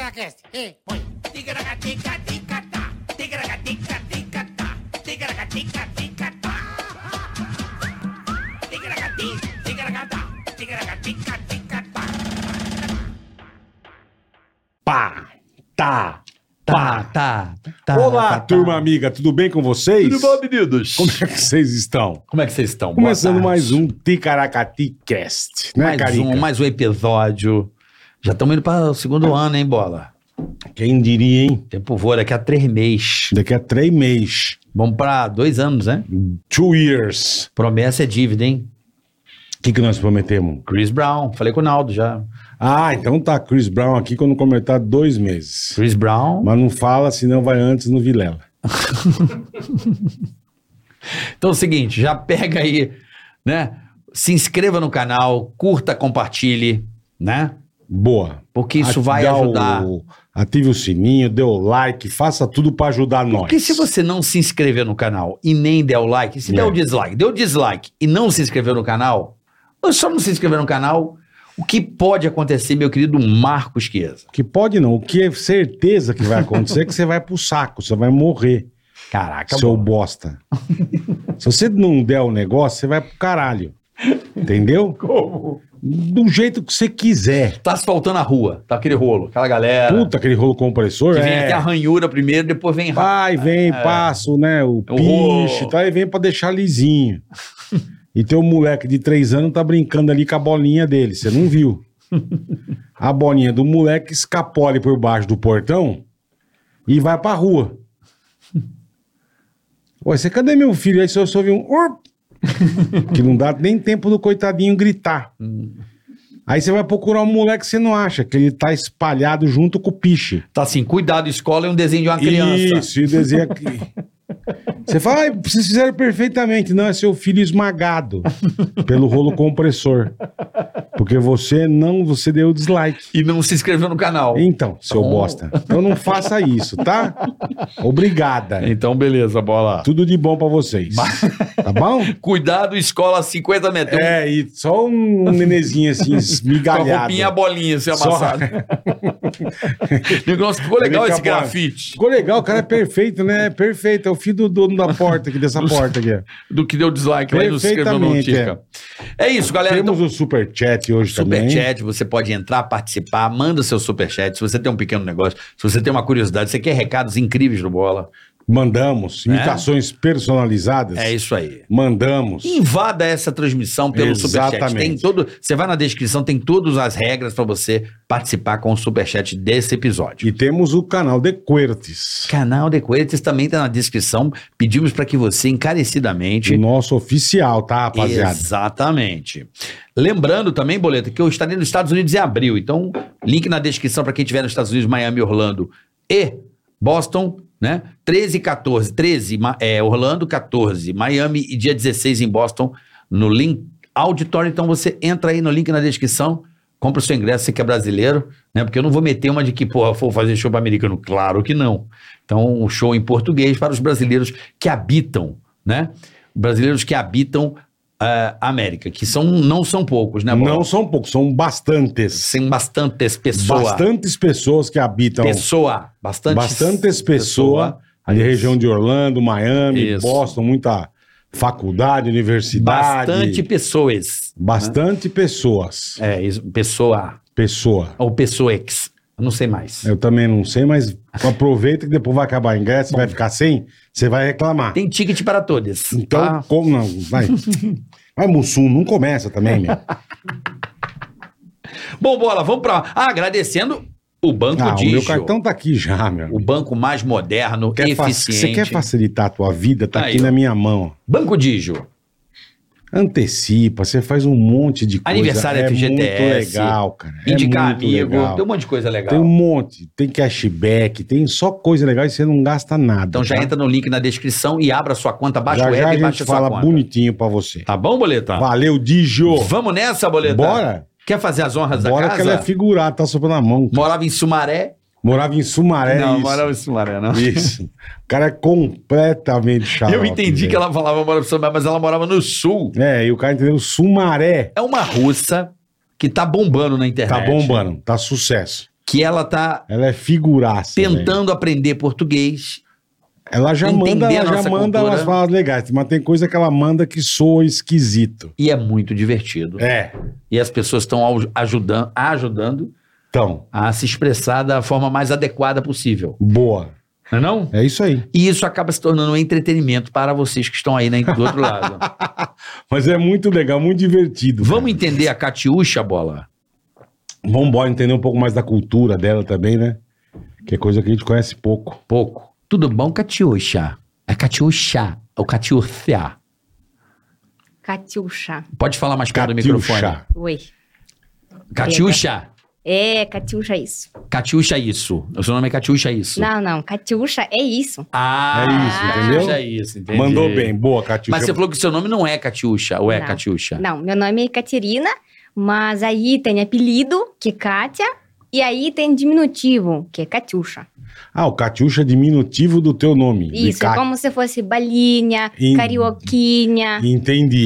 Ticaracast. E põe. Ticaracatica-ticatá, ticaracatica-ticatá, ticaracatica-ticatá. Ticaracati, ticaracatá, ticaracatica-ticatá. Pá, tá, Tá, pá. tá, tá. Olá, tá, tá. turma amiga, tudo bem com vocês? Tudo bom, meninos? Como é que vocês estão? Como é que vocês estão? Boa Começando tarde. mais um Ticaracati Cast, né, mais Carica? um, mais um episódio. Já estamos indo para o segundo ano, hein, Bola? Quem diria, hein? Tempo voa, daqui a três meses. Daqui a três meses, Vamos para dois anos, né? two years, Promessa é dívida, hein? o que, que nós prometemos? Chris Brown, falei com o Naldo já. Ah, então tá Chris Brown aqui quando completar dois meses. Chris Brown. Mas não fala, senão vai antes no Vilela. Então é o seguinte, já pega aí, né? Se inscreva no canal, curta, compartilhe, né? Boa. Porque isso Ati- vai dá ajudar. o- ative o sininho, dê o like, faça tudo pra ajudar nós. Porque se você não se inscrever no canal e nem der o like, se der É. o dislike, deu o dislike e não se inscrever no canal, ou só não se inscrever no canal, o que pode acontecer, meu querido Marcos Chiesa? Que pode não. O que é certeza que vai acontecer é que você vai pro saco, você vai morrer, Caraca, seu bom. bosta. Se você não der o negócio, você vai pro caralho. Entendeu? Como? Do jeito que você quiser. Tá asfaltando a rua, tá aquele rolo, aquela galera Puta, aquele rolo compressor. que vem é. Ah. aqui a ranhura primeiro, depois vem... ra- Vai, vem, passo, né? O rolo. piche, tá? E vem pra deixar lisinho. E teu moleque de três anos tá brincando ali com a bolinha dele, você não viu. A bolinha do moleque escapole por baixo do portão e vai pra rua. Ué, você cadê meu filho? Aí só só ouvi um. "Urp", Que não dá nem tempo do coitadinho gritar. Aí você vai procurar um moleque que você não acha, que ele tá espalhado junto com o piche. Tá assim, cuidado, escola é um desenho de uma criança. Isso, e desenha aqui. Você fala, ah, vocês fizeram perfeitamente. Não, é seu filho esmagado pelo rolo compressor. Porque você não, você deu dislike. E não se inscreveu no canal. Então, seu Bom. bosta. Então não faça isso, tá? Obrigada. Então, beleza, bola. Tudo de bom pra vocês. Tá bom? Cuidado, escola 50 metros. É, e só um nenenzinho assim, Com esmigalhado. a roupinha a bolinha, assim, Só- amassada. Negócio, ficou legal Ele esse acabou- grafite. Ficou legal, o cara é perfeito, né? É Perfeito. É o filho do dono da porta aqui, dessa porta aqui. ó. Do que deu dislike lá e não se inscreveu no Perfeitamente, Tica. É isso, galera. Temos Então, o superchat hoje também. superchat, você pode entrar, participar, manda seu superchat. Se você tem um pequeno negócio, se você tem uma curiosidade, você quer recados incríveis do Bola, Mandamos. Imitações personalizadas. é isso aí. Mandamos. Invada essa transmissão pelo superchat. Tem Exatamente. todo, você vai na descrição, tem todas as regras para você participar com o superchat desse episódio. E temos o canal de Quertes. Canal de Coetes também está na descrição. Pedimos para que você encarecidamente O nosso oficial, tá, rapaziada? Exatamente. Lembrando também, Boleta, que eu estarei nos Estados Unidos em abril. Então, link na descrição para quem estiver nos Estados Unidos, Miami, Orlando e Boston, né? 13 e 14. 13, ma- é, Orlando, 14. Miami e dia 16 em Boston, no link auditório. Então, você entra aí no link na descrição. Compra o seu ingresso, você que é brasileiro, né? Porque eu não vou meter uma de que, porra, vou fazer show para americano. Claro que não. Então, um show em português para os brasileiros que habitam, né? Brasileiros que habitam ah, a América, que são, não são poucos, né? Bola? Não são poucos, são bastantes. São bastantes pessoas. Bastantes pessoas que habitam. Pessoa. Bastantes, então. Bastantes pessoas. Ali, região de Orlando, Miami, Isso. Boston, muita faculdade, universidade. Bastante pessoas. Bastante pessoas. É, isso, pessoa. Pessoa. Ou pessoex. Eu não sei mais. Eu também não sei, mas aproveita que depois vai acabar o ingresso, vai ficar sem, você vai reclamar. Tem ticket para todos. Então, tá? como não? Vai. Vai, Mussum, não começa também, meu. Bom, bola, vamos para. Ah, agradecendo o Banco Ah, o Digio. meu cartão tá aqui já, meu. O banco mais moderno, Quer fa- eficiente. Você quer facilitar a tua vida? Tá Aí, aqui ó. na minha mão. Banco Digio. Antecipa, você faz um monte de coisa. Aniversário é FGTS, muito legal, cara. É indicar muito amigo. legal. Tem um monte de coisa legal. Tem um monte. Tem cashback, tem só coisa legal e você não gasta nada. Então já tá? entra no link na descrição e abra sua conta, baixa já, o já app a e baixa gente sua fala conta. bonitinho pra você. Tá bom, Boleta? Valeu, Digio. Vamos nessa, Boleta? Bora? Quer fazer as honras Bora da casa? que ela é figurada, tá sobrando a mão. Morava em Sumaré? Morava em Sumaré, não, É isso. morava em Sumaré, não. Isso. O cara é completamente chato. Eu entendi que ela falava morava em Sumaré, mas ela morava no sul. É, e o cara entendeu Sumaré. É uma russa que tá bombando na internet. Tá bombando, tá sucesso. que ela tá Ela é figuraça. velho. tentando aprender português. Ela já entender manda, a ela já nossa manda cultura. umas falas legais, mas tem coisa que ela manda que soa esquisito. E é muito divertido. É. E as pessoas estão ajudando, ajudando Então, a se expressar da forma mais adequada possível. boa. Não é não? É isso aí. E isso acaba se tornando um entretenimento para vocês que estão aí né, do outro lado. Mas é muito legal, muito divertido. Vamos entender a Catiúcha, bola? Vamos embora entender um pouco mais da cultura dela também, né? Que é coisa que a gente conhece pouco. Pouco. Tudo bom, Catiúcha? É Catiúcha. Ou Catiúcia. Catiuxa. Pode falar mais perto do Catiuxa. É microfone. Oi. Catiúcha. É, Catiuxa é isso. Catiúcha isso. O seu nome é Catiúcha isso. Não, não. Catiuxa é isso. Ah, É isso, entendeu? Catiúcha é isso, entendi. Mandou bem, boa, Catiuxa. Mas você falou que seu nome não é Catiúcha, ou é Não. Catiúcha? Não, meu nome é Caterina, mas aí tem apelido, que é Kátia, e aí tem diminutivo, que é Catiuxa. Ah, o Catiuxa é diminutivo do teu nome. de Isso, Ca- é como se fosse balinha, Em- carioquinha, Entendi.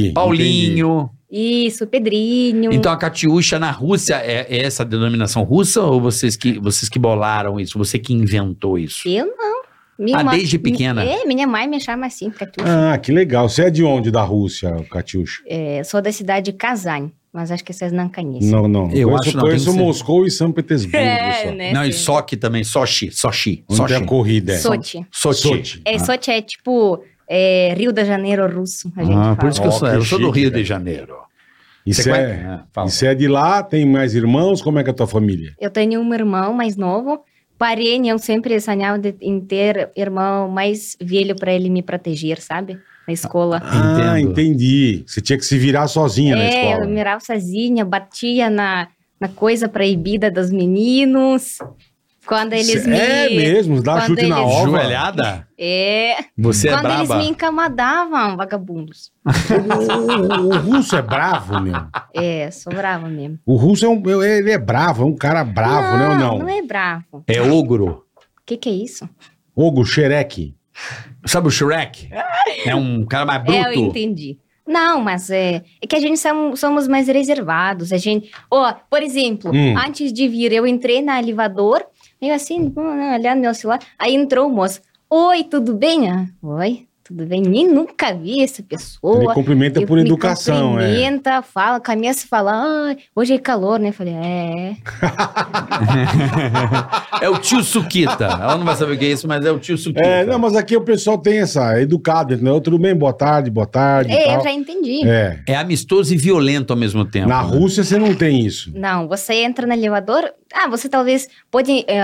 entendi. Paulinho. isso, Pedrinho. Então a Catiúcha na Rússia é, é essa a denominação russa ou vocês que, vocês que bolaram isso? Você que inventou isso? Eu não. Minha Ah, mãe- desde pequena. É, minha mãe me chama assim, Catiuxa. Ah, que legal. Você é de onde da Rússia, Catiuxa? É, sou da cidade de Kazan, mas acho que vocês não conhecem. Não, não. Eu conheço, acho que não, conheço tem que ser. Moscou e São Petersburgo. só. né? Não, e sim. Sochi também, Sochi, Sochi, Onde tem a Sochi. corrida é? Sochi. Sochi. Sochi. É, Sochi é tipo é, Rio de Janeiro russo, a gente Ah, fala. por isso que eu Ó, sou, que eu sou do chique, Rio cara. de Janeiro. E Você você conhe- é, Ah, fala. e você é de lá? Tem mais irmãos? Como é que é a tua família? Eu tenho um irmão mais novo. Porém, eu sempre sonhava de, em ter irmão mais velho para ele me proteger, sabe? Na escola. Ah, Entendo. entendi. Você tinha que se virar sozinha na é, eu escola. mirava sozinha, batia na, na coisa proibida dos meninos. Quando eles Cê- me. É mesmo, dá Quando chute na eles- ova. Joelhada? É. Você é Quando eles braba? me incommodavam, vagabundos. O, o- o russo é bravo, meu. É, sou brava mesmo. O russo é um, ele é bravo, é um cara bravo, né ou não? Não é bravo. É ogro. O que, que é isso? Ogo Xereque. Sabe o Shrek? É um cara mais É, eu bruto. entendi. Não, mas é, é que a gente som- somos mais reservados. A gente. Ó, por exemplo, Hum. antes de vir, eu entrei na elevador, meio assim, hum, olhando meu celular. Aí entrou o moço. Oi, tudo bem? Ah, Oi, tudo bem? Nem nunca vi essa Ele pessoa. cumprimenta Eu- por me educação, é. cumprimenta, fala, começa a falar, "Ai, hoje é calor, né? Eu falei, é. É o tio Suquita. Ela não vai saber o que é isso, mas é o tio Suquita. É, não, mas aqui o pessoal tem essa, é educado, entendeu? Tudo bem, boa tarde, boa tarde. e É, eu tal. já entendi. É. É amistoso e violento ao mesmo tempo. Na né? Rússia você não tem isso. Não, você entra no elevador. Ah, você talvez pode. eh,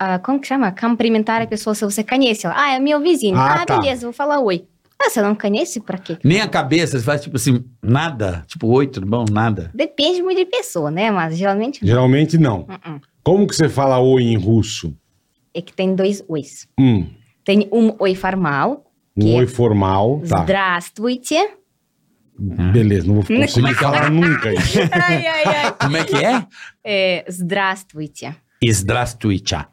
ah, como que chama? Cumprimentar a pessoa se você conhece ela. Ah, é meu vizinho. Ah, Ah, tá. beleza, vou falar oi. Ah, você não conhece? Pra quê? Nem a cabeça, você faz tipo assim, nada. Tipo, oi, tudo bom? Nada. Depende muito de pessoa, né? Mas geralmente não. Geralmente não. Uh-uh. Como que você fala oi em russo? é que tem dois ois. Hum, Tem um oi formal. um Que? oi formal, tá. Здравствуйте. Beleza, não vou é conseguir falar nunca isso. Ai, ai, ai. Como é que é? É, здравствуйте. Здравствуйте.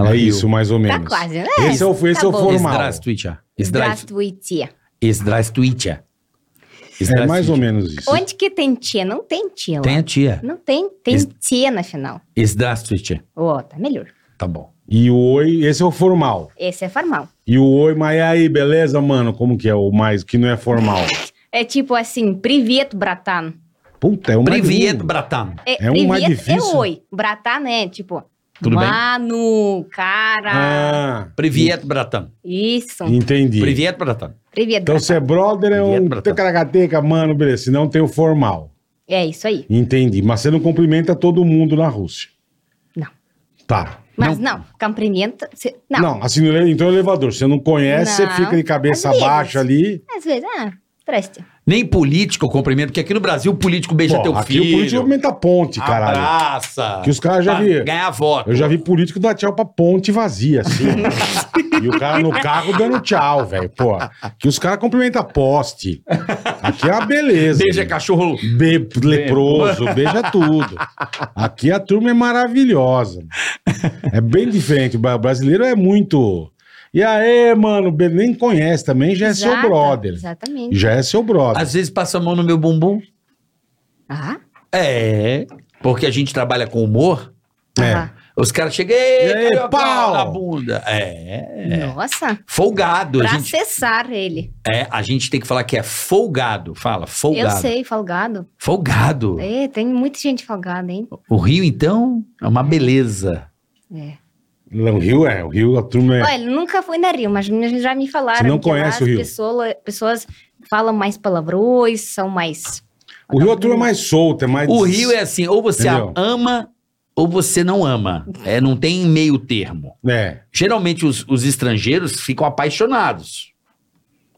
É isso, mais ou Tá menos. quase, né? Esse é o, esse Tá é o bom. formal. Здравствуйте. Здравствуйте. Здравствуйте. Здравствуйте. É mais ou menos isso. Onde que tem tchê? Não tem tchê lá. Tem a tia. Não tem. Tem Es- tchê na final. Здравствуйте. Ó, tá melhor. Tá bom. E o oi, esse é o formal. Esse é formal. E o oi, mas e aí, beleza, mano? Como que é o mais, que não é formal? É tipo assim, привет, братан. Puta, é um mais Привет, duro. братан. É, É um mais привет difícil. é oi. Братан é tipo, Tudo bem? mano, cara. Ah, Привет, братан. Isso. Então, entendi. Привет, братан. Привет, Então, братан. se é brother, é um Привет, братão. tecaracateca, mano, beleza. Se não, tem o formal. É isso aí. Entendi. Mas você não cumprimenta todo mundo na Rússia. Não. Tá. Mas não, cumprimenta. se- Não. Não, assim, no ele- então no elevador. Você não conhece, Não. você fica de cabeça Às vezes. baixa ali. Às vezes, ah, preste. Nem político eu cumprimento, porque aqui no Brasil o político beija Pô, teu aqui filho. o político aumenta a ponte, caralho. Abraça. Que os caras já Pra vi- Ganhar voto. Eu já vi político dar tchau pra ponte vazia, assim. e o cara no carro dando tchau, velho. Pô, que os caras cumprimentam poste. Aqui é uma beleza. Beija velho. cachorro. Be leproso, beija tudo. Aqui a turma é maravilhosa. É bem diferente. O bra- brasileiro é muito. E aí, mano, be- nem conhece também, já é seu Exata- brother. Exatamente. Já é seu brother. Às vezes passa a mão no meu bumbum. Ah, É. Porque a gente trabalha com humor. Aham. Os caras chegam, E aí, ei, pau! pau!" na bunda. É. Nossa, Folgado. A pra gente, acessar ele. é, a gente tem que falar que é folgado. Fala, folgado. Eu sei, folgado. Folgado. É, tem muita gente folgada, hein? O Rio, então, é uma beleza. É. Não, O Rio é, o Rio, a turma é. Olha, nunca fui na Rio, mas já me falaram Você não que conhece lá as o Rio? pessoa- pessoas falam mais palavrões, são mais... O Rio, a turma é mais solta, é mais. O Rio é assim, ou você Entendeu? ama ou você não ama. É, não tem meio termo. É. Geralmente os, os estrangeiros ficam apaixonados.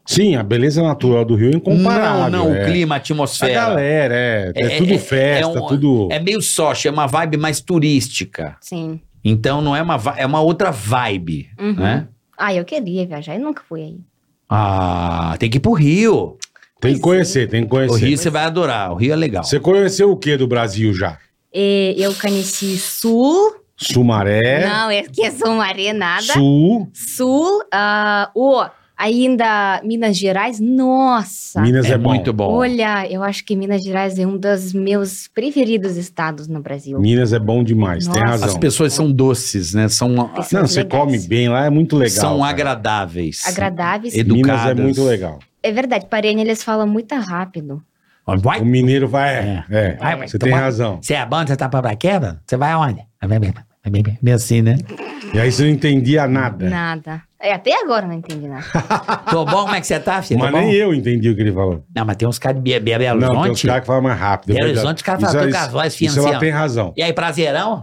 Sim, a beleza natural do Rio é incomparável. não, não, é. o clima, a A atmosfera. galera, é. É, É- tudo é- festa, é um- tudo. É meio socha, é uma vibe mais turística. Sim. Então não é uma vi- é uma outra vibe, Uhum. né? Ah, eu queria viajar, eu nunca fui aí. Ah, tem que ir pro Rio. Tem que conhecer, tem que O Rio conhecer. você vai adorar, o Rio é legal. Você conheceu o que do Brasil já? E eu conheci Sul, Sumaré, não, é que é Sumaré nada. Sul, Sul, ah, o ainda Minas Gerais, nossa. Minas é, É muito bom. Olha, eu acho que Minas Gerais é um dos meus preferidos estados no Brasil. Minas é bom demais, tem Nossa. As razão. pessoas são doces, né? São Não, Pessoas você legais. come bem lá, é muito legal. são cara. agradáveis. Agradáveis. Edu- Minas é educadas. muito legal. É verdade, Parene eles falam muito rápido. O Vai. mineiro vai. É, é. Vai, vai, você então tem vai. razão. Você é bom, você tá pra quebra? Você vai aonde? É Meio assim, né? E aí você não entendia nada. Nada. É, até agora eu não entendi nada. Tô bom, como é que você tá, filho? Mas Tá bom? É nem eu entendi o que ele falou. Não, mas tem uns caras de Be- Be- Belo Não, tem os Horizonte. caras que falam mais rápido. é Belo verdade. Horizonte, os caras Isso falam é- com a voz Isso ela financiada. tem razão. E aí, prazerão?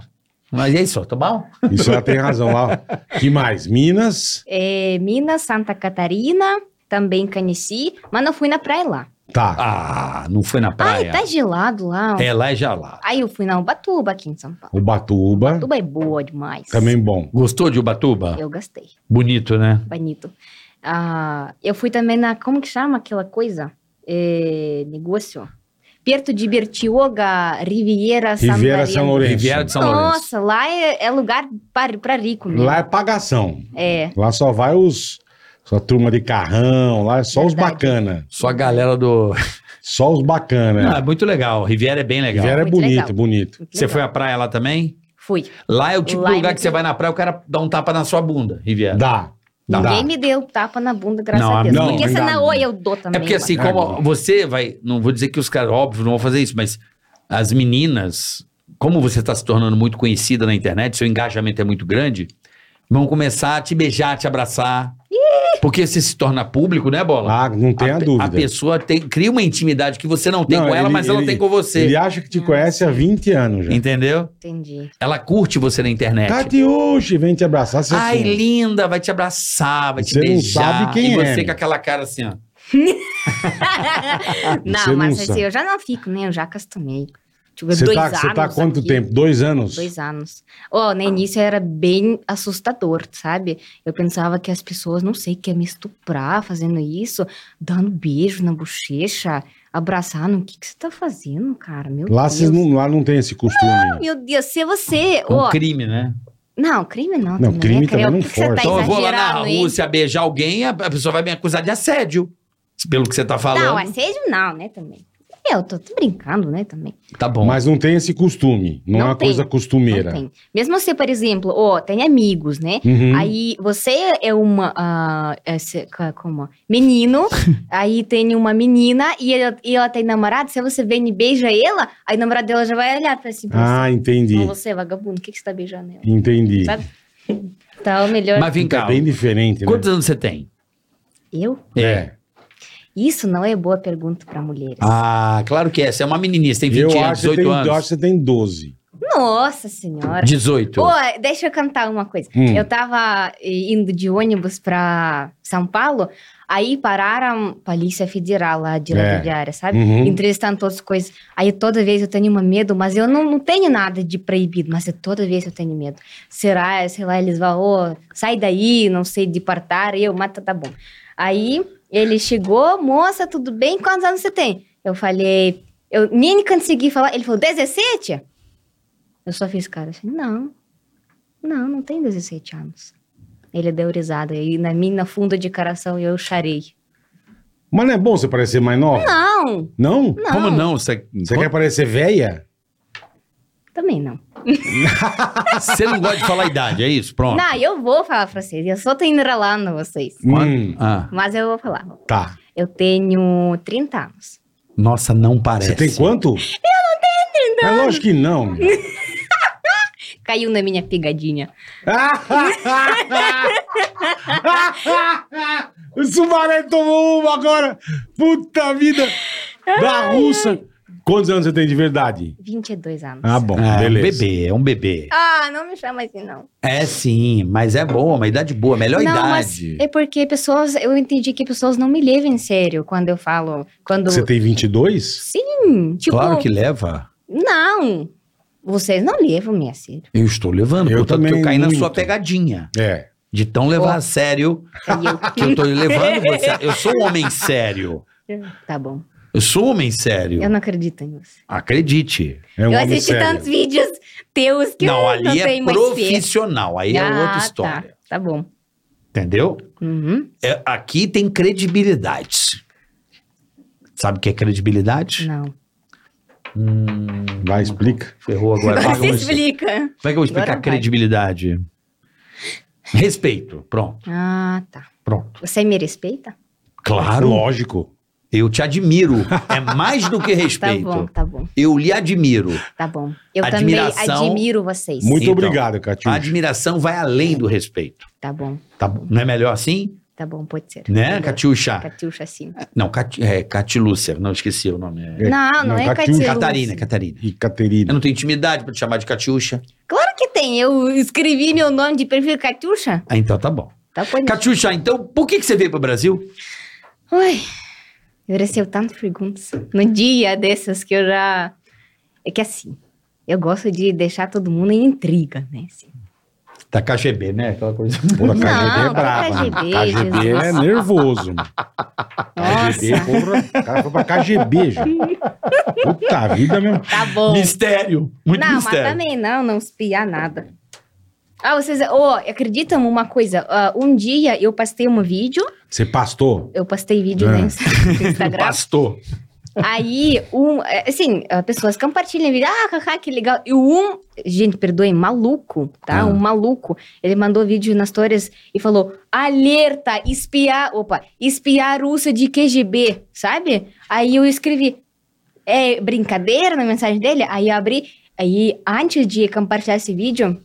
Mas é isso, tô bom? Isso ela tem razão lá. Que mais? Minas. É, Minas, Santa Catarina, também conheci, mas não fui na praia lá. Tá. Ah, não foi na Ai, praia. tá gelado lá. É lá e já lá. Aí eu fui na Ubatuba, aqui em São Paulo. Ubatuba. Ubatuba é boa demais. Também bom. Gostou de Ubatuba? Eu gostei. Bonito, né? Bonito. Ah, eu fui também na, como que chama aquela coisa? É, negócio. Perto de Bertioga, Riviera, San Riviera Mariano. São Lourenço. Riviera de São Lourenço. Nossa, lá é, é lugar para, para rico mesmo. Lá é pagação. É. Lá só vai os. Só turma de carrão, lá é só os Verdade. bacana. Só a galera do. Só os Não, bacana. é muito legal. Riviera é bem legal. Riviera é Muito bonito, legal. bonito. Você foi à praia lá também? Fui. Lá é o tipo Lá de é lugar muito que você vai na praia, o cara dá um tapa na sua bunda, Riviera. Dá. Dá. Ninguém me deu tapa na bunda, graças Não, a Deus. não, porque não se dá. na oi eu dou também. É porque mano. assim, como você vai. Não vou dizer que os caras, óbvio, não vão fazer isso, mas as meninas, como você está se tornando muito conhecida na internet, seu engajamento é muito grande, vão começar a te beijar, te abraçar. Porque se se torna público, né, Bola? Ah, não tem a, pe- A dúvida. pessoa tem, cria uma intimidade que você não tem Não, com ela, ele- mas ela ele- tem com você. Ele acha que te conhece há 20 anos já. Entendeu? Entendi. Ela curte você na internet. Tá de hoje, vem te abraçar. Você Ai, assim, linda, vai te abraçar, vai te Você não beijar. sabe quem e é, você meu. com aquela cara assim, ó. não, Você mas não assim, sabe. eu já não fico, né? Eu já acostumei. Tipo, Você dois tá, anos. você tá há quanto aqui. tempo? Dois anos? Dois anos. Ó, no início era bem assustador, sabe? Eu pensava que as pessoas, não sei, que ia me estuprar fazendo isso, dando beijo na bochecha, abraçando. O que, que você tá fazendo, cara? Meu Lá, Deus. vocês não, lá não tem esse costume. Meu Deus, se é você. Um ó, crime, né? Não, crime não. Não, crime cara? também O não que que você tá força. Então eu vou lá na exagerando, hein? Rússia beijar alguém, a a pessoa vai me acusar de assédio. Pelo que você tá falando. Não, assédio não, né, também. Eu tô, tô brincando, né, também. Tá bom. Mas não tem esse costume. Não, é Não uma tem, coisa Não costumeira. tem. Mesmo se, por exemplo, ó, tem amigos, né? Uhum. Aí você é uma ah, esse, ca- como menino, aí tem uma menina e ela, e ela tem namorado. Se você vem e beija ela, aí o namorado dela já vai olhar pra assim, pra ah, você. entendi. Não, você, vagabundo, o que, que você tá beijando ela? Entendi. Sabe? Então, melhor. Mas vem É cá. bem diferente, né? Tá Quantos anos você tem? Eu? É. Isso não é boa pergunta pra mulheres. Ah, claro que é. Você é uma menina, você tem 20 Eu anos, acho, que 18 tem, eu acho anos. que você tem 12. Nossa senhora. 18. Pô, deixa eu cantar uma coisa. Hum. Eu tava eh, indo de ônibus pra São Paulo, aí pararam Polícia Federal lá de É. rodoviária, sabe? Uhum. Entrevistando todas as coisas. Aí toda vez eu tenho um medo, mas eu não, não tenho nada de proibido, mas eu, toda vez eu tenho medo. Será, sei lá, eles vão, ô, sai daí, não sei, deportar, eu, mas tá- tá bom. Aí ele chegou, moça, tudo bem? Quantos anos você tem? Eu falei, eu nem consegui falar. Ele falou, 17? Eu só fiz cara assim, não, não, não tem 17 anos. Ele deu risada e na minha funda de coração eu chorei. Mas não é bom você parecer mais nova? Não, Não? não. Como não? Você, Você quer parecer velha? Também não. Você não gosta de falar a idade, é isso? Pronto. Não, eu vou falar pra vocês. Eu só tô enrolando vocês. Hum, Ah, Mas eu vou falar. tá. Eu tenho 30 anos. nossa, não parece. Você tem quanto? Eu não tenho 30 É lógico que não. Caiu na minha pegadinha. o Sumaré tomou uma agora. Puta vida. Da russa. Quantos anos você tem de verdade? 22 anos. Ah, bom, Ah, é um beleza. bebê, é um bebê. Ah, não me chama assim, não. É sim, mas é boa, uma idade boa, melhor não, mas idade. é porque pessoas... Eu entendi que pessoas não me levam em sério quando eu falo... Quando... Você tem 22? Sim, tipo... Claro que leva. Não. Vocês não levam minha sério. Eu estou levando, Eu portanto que eu também, caí na muito. sua pegadinha. É. De tão levar Ó. a sério Aí eu- que eu tô levando você. Eu sou um homem sério. Tá bom. Eu sou um homem sério. Eu não acredito em você. Acredite. É um eu homem assisti sério. tantos vídeos teus que não, eu ali não é tenho mais fé. profissional. Aí é outra Ah, história. Tá, tá bom. Entendeu? Uhum. É, aqui tem credibilidade. Sabe o que é credibilidade? Não. Vai, explica. Ferrou agora. Como é que Você eu vou- explica. como é que eu vou explicar Agora vai. credibilidade? Respeito. Pronto, Ah, tá. pronto. Você me respeita? Tá Claro, Lógico. eu te admiro. É mais do que respeito. Tá bom, tá bom, Eu lhe admiro. tá bom. Eu Admiração. também admiro vocês. Muito Então, obrigado, Catiúcha. A admiração vai além do respeito. Tá bom, Tá bom? Não é melhor assim? tá bom, pode ser. Né, Catiuxa? Catiuxa, sim. Não, Cati, é, Catilúcia. Não, esqueci o nome. É. É, Não, não, não, é Catiúcha. Catiuxa. Catarina, Catarina. E Eu Caterina. não tenho intimidade pra te chamar de Catiuxa. Claro que tem. Eu escrevi meu nome de perfil Catiuxa. Ah, então tá bom. Tá bom. Catiuxa, então, por que, que você veio pro Brasil? Oi, eu recebo tantas perguntas. No dia dessas que eu já. É que assim, eu gosto de deixar todo mundo em intriga, né? assim. Da KGB, né? Aquela coisa. Porra, Não, KGB é que brava. KGB, KGB é Jesus. nervoso. mano. KGB, Nossa, porra. O cara foi pra KGB, gente. Puta vida mesmo. tá bom. Mistério. Muito não, mistério. mas também não, não espiar nada. Ah, vocês oh, acreditam uma coisa? Ah, um dia eu postei um vídeo, Você pastou? eu postei vídeo Ah. no Instagram. Pastor. Aí, um, é, assim, ah, pessoas compartilham vídeo, ah, haha, que legal. E um, gente, perdoe, maluco, tá? Ah. Um maluco, ele mandou vídeo nas stories e falou, alerta, espiar, opa, espiar russa de QGB, sabe? Aí eu escrevi, é brincadeira na mensagem dele? Aí eu abri, aí antes de compartilhar esse vídeo,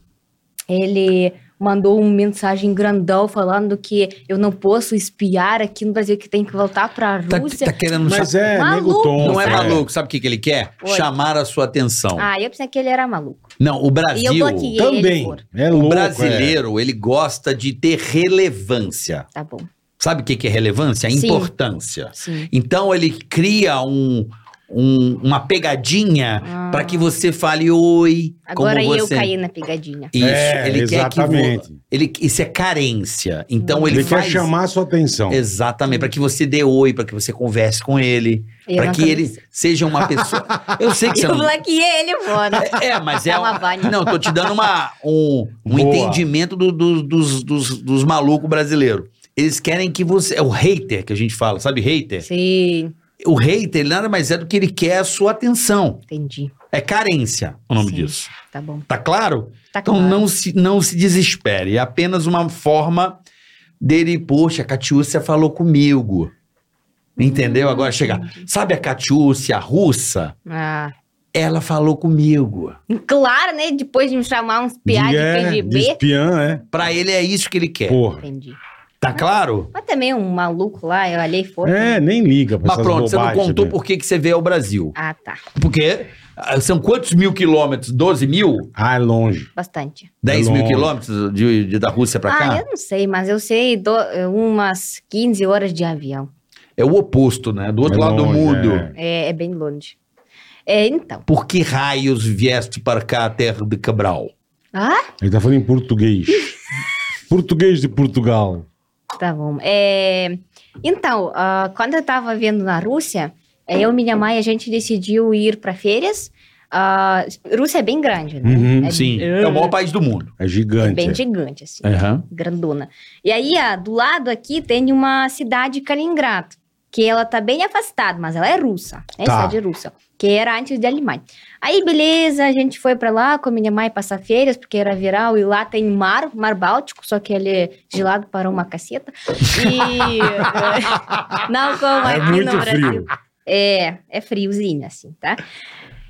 ele mandou uma mensagem grandão falando que eu não posso espiar aqui no Brasil, que tem que voltar pra Tá, Rússia. tá querendo Mas chamar. é, Maluco. nego tonto. Não é maluco, sabe o que, que ele quer? Oi. Chamar a sua atenção. Ah, eu pensei que ele era maluco. Não, o E eu Brasil. bloqueei ele. Também. Por. É O louco. é. brasileiro, ele gosta de ter relevância. Tá bom, Sabe o que, que é relevância? Sim. Importância. sim. Então ele cria um, um- uma pegadinha Ah. pra que você fale oi, Agora como eu você. caí na pegadinha. Isso, É, ele quer que exatamente. vo- ele isso é carência. Então ele, Ele faz quer chamar a sua atenção. exatamente pra que você dê oi, pra que você converse com ele, Eu pra não que ele conheço. seja uma pessoa. Eu sei que você Eu não bloqueei ele fora. é, mas é. É uma um- vaga. Não, tô te dando uma, um, um Boa. entendimento do- do- dos, dos, dos malucos brasileiros. Eles querem que você. É o hater que a gente fala, sabe? Hater. Sim, O hater ele nada mais é do que ele quer a sua atenção. entendi. É carência o nome Sim. disso. Tá bom. Tá claro? Tá então claro. não, se, não se desespere. É apenas uma forma dele, poxa, a Catiúcia falou comigo. Hum. Entendeu? Agora chega. Sabe a Catiúcia, a russa? Ah, Ela falou comigo. claro, né? Depois de me chamar uns piá de é, de PGB. espiã, é. Pra ele é isso que ele quer. Porra. Entendi. Tá claro? Mas também um maluco lá, eu olhei fora. É, nem liga pra Mas essas pronto, você não bobagens, contou né? por que, que você veio ao Brasil. Ah, tá. Porque ah, são quantos mil quilômetros? 12 mil? Ah, é longe. Bastante. 10 mil É longe. quilômetros de, de- da Rússia pra ah, cá? eu não sei, mas eu sei do- umas 15 horas de avião. É o oposto, né? Do outro É lado longe, do mundo. é. É, é bem longe. É, então. Por que raios vieste para cá, a terra de Cabral? Ah, Ele tá falando em português. português de Portugal. tá bom. É, então, ah, quando eu tava vendo na Rússia, eh, eu e minha mãe, a gente decidiu ir pra férias. Ah, Rússia é bem grande, né? Uhum, É Sim, é o maior país do mundo. É gigante. bem é. gigante, assim. grandona. E aí, ah, do lado aqui tem uma cidade, Kaliningrado. que ela tá bem afastada, mas ela é russa, né? Tá. Cidade russa, que era antes de Alemanha. Aí, beleza, a gente foi pra lá com minha mãe passar férias, porque era viral, e lá tem mar, mar Báltico, só que ele é gelado para uma caceta. E... eh, Ah, não como É aqui muito no Brasil. frio. Ah, É, é friozinho, assim, tá?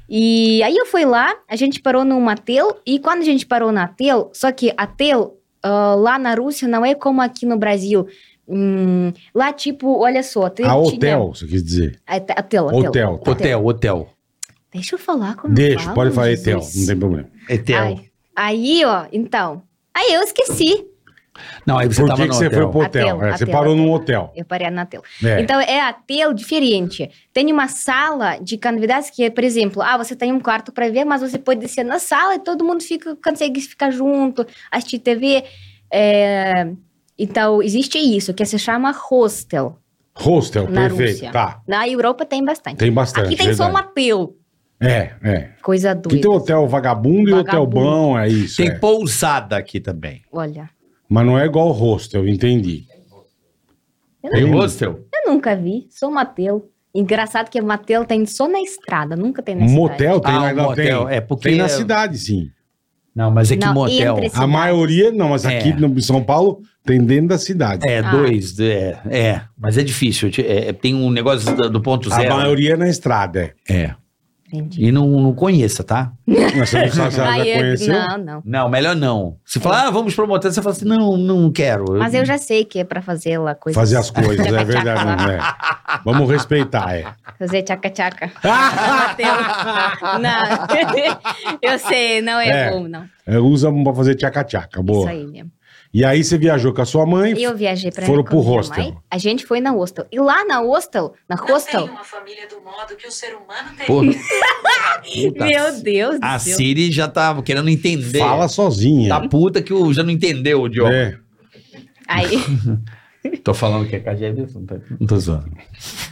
E aí eu fui lá, a gente parou num hotel, e quando a gente parou no hotel, só que hotel ah, lá na Rússia não é como aqui no Brasil. Hum, lá, tipo, olha só... tem- A tinha- Ah, hotel, você quis dizer. Ah, te- Hotel, hotel. Hotel. Hotel, hotel. Deixa eu falar como eu Deixa, falo, pode falar Jesus. hotel, não tem problema. É Etel. Ai, Aí, ó, então... Aí eu esqueci. Não, aí você Por tava que, que no você foi hotel. pro hotel? Hotel, É, você hotel, parou hotel. num hotel. Eu parei no hotel. É. Então, é hotel diferente. Tem uma sala de convidados que, por exemplo, ah, você tem um quarto para ver, mas você pode descer na sala e todo mundo fica, consegue ficar junto, assistir TV. É, Então, existe isso, que se chama hostel. Hostel, Na perfeito. Rússia. Tá. Na Europa tem bastante. Tem bastante. Aqui tem só um verdade. hotel. É, é. Coisa Aqui doida. tem hotel vagabundo, e hotel Vagabundo. bom, é isso. Tem é. pousada aqui também. Olha, Mas não é igual hostel, entendi. É Tem Tem. hostel? eu nunca vi, só um hotel. Engraçado que um hotel tem só na estrada, nunca tem na Motel cidade. tem, na, Ah, um não, tem. motel, é, porque- tem na cidade, sim. Não, mas é que Não, motel. entre- A Cidade. maioria, não, mas É. aqui no em São Paulo tem dentro da cidade. Ah. É, dois. É, é, mas é difícil. É, é, tem um negócio do, do ponto A zero. maioria é na estrada, é. É. Entendi. E não, não conheça, tá? Mas Você não sabe se ela Ah, já eu- conheceu? não, não. Não, melhor não. Se falar, ah, vamos pro motel, você fala assim, não, não quero. Mas eu já sei que é pra fazer lá coisas. Fazer as coisas, é verdade. não é. Vamos respeitar, é. Fazer tchaca-tchaca. Ah! não, eu sei, não é, É, bom, não. É, Usa pra fazer tchaca-tchaca, Isso boa. aí mesmo. E aí você viajou com a sua mãe, Eu viajei pra Foram com pro minha hostel. mãe, a gente foi na hostel. E lá na hostel, na Não hostel... tem uma família do modo que o ser humano Pô. teria. Puta, Meu Deus do A céu. Siri já tava querendo entender. fala sozinha. Da puta que o, já não entendeu o Diogo. É. Aí, Tô falando que é KGB, não tô- não tô zoando.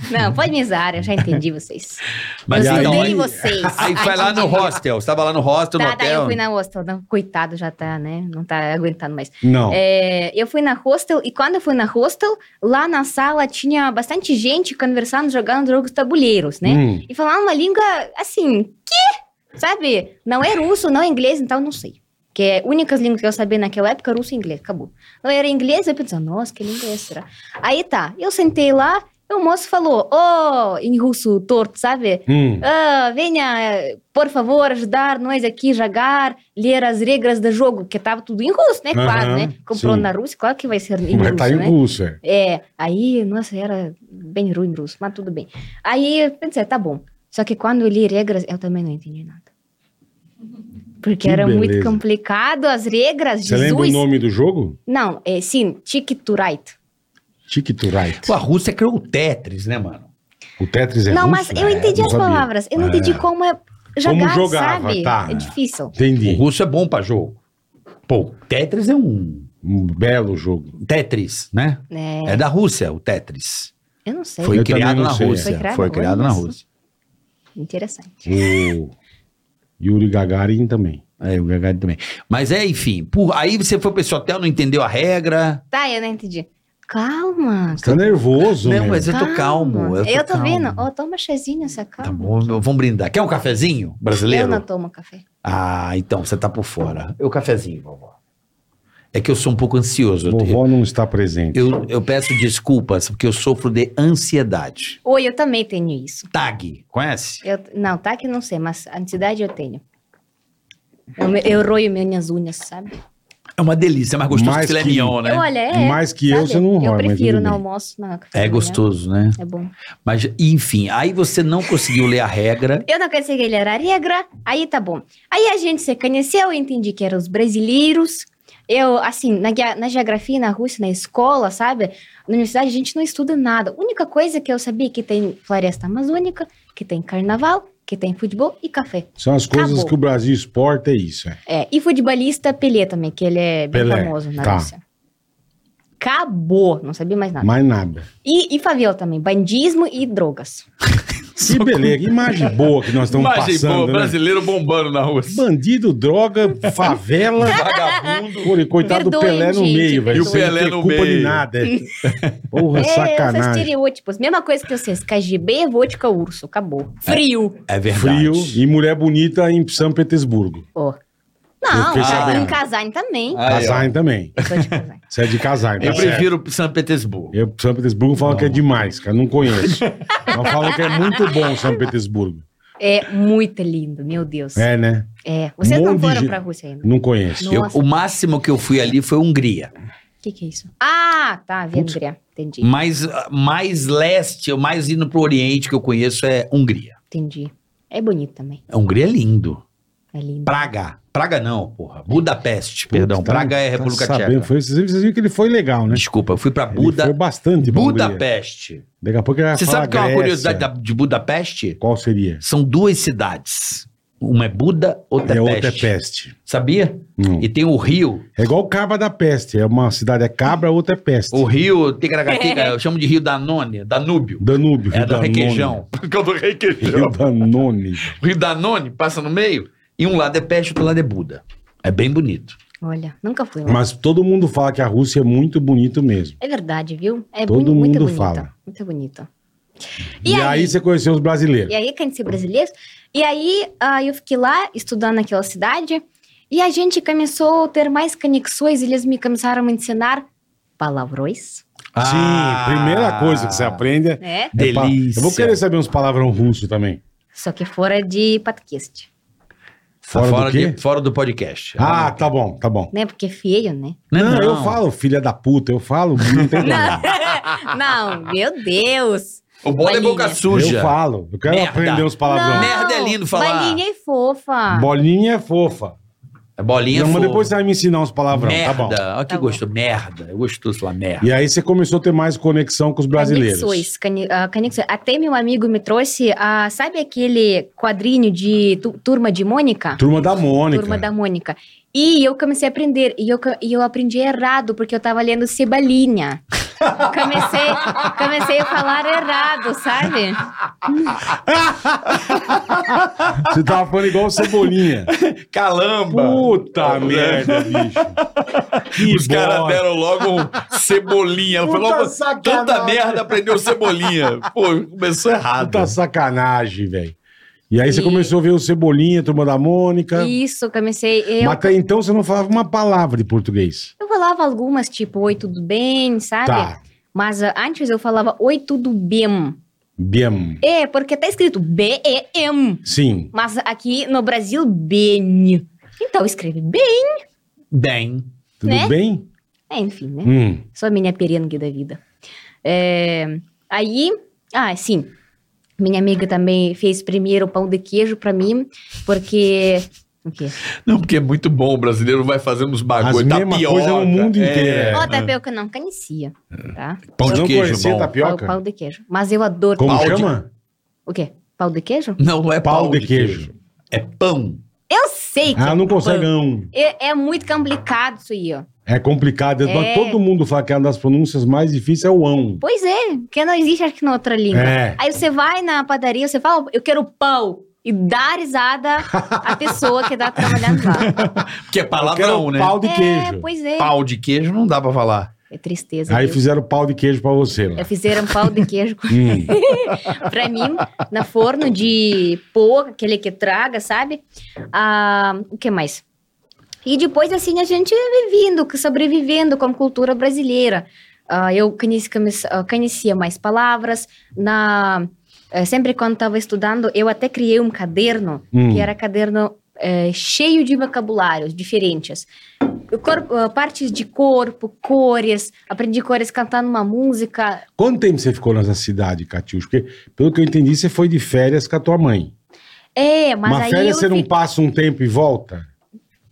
não, pode me zoar, eu já entendi vocês. Mas E eu então, entendi aí, vocês. aí foi lá no Entendi. hostel. Você tava lá no hostel, no Tá, daí eu hotel. fui na hostel. Não, coitado, já tá, né? Não tá aguentando mais. Não. É, eu fui na hostel e quando eu fui na hostel, lá na sala tinha bastante gente conversando, jogando jogos tabuleiros, né? Hum. E falar uma língua assim, que? Sabe? Não é russo, não é inglês, então não sei. Que é únicas línguas que eu sabia naquela época, russo e inglês, acabou. Não era inglês, eu pensava, nossa, que língua é essa? será? Aí tá, eu sentei lá, e o moço falou, oh, em russo torto, sabe? Hum. Ah, venha, eh, por favor, ajudar nós aqui jogar, ler as regras do jogo, que tava tudo em russo, né? Claro, Aham, né? Comprou sim. na Rússia, claro que vai ser em Mas russo, tá em né? russo, é. É, aí, nossa, era bem ruim russo, mas tudo bem. Aí eu pensei, tá bom. Só que quando eu li regras, eu também não entendi nada. Porque Que era muito beleza. complicado as regras, Você lembra o Jesus. nome do jogo? Não, é sim, Ticket to Right. Tic to Right. Pô, a Rússia criou o Tetris, né, mano? O Tetris é não, mas russo? eu É, entendi não as sabia. palavras. Eu não É. entendi como é jogar, jogava, sabe? tá. É difícil. O Entendi. russo é bom pra jogo. Pô, o Tetris é um. Um belo jogo. Tetris, né? É, É da Rússia, o Tetris. eu não sei. Foi Eu criado também não na sei, é. Rússia. Foi criado Foi criado na Olha só. Rússia. Interessante. O Yuri Gagarin também. É, o Gagarin também. Mas é, enfim. por- aí você foi pra esse hotel, não entendeu a regra. Tá, eu não entendi. Calma. Você tá nervoso, Não, né? mas eu tô calmo. Eu tô, calmo. vendo. Ó, toma um chazinho, essa Tá calma. bom, eu- vamos brindar. Quer um cafezinho brasileiro? eu não tomo café. Ah, então, você tá por fora. Eu cafezinho, vovó. É que eu sou um pouco ansioso. Eu, Vovó não está presente. eu, eu peço desculpas porque eu sofro de ansiedade. Oi, eu também tenho isso. Tag, conhece? Eu, não, tá que não sei, mas ansiedade eu tenho. Eu, me- eu roio minhas unhas, sabe? É uma delícia, é mais gostoso Mais que filé que- mignon, né? Eu, olha, é. Mais que eu, sabe? você não roia, Eu mas prefiro tudo no bem. almoço, na café da É manhã. gostoso, né? É bom. Mas, enfim, aí você não conseguiu ler a regra. Eu não consegui ler a regra, aí tá bom. Aí a gente se conheceu, eu entendi que eram os brasileiros. Eu, assim, na, gea- na geografia, na Rússia, na escola, sabe? Na universidade a gente não estuda nada. A única coisa que eu sabia é que tem floresta amazônica, que tem carnaval, que tem futebol e café. São as coisas Acabou. que o Brasil exporta, é isso. É. É, e futebolista Pelé também, que ele é bem Pelé, famoso na tá. Rússia. Acabou, não sabia mais nada. Mais nada. E, e favela também, bandismo e drogas. Que beleza, que imagem boa que nós estamos passando. né? brasileiro bombando na Rússia. Bandido, droga, favela. mundo. Pô, e coitado do Perdoem, Pelé no gente, meio, velho. E o Você Pelé não tem no culpa de meio. nada. é. Porra, É, são sacanagem. estereótipos. Mesma coisa que vocês. KGB, vodka, urso. Acabou. Frio. É verdade. Frio e mulher bonita em São Petersburgo. Ó. Eu Não, fiquei ah, sabendo. em Kazan também. Ah, é, ó. Kazan também. Sou de Kazan. Você é de Kazan, tá Eu certo. prefiro São Petersburgo. Eu, São Petersburgo falam que é demais, cara. Não conheço. Mas falam que é muito bom São Petersburgo. É muito lindo, meu Deus. É. É, né? Vocês Um não monte de foram gente. pra Rússia ainda. Não conheço. Nossa. Eu- o máximo que eu fui ali foi Hungria. O que, que é isso? Ah, tá. Vendria. Entendi. Mas ah, mais leste, o mais indo pro oriente que eu conheço é Hungria. Entendi. É bonito também. A Hungria é lindo. É lindo. Praga. Praga não, porra. Budapeste, perdão. Tá- Praga é tá República sabendo, Tcheca. Foi, vocês vocês viram que ele foi legal, né? Desculpa, eu fui pra Ele foi Buda, bastante pra Hungria. Budapeste. Daqui a pouco ele vai Você falar sabe que é uma Grécia. curiosidade da- de Budapeste? Qual seria? São duas cidades. Uma é Buda, outra é, É outra é Peste. peste. Sabia? Não. E tem o rio. É igual Cabra da Peste. É uma cidade é Cabra, outra é Peste. O rio Ticaracatiga, eu chamo de rio Danone, Danúbio. Danúbio. É Rio do Danone. requeijão. Porque é do Rio requeijão. Danone. O rio Danone passa no meio e um lado é peste, outro lado é Buda. É bem bonito. Olha, nunca fui lá. Mas todo mundo fala que a Rússia é muito bonito mesmo. É verdade, viu? É Todo boni- muito mundo bonita. fala. Muito bonita. E, E aí? aí? você conheceu os brasileiros. E aí conheci brasileiros. E aí ah, eu fiquei lá estudando naquela cidade. E a gente começou a ter mais conexões. Eles me começaram a ensinar palavrões. Ah, Sim, primeira coisa que você aprende é. Né? é pa- Ah. Delícia. Eu vou querer saber uns palavrão russo também. Só que fora de podcast. Fora, Fora, do quê? de- fora do podcast. Ah, tá bom, tá bom. Né? Porque é feio, né? Não, eu falo, filha da puta, eu falo, não tem problema. Não, meu Deus. O bolo é Bolinha. boca Eu suja. falo, eu quero Merda. aprender uns Não, palavrões. Merda é lindo falar. Bolinha é fofa. Bolinha é fofa. É bolinha Não, mas fofa. depois você vai me ensinar uns palavrão, merda. tá bom. Olha que Tá bom. gosto. Merda. Eu gostoso falar merda. E aí você começou a ter mais conexão com os brasileiros. Tá. Conexões, cone- ah, conexões. Até meu amigo me trouxe, ah, sabe aquele quadrinho de tu- Turma de Mônica? Turma da Mônica. Turma da Mônica. E eu comecei a aprender. E eu, co- e eu aprendi errado, porque eu tava lendo Cebalinha. comecei, comecei a falar errado, sabe? Você tava falando igual o Cebolinha. Calamba. Puta merda, bicho. Que Tá Os caras bosta. deram logo um cebolinha. Ela Puta falou logo, sacanagem. tanta merda aprendeu cebolinha. Pô, começou errado. Puta sacanagem, velho. E aí você E- começou a ver o Cebolinha, Turma da Mônica. Isso, comecei. Eu, Mas até então você não falava uma palavra de português. eu falava algumas, tipo, oi, tudo bem, sabe? Tá. Mas ah, antes eu falava oi, tudo bem. Bem. É, porque tá escrito B-E-M. Sim. Mas aqui no Brasil, bem. Então escreve bem. Bem. Tudo Né? bem? É, enfim, né? Hum. Sou a minha perengue da vida. É, aí, ah, sim. Minha amiga também fez primeiro pão de queijo pra mim, porque. O quê? Não, porque é muito bom. O brasileiro vai fazendo uns As bagulho. mesmas Tapioca. coisas no mundo inteiro. tá É. é. Ó, tapioca eu não conhecia, tá? Pão Você de não queijo conhecia bom. Pau, tapioca? pau de queijo. Mas eu adoro. Como Pau de- chama? O quê? Pau de queijo? Não, não é Pau pau, de queijo. É pão. Eu sei que. Ah, não é pão. consegue não. É, é muito complicado isso aí, ó. É complicado. É. Mas todo mundo fala que é uma das pronúncias mais difíceis é o ão. Pois é, porque não existe acho que na outra língua. É. Aí você vai na padaria, você fala, eu quero pão. E dá risada a pessoa que tá trabalhando lá. Que é Palavrão, palavrão, né? Pau de É, queijo. pois é. Pau de queijo não dá pra falar. É tristeza. Aí viu? fizeram pau de queijo pra você lá. É, Fizeram pau de queijo Hum. pra mim, na forno de pô, aquele que traga, sabe? Ah, o que mais? E depois, assim, a gente vivendo, sobrevivendo com a cultura brasileira. Ah, eu conheci- conheci- ah, conhecia mais palavras. Na, eh, sempre quando estava estudando, eu até criei um caderno, Hum. que era caderno eh, cheio de vocabulários diferentes. O corpo- ah, partes de corpo, cores. Aprendi cores cantando uma música. Quanto tempo você ficou nessa cidade, Catiúcho? Porque, pelo que eu entendi, você foi de férias com a tua mãe. É, mas Uma aí férias eu você não fi- passa um tempo e volta?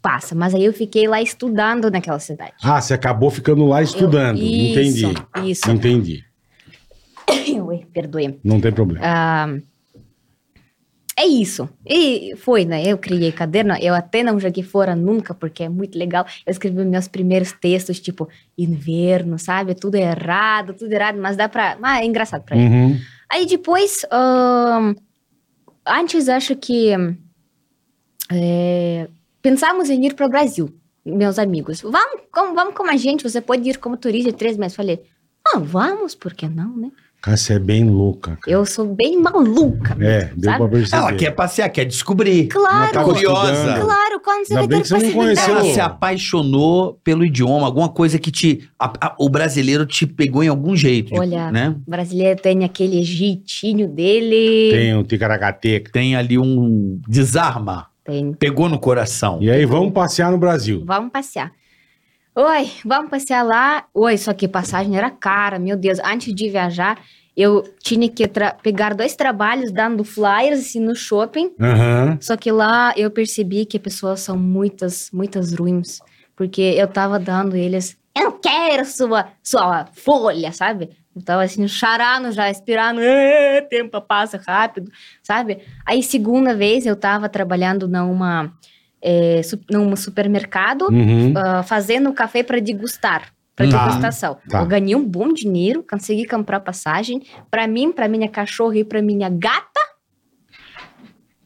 passa, mas aí eu fiquei lá estudando naquela cidade. Ah, você acabou ficando lá estudando. Eu- Entendi. Isso, Isso. Entendi. Ui, perdoe. Não tem problema. Ah, é isso. E foi, né? Eu criei caderno, eu até não joguei fora nunca, porque é muito legal. Eu escrevi meus primeiros textos, tipo, inverno, sabe? Tudo errado, tudo errado, mas dá pra. Mas é engraçado pra mim. Uhum. Aí depois, ahn, antes acho que é, pensamos eh, em ir para o Brasil. meus amigos, vamos com, vamos com a gente, você pode ir como turista de três meses. Falei, ah, vamos, por que não, né? Cara, você é bem louca. cara. Eu sou bem maluca. É, deu pra perceber. Ela quer passear, quer descobrir. Claro, tá curiosa. claro, quando você Ainda vai bem ter que você não conheceu. Ela possibilidade. se apaixonou pelo idioma, alguma coisa que te. a- a- o brasileiro te pegou em algum jeito. Olha, né? o brasileiro tem aquele jeitinho dele. Tem o Ticaracateca. Tem ali um. Desarma. Tem. Pegou no coração. E aí, Então, vamos passear no Brasil. Vamos passear. Oi, vamos passear lá. Oi, só que passagem era cara, meu Deus. Antes de viajar, eu tinha que tra- pegar dois trabalhos dando flyers assim, no shopping. Aham. Só que lá eu percebi que pessoas são muitas, muitas ruins. Porque eu tava dando eles, eu não quero sua, sua folha, sabe? Eu tava assim, charando já, esperando, "É, tempo passa rápido, sabe? Aí, segunda vez, eu tava trabalhando numa, é, su- num supermercado, Uhum. ah, fazendo café para degustar, para Tá, degustação. tá. Eu ganhei um bom dinheiro, consegui comprar passagem para mim, para minha cachorra e para minha gata.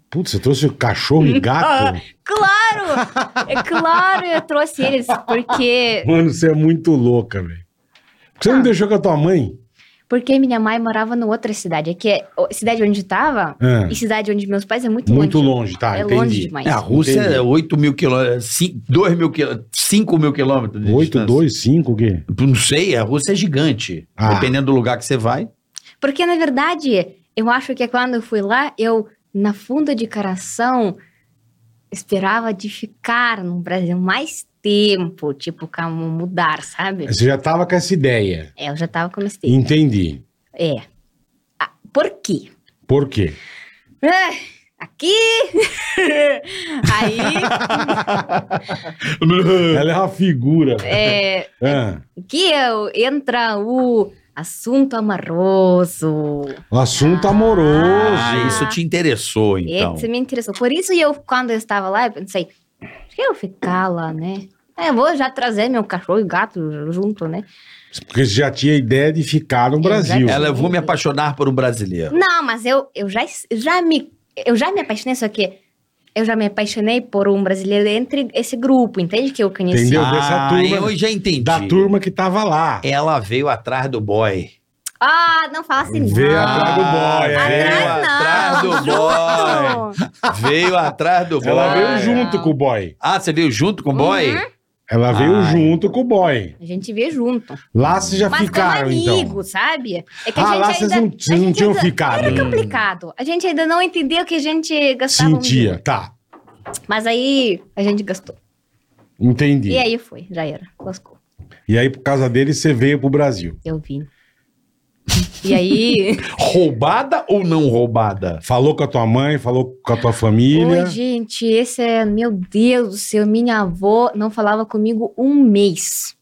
Putz, você trouxe o cachorro e gato? Claro! É claro, eu trouxe eles, porque, Mano, você é muito louca, velho. Por que Você não Tá. deixou com a tua mãe? porque minha mãe morava em outra cidade. Aqui é a cidade onde estava Ah, e cidade onde meus pais é muito, muito longe. longe, tá? É entendi. longe demais. É, a Rússia Entendi. é 8 mil quilômetros, 2 mil quilômetros, 5 mil quilômetros de 8, distância. 2, 5, o quê? Não sei, a Rússia é gigante. Ah. Dependendo do lugar que você vai. Porque, na verdade, eu acho que quando eu fui lá, eu, na fundo de coração, esperava de ficar no Brasil mais tempo, tipo, como mudar, sabe? Você já tava com essa ideia. É, eu já tava com esse tempo. Entendi. É. Ah, por quê? Por quê? Ah, Aqui! Aí. Ela é uma figura. velho. É, Ah, que eu- entra o assunto amoroso. o assunto amoroso. Ah, isso te interessou, então. Esse me interessou. Por É, isso eu, quando eu estava lá, eu pensei, acho que eu ficar lá, né? É, eu vou já trazer meu cachorro e gato junto, né? Porque você já tinha ideia de ficar no Brasil. Ela, eu vou me apaixonar por um brasileiro. Não, mas eu, eu já, es- já me eu já me apaixonei, só que eu já me apaixonei por um brasileiro entre esse grupo, entende? Que eu conheci. Entendeu? Dessa turma- Ah, eu já entendi. Da turma que tava lá. Ela veio atrás do boy. Ah, não fala assim. Vê não. atrás do boy, é. Ah, Veio Atrás não, atrás do boy. junto. Veio atrás do boy. Ela veio Ah, junto não. com o boy. Ah, você veio junto com o boy? Uhum. Ela veio Ai. junto com o boy. A gente vê junto. Lá vocês já Mas ficaram, como então. amigo, sabe? É que a Ah, gente lá ainda, vocês não- vocês a não gente tinham ainda- ficado. Hum. Era complicado. A gente ainda não entendeu que a gente gastava um Sentia, dinheiro. tá. Mas aí a gente gastou. Entendi. E aí foi, já era. Lascou. por causa dele, você veio pro Brasil. Eu vim. E aí, Roubada ou não roubada? Falou com a tua mãe, falou com a tua família. oi, gente, esse é, meu Deus do céu, minha avó não falava comigo um mês.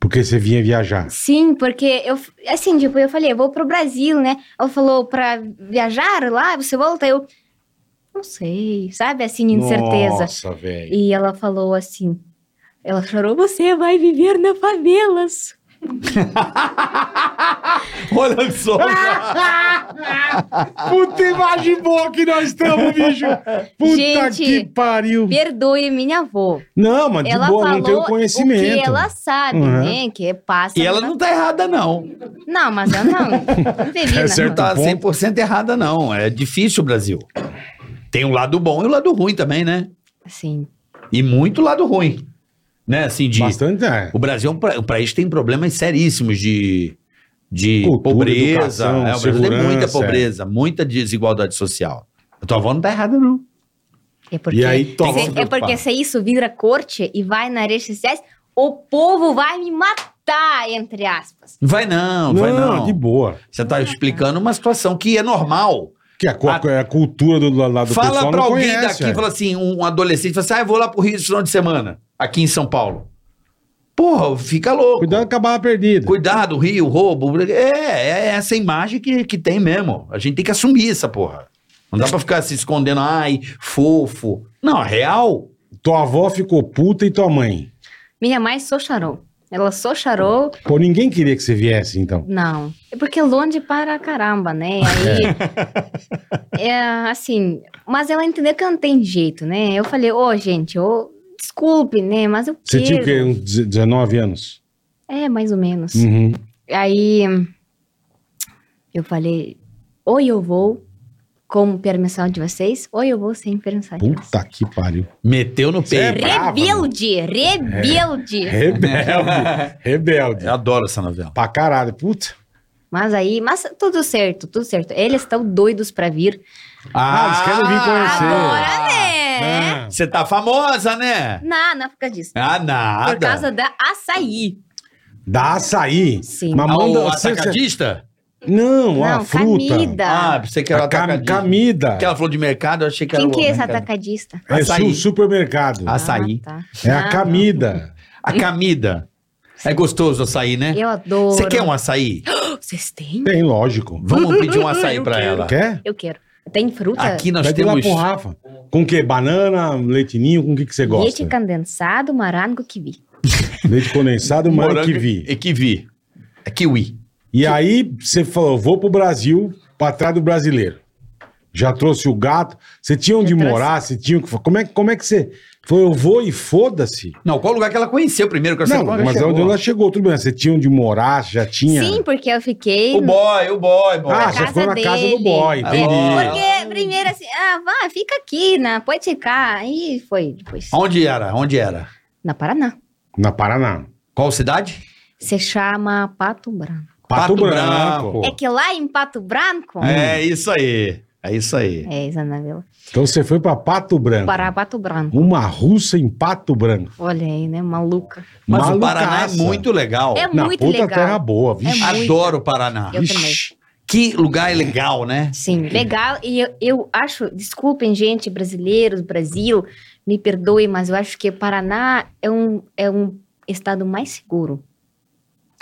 Porque você vinha viajar. Sim, porque eu, assim, tipo, eu falei, eu vou pro Brasil, né? Ela falou, pra viajar lá, você volta? Eu, não sei, sabe? Assim, incerteza. Nossa, velho. E ela falou assim: ela chorou, você vai viver na favelas. Olha só. Puta imagem boa que nós estamos, bicho. Puta Gente, que pariu. Perdoe minha avó. Não, mas de Ela boa, falou não tenho o conhecimento. que ela sabe, Uhum. né? Que passa. E ela na- não tá errada, não. Não, mas eu não. Não teve É nada. Não certo. tá Ponto. 100% errada, não. É difícil, Brasil. Tem o lado bom e o lado ruim também, né? Assim, E muito lado ruim. Né, assim, de... Bastante, é. O Brasil é um, pra- um país que tem problemas seríssimos de, de Cultura, pobreza. educação, é, o Brasil tem muita segurança, pobreza, muita desigualdade social. A tua avó não tá errada, não. é porque, E aí, toma, se, vamos é preocupar. porque se isso vira corte e vai nas redes sociais, o povo vai me matar, entre aspas. Vai não, vai não. de boa. Você tá explicando uma situação que é normal. Que a, co- é a cultura do lado do fala pessoal pra não alguém conhece, é. daqui, velho. fala assim, um adolescente, fala assim, ah, eu vou lá pro Rio esse final de semana, aqui em São Paulo. Porra, fica louco. Cuidado com a barra perdida. Cuidado, Rio, roubo. É, é essa imagem que, que tem mesmo. A gente tem que assumir essa porra. Não dá pra ficar se escondendo, ai, fofo. Não, é real. Tua avó ficou puta e tua mãe. Minha mãe só chorou. Ela só chorou Pô, ninguém queria que você viesse, então. Não. É porque longe para caramba, né? é, Aí. é, assim. Mas ela entendeu que não tem jeito, né? Eu falei, ô, gente, ô, desculpe, né? Mas eu Você quero. tinha o quê? Uns 19 anos? É, mais ou menos. Uhum. Aí eu falei, ou eu vou com permissão de vocês, ou eu vou sem permissão de vocês. Puta que pariu. Meteu no Cê é peito. É, brava, Rebelde, rebelde. Rebelde. Rebelde. Eu adoro essa novela. Pra caralho. Puta. Mas aí, mas tudo certo, tudo certo. Eles estão doidos pra vir. Ah, eles querem vir conhecer. Agora, né? Ah, Você tá famosa, né? Não, não é por causa disso. Ah, nada. Por causa da açaí. dá açaí. Sim. Mas Ah, manda. o cê- cê- atacadista? Não, a Não, fruta. camida. Ah, você que era o A cam atacadista. camida. Que ela falou de mercado, eu achei que era Quem o que é esse mercado. atacadista? É Açaí. su supermercado. Açaí. Ah, tá. É Ah, a não. camida. A camida. É gostoso o açaí, né? Eu adoro. Você quer um açaí? Vocês têm? Tem, lógico. Vamos pedir um açaí pra ela. Quer? Eu quero. Tem fruta? Aqui nós Pede lá temos pro Rafa. Com o quê? Banana, leitinho, com o que, que você gosta? Leite condensado, marango, kiwi. Leite condensado, mano, que vi. e kiwi. É kiwi. E aí você falou, vou pro Brasil, pra trás do brasileiro. Já trouxe o gato. Você tinha onde Já trouxe. morar, você tinha o que fa- como é que Como é que você... Foi, eu vou e foda-se. Não, qual lugar que ela conheceu primeiro? Que eu Não, sei quando mas é chegou. onde ela chegou, tudo bem. Você tinha onde morar, você já tinha... Sim, porque eu fiquei... O boy, o boy, boy. Ah, na você ficou na casa casa do dele. boy, Ah, entendi. boy. Porque primeiro assim, ah, vá, fica aqui, na, pode ficar. Aí foi depois. Onde era? Onde era? Na Paraná. Na Paraná. Qual cidade? Se chama Pato Branco. Pato, Pato Branco. Branco. Pô. É que lá em Pato Hum. Branco. É isso aí. É isso aí. É, Isabela. Então você foi pra Pato Branco. Para Pato Branco. Uma russa em Pato Branco. Olha aí, né? Maluca. Mas o Malucaça. Paraná é muito legal. É Na muito puta legal. É terra boa, vixe. muito. Adoro o Paraná. Eu também. Ixi. Que lugar legal, né? Sim, legal. E eu, eu acho, desculpem, gente, brasileiros, Brasil, me perdoe, mas eu acho que Paraná é um, é um estado mais seguro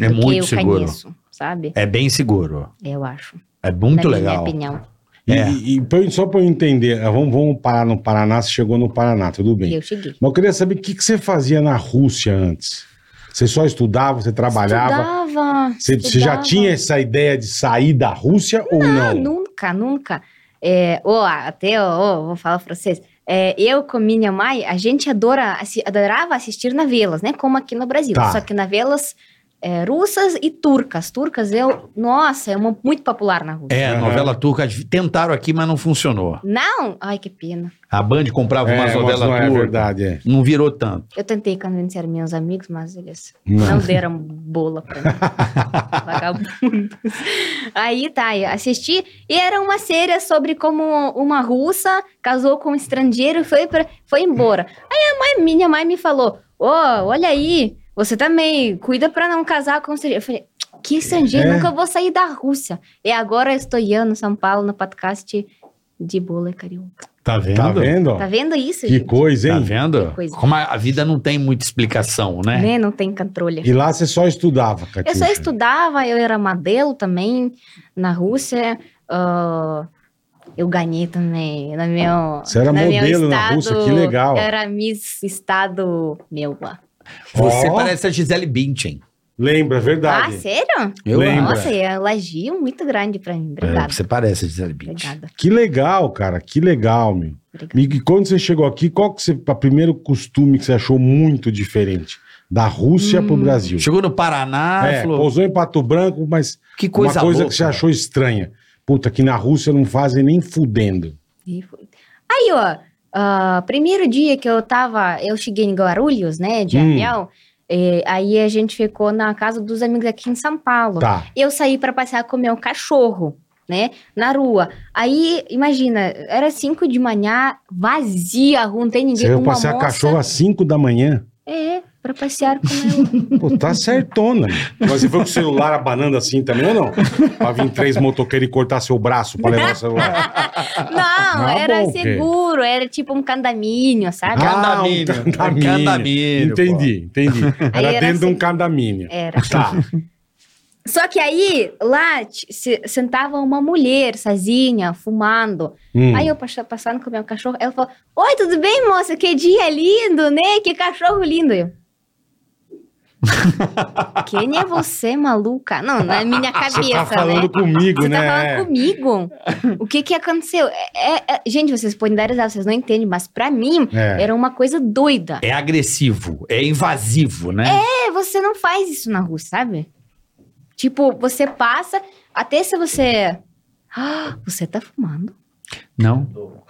É do que muito eu seguro. conheço, sabe? É bem seguro. Eu acho. É muito na legal. minha opinião. E, É. e pra eu- só pra eu entender, ah, vamos, vamos parar no Paraná, você chegou no Paraná, tudo bem. Eu cheguei. Mas eu queria saber o que, que você fazia na Rússia antes. Você só estudava, você trabalhava? Estudava. Você, você já estudava. tinha essa ideia de sair da Rússia ou Ah, não? nunca, nunca. É, ó, até, ó, vou falar pra vocês. É, eu com minha mãe, a gente adora, assi- adorava assistir novelas, né? Como aqui no Brasil. Tá. Só que novelas é, russas e turcas. Turcas, eu, nossa, é uma muito popular na Rússia. É, a Aham. novela turca tentaram aqui, mas não funcionou. Não? Ai, que pena. A Band comprava É, umas mas novelas não é turcas. verdade, é. Não virou tanto. Eu tentei convencer meus amigos, mas eles Não. não, deram bola pra mim. Vagabundos. Aí tá, eu assisti. E era uma série sobre como uma russa casou com um estrangeiro e foi, pra, foi embora. Aí a mãe- minha mãe me falou: Ô, olha aí, você também cuida pra não casar com um estrangeiro. Eu falei. Que estrangeiro, É. nunca vou sair da Rússia. E agora eu estou eu no São Paulo no podcast de Bola e Carioca. Tá vendo? Tá vendo? ó? Tá vendo isso, Que coisa, Tá hein? vendo? Coisa. Como a, a vida não tem muita explicação, né? Né? Não tem controle. E lá você só estudava, Catiuxa. Eu só estudava, eu era modelo também na Rússia. ah, eu ganhei também no meu. Você era no meu modelo na estado, Rússia, que legal. Eu era Miss Estado meu Ah, lá. Você Ó. parece a Gisele Bündchen. Lembra, é Ah, verdade. sério? Eu Lembra. Nossa, é um elogio muito grande pra mim. É, Obrigada. você parece a Gisele É. Bündchen. Obrigada. que legal, cara. Que legal, meu. Obrigada. E que- quando você chegou aqui, qual que você, o primeiro costume que você achou muito diferente? Da Rússia Hum, pro Brasil. Chegou no Ah, Paraná é, falou, pousou em Pato Branco, mas que coisa uma coisa louca. que você achou estranha. Puta, que na Rússia não fazem nem fudendo. E foi. Aí, ó, ah, primeiro dia que eu tava, eu cheguei em Guarulhos, né, de Hum. avião. eh, aí a gente ficou na casa dos amigos aqui em São Paulo. Tá. eu saí para passear com meu cachorro, né, na rua. Aí, imagina, era 5 de manhã, vazia a rua, não tem ninguém. Você veio uma passear moça- cachorro às 5 da manhã? É, para passear com meu... Pô, tá certona. Mas você foi com o celular abanando assim também ou não? Pra vir três motoqueiros e cortar seu braço pra levar o celular. Não, Ah, era bom, ok. seguro, era tipo um condomínio, sabe? Ah, Candamínio. um candamínio. Candamínio, pô. entendi, entendi. Aí Era era dentro de um assim. condomínio. Era. Tá. Só que aí, lá, t- se- sentava uma mulher sozinha, fumando. Hum. Aí eu passa- passando com meu cachorro, ela falou, Oi, tudo bem, moça? Que dia lindo, né? Que cachorro lindo. Eu, Quem é você, maluca? Não, na minha cabeça, Você tá falando né? comigo, Você né? tá falando comigo? O que que aconteceu? É- é- é- Gente, vocês podem dar risada, vocês não entendem, mas pra mim É. era uma coisa doida. É agressivo, é invasivo, né? É, você não faz isso na rua, sabe? Tipo, você passa, até se você. Ah, você tá fumando. Não.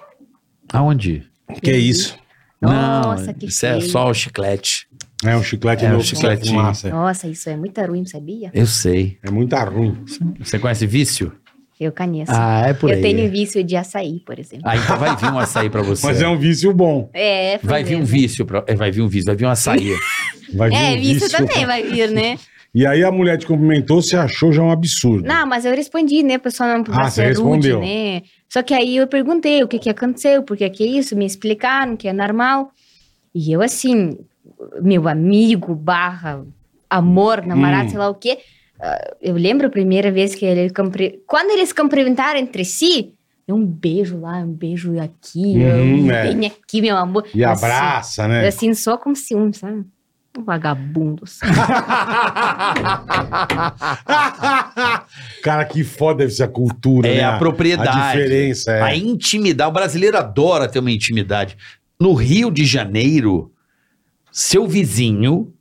Aonde? Que é isso? Nossa, não, que isso é feio. só o chiclete. É um chiclete É, novo um que chicletinho. sai fumaça. Nossa, isso é muito ruim, sabia? Eu sei. É muito ruim. Você conhece vício? Eu conheço. Ah, é por eu aí. tenho vício de açaí, por exemplo. Ah, então vai vir um açaí pra você. Mas é um vício bom. É, foi Vai vir um mesmo. vício, pra... é, vai vir um vício, vai vir um açaí. Vai vir É, um vício também vai vir, né? E aí a mulher te cumprimentou, você achou já um absurdo. Não, mas eu respondi, né, pessoal? Não, pra Ah, você ser rude, respondeu. né? Só que aí eu perguntei o que que aconteceu, por que que é isso, me explicaram que é normal. E eu assim, meu amigo barra amor, namorado, Hum. sei lá o quê. ah, Eu lembro a primeira vez que ele... compre- Quando eles cumprimentaram entre si, é um beijo lá, um beijo aqui, Uhum, um é. vem aqui, meu amor. E Assim, abraça, né? Assim, só com ciúme, sabe? Um vagabundo, sabe? Cara, que foda deve ser a cultura, É, né? a propriedade. A diferença, é. A intimidade. O brasileiro adora ter uma intimidade. No Rio de Janeiro, seu vizinho,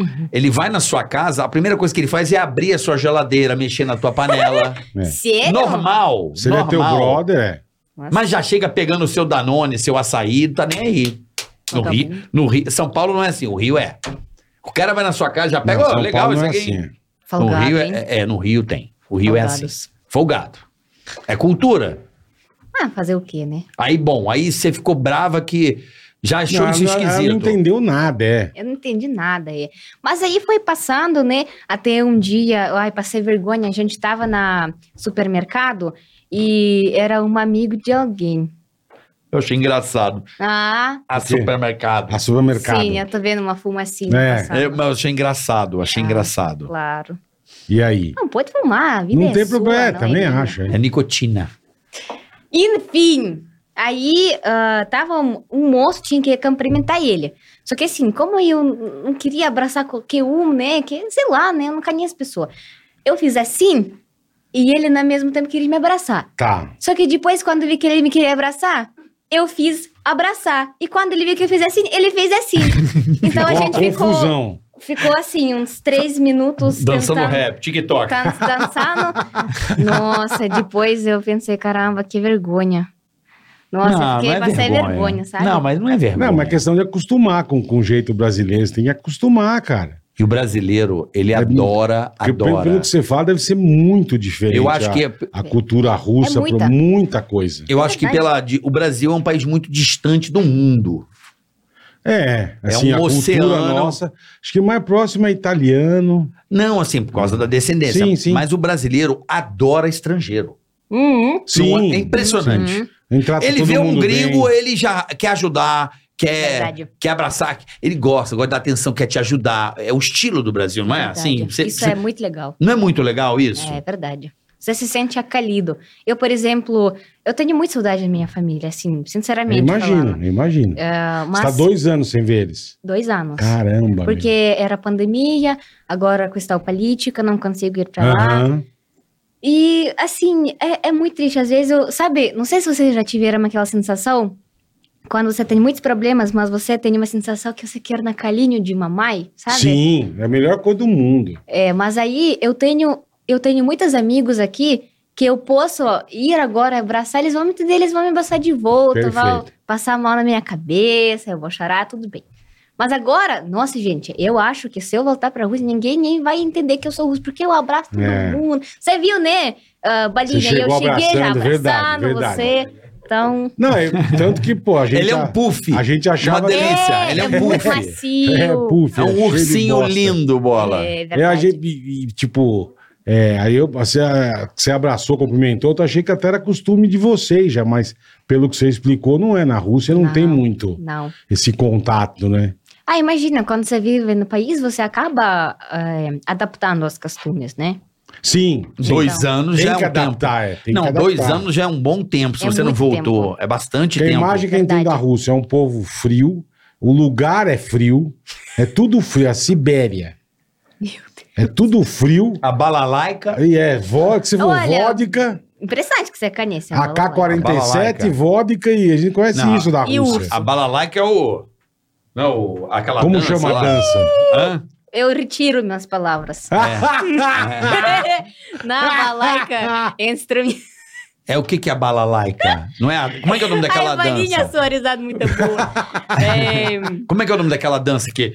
Uhum. ele vai na sua casa, a primeira coisa que ele faz é abrir a sua geladeira, mexer na tua panela. É. Sério? normal. Você é normal. teu brother, é. Mas já chega pegando o seu Danone, seu açaí, não tá nem aí. No Tá Rio, bom. no Rio, São Paulo não é assim, o Rio é. O cara vai na sua casa, já pega, Não, ó, São legal, Paulo isso não é aqui. assim. No Folgado, Rio um hein? é, é, no Rio tem. O Rio é assim. Folgados. Folgado. É cultura. Ah, fazer o quê, né? Aí, bom, aí você ficou brava que já achou Não, isso é ela- ela não esquisito. entendeu nada, é. Eu não entendi nada. é. Mas aí foi passando, né? Até um dia, ai, passei vergonha. A gente tava na supermercado e era um amigo de alguém. Eu achei engraçado. Ah, A quê? supermercado. A supermercado. sim, é. eu tô vendo uma fumacinha É. passando. Eu, mas eu achei engraçado, eu achei Ah. engraçado. Claro. E aí? Não, pode fumar, a vida Não é tem sua, problema, não é também minha. acho. É é. nicotina. Enfim, aí ah, tava um, um moço, tinha que cumprimentar ele. Só que assim, como eu n- não queria abraçar qualquer um, né? Que, sei lá, né? Eu não conheço a pessoa. Eu fiz assim e ele, ao mesmo tempo, queria me abraçar. Tá. Só que depois, quando eu vi que ele me queria abraçar, eu fiz abraçar. E quando ele viu que eu fiz assim, ele fez assim. Então a Ficou uma gente ficou, confusão. ficou assim, uns três minutos Dançando tentando- rap, TikTok. Tan- dançando. Nossa, depois eu pensei, caramba, que vergonha. Nossa, eu fiquei passei vergonha. sabe? é Não, mas não é vergonha. Não, mas é questão de acostumar com, com o jeito brasileiro. Você tem que acostumar, cara. E o brasileiro, ele É adora, Porque pelo- adora. pelo que você fala, deve ser muito diferente. Eu acho a, que é- a cultura russa, É pra muita. muita. coisa. Eu acho que pela, de- o Brasil é um país muito distante do mundo. É, assim, um a cultura oceano. nossa. Acho que mais próximo é italiano. Não, assim, por causa da descendência. Sim, sim. Mas o brasileiro adora estrangeiro. Uhum. Não é- Sim. é impressionante. Uhum. Ele trata Ele Ah, tá todo vê um mundo gringo, bem. ele já quer ajudar, quer, é Verdade. quer abraçar. Ele gosta, gosta de dar atenção, quer te ajudar. É o estilo do Brasil, não é? Verdade. Assim, cê- isso cê- é muito legal. Não é muito legal isso? É verdade. Você se sente acalhido. Eu, por exemplo, eu tenho muita saudade da minha família, assim, é sinceramente. falando. Imagina, imagina. Ah, Você mas tá dois anos sem ver eles. dois anos. Caramba. Porque era pandemia, agora a questão política, não consigo ir pra meu. lá. Aham. E, assim, é, é muito triste. Às vezes, eu, sabe, não sei se vocês já tiveram aquela sensação, quando você tem muitos problemas, mas você tem uma sensação que você quer na calinho de mamãe, sabe? Sim, é a melhor coisa do mundo. É, mas aí eu tenho, eu tenho muitos amigos aqui que eu posso ir agora abraçar, eles vão me entender, eles vão me abraçar de volta, vão Perfeito. passar a mão na minha cabeça, eu vou chorar, tudo bem. Mas agora, nossa, gente, eu acho que se eu voltar pra Rússia, ninguém nem vai entender que eu sou russo, porque eu abraço todo É. mundo. Você viu, né, ah, Balinha? Você Eu chegou cheguei já abraçando, abraçando verdade, verdade. você. Então, Não, é- tanto que, pô, a gente. Ele é a- um puff. A gente achava. Uma delícia. Ele é um muito puff. macio. É, puff. É cheio um de ursinho bosta. lindo, bola. É É, a verdade. gente, e- e, tipo, é, aí eu, você, ah, você abraçou, cumprimentou, eu achei que até era costume de vocês já, mas pelo que você explicou, não é. Na Rússia não, Não. tem muito Não. esse contato, né? Ah, imagina, quando você vive no país, você acaba eh, adaptando aos costumes, né? Sim, sim. Dois então. anos tem já é um que tempo. adaptar, é. Tem não, que adaptar. dois anos já é um bom tempo, se É você não muito voltou. tempo. É bastante Porque a tempo. imagem que a gente tem Verdade. da Rússia é um povo frio, o lugar é frio, é tudo frio, a Sibéria. É tudo frio. A balalaica. E é vodka, se for Olha, vodka, Impressionante que você é conhece. a Lola. AK-47, Balalaika. vodka. vodka e a gente conhece Não, isso da e Rússia. A balalaica é o. Não, o- aquela Como dança chama lá. a dança? Hã? Eu retiro minhas palavras. Na balaica, instrumento. É o que que é a balalaica? Não é a- Como é que é o nome daquela Ai, Valinha, dança? sua risada muito boa. É, Como é que é o nome daquela dança que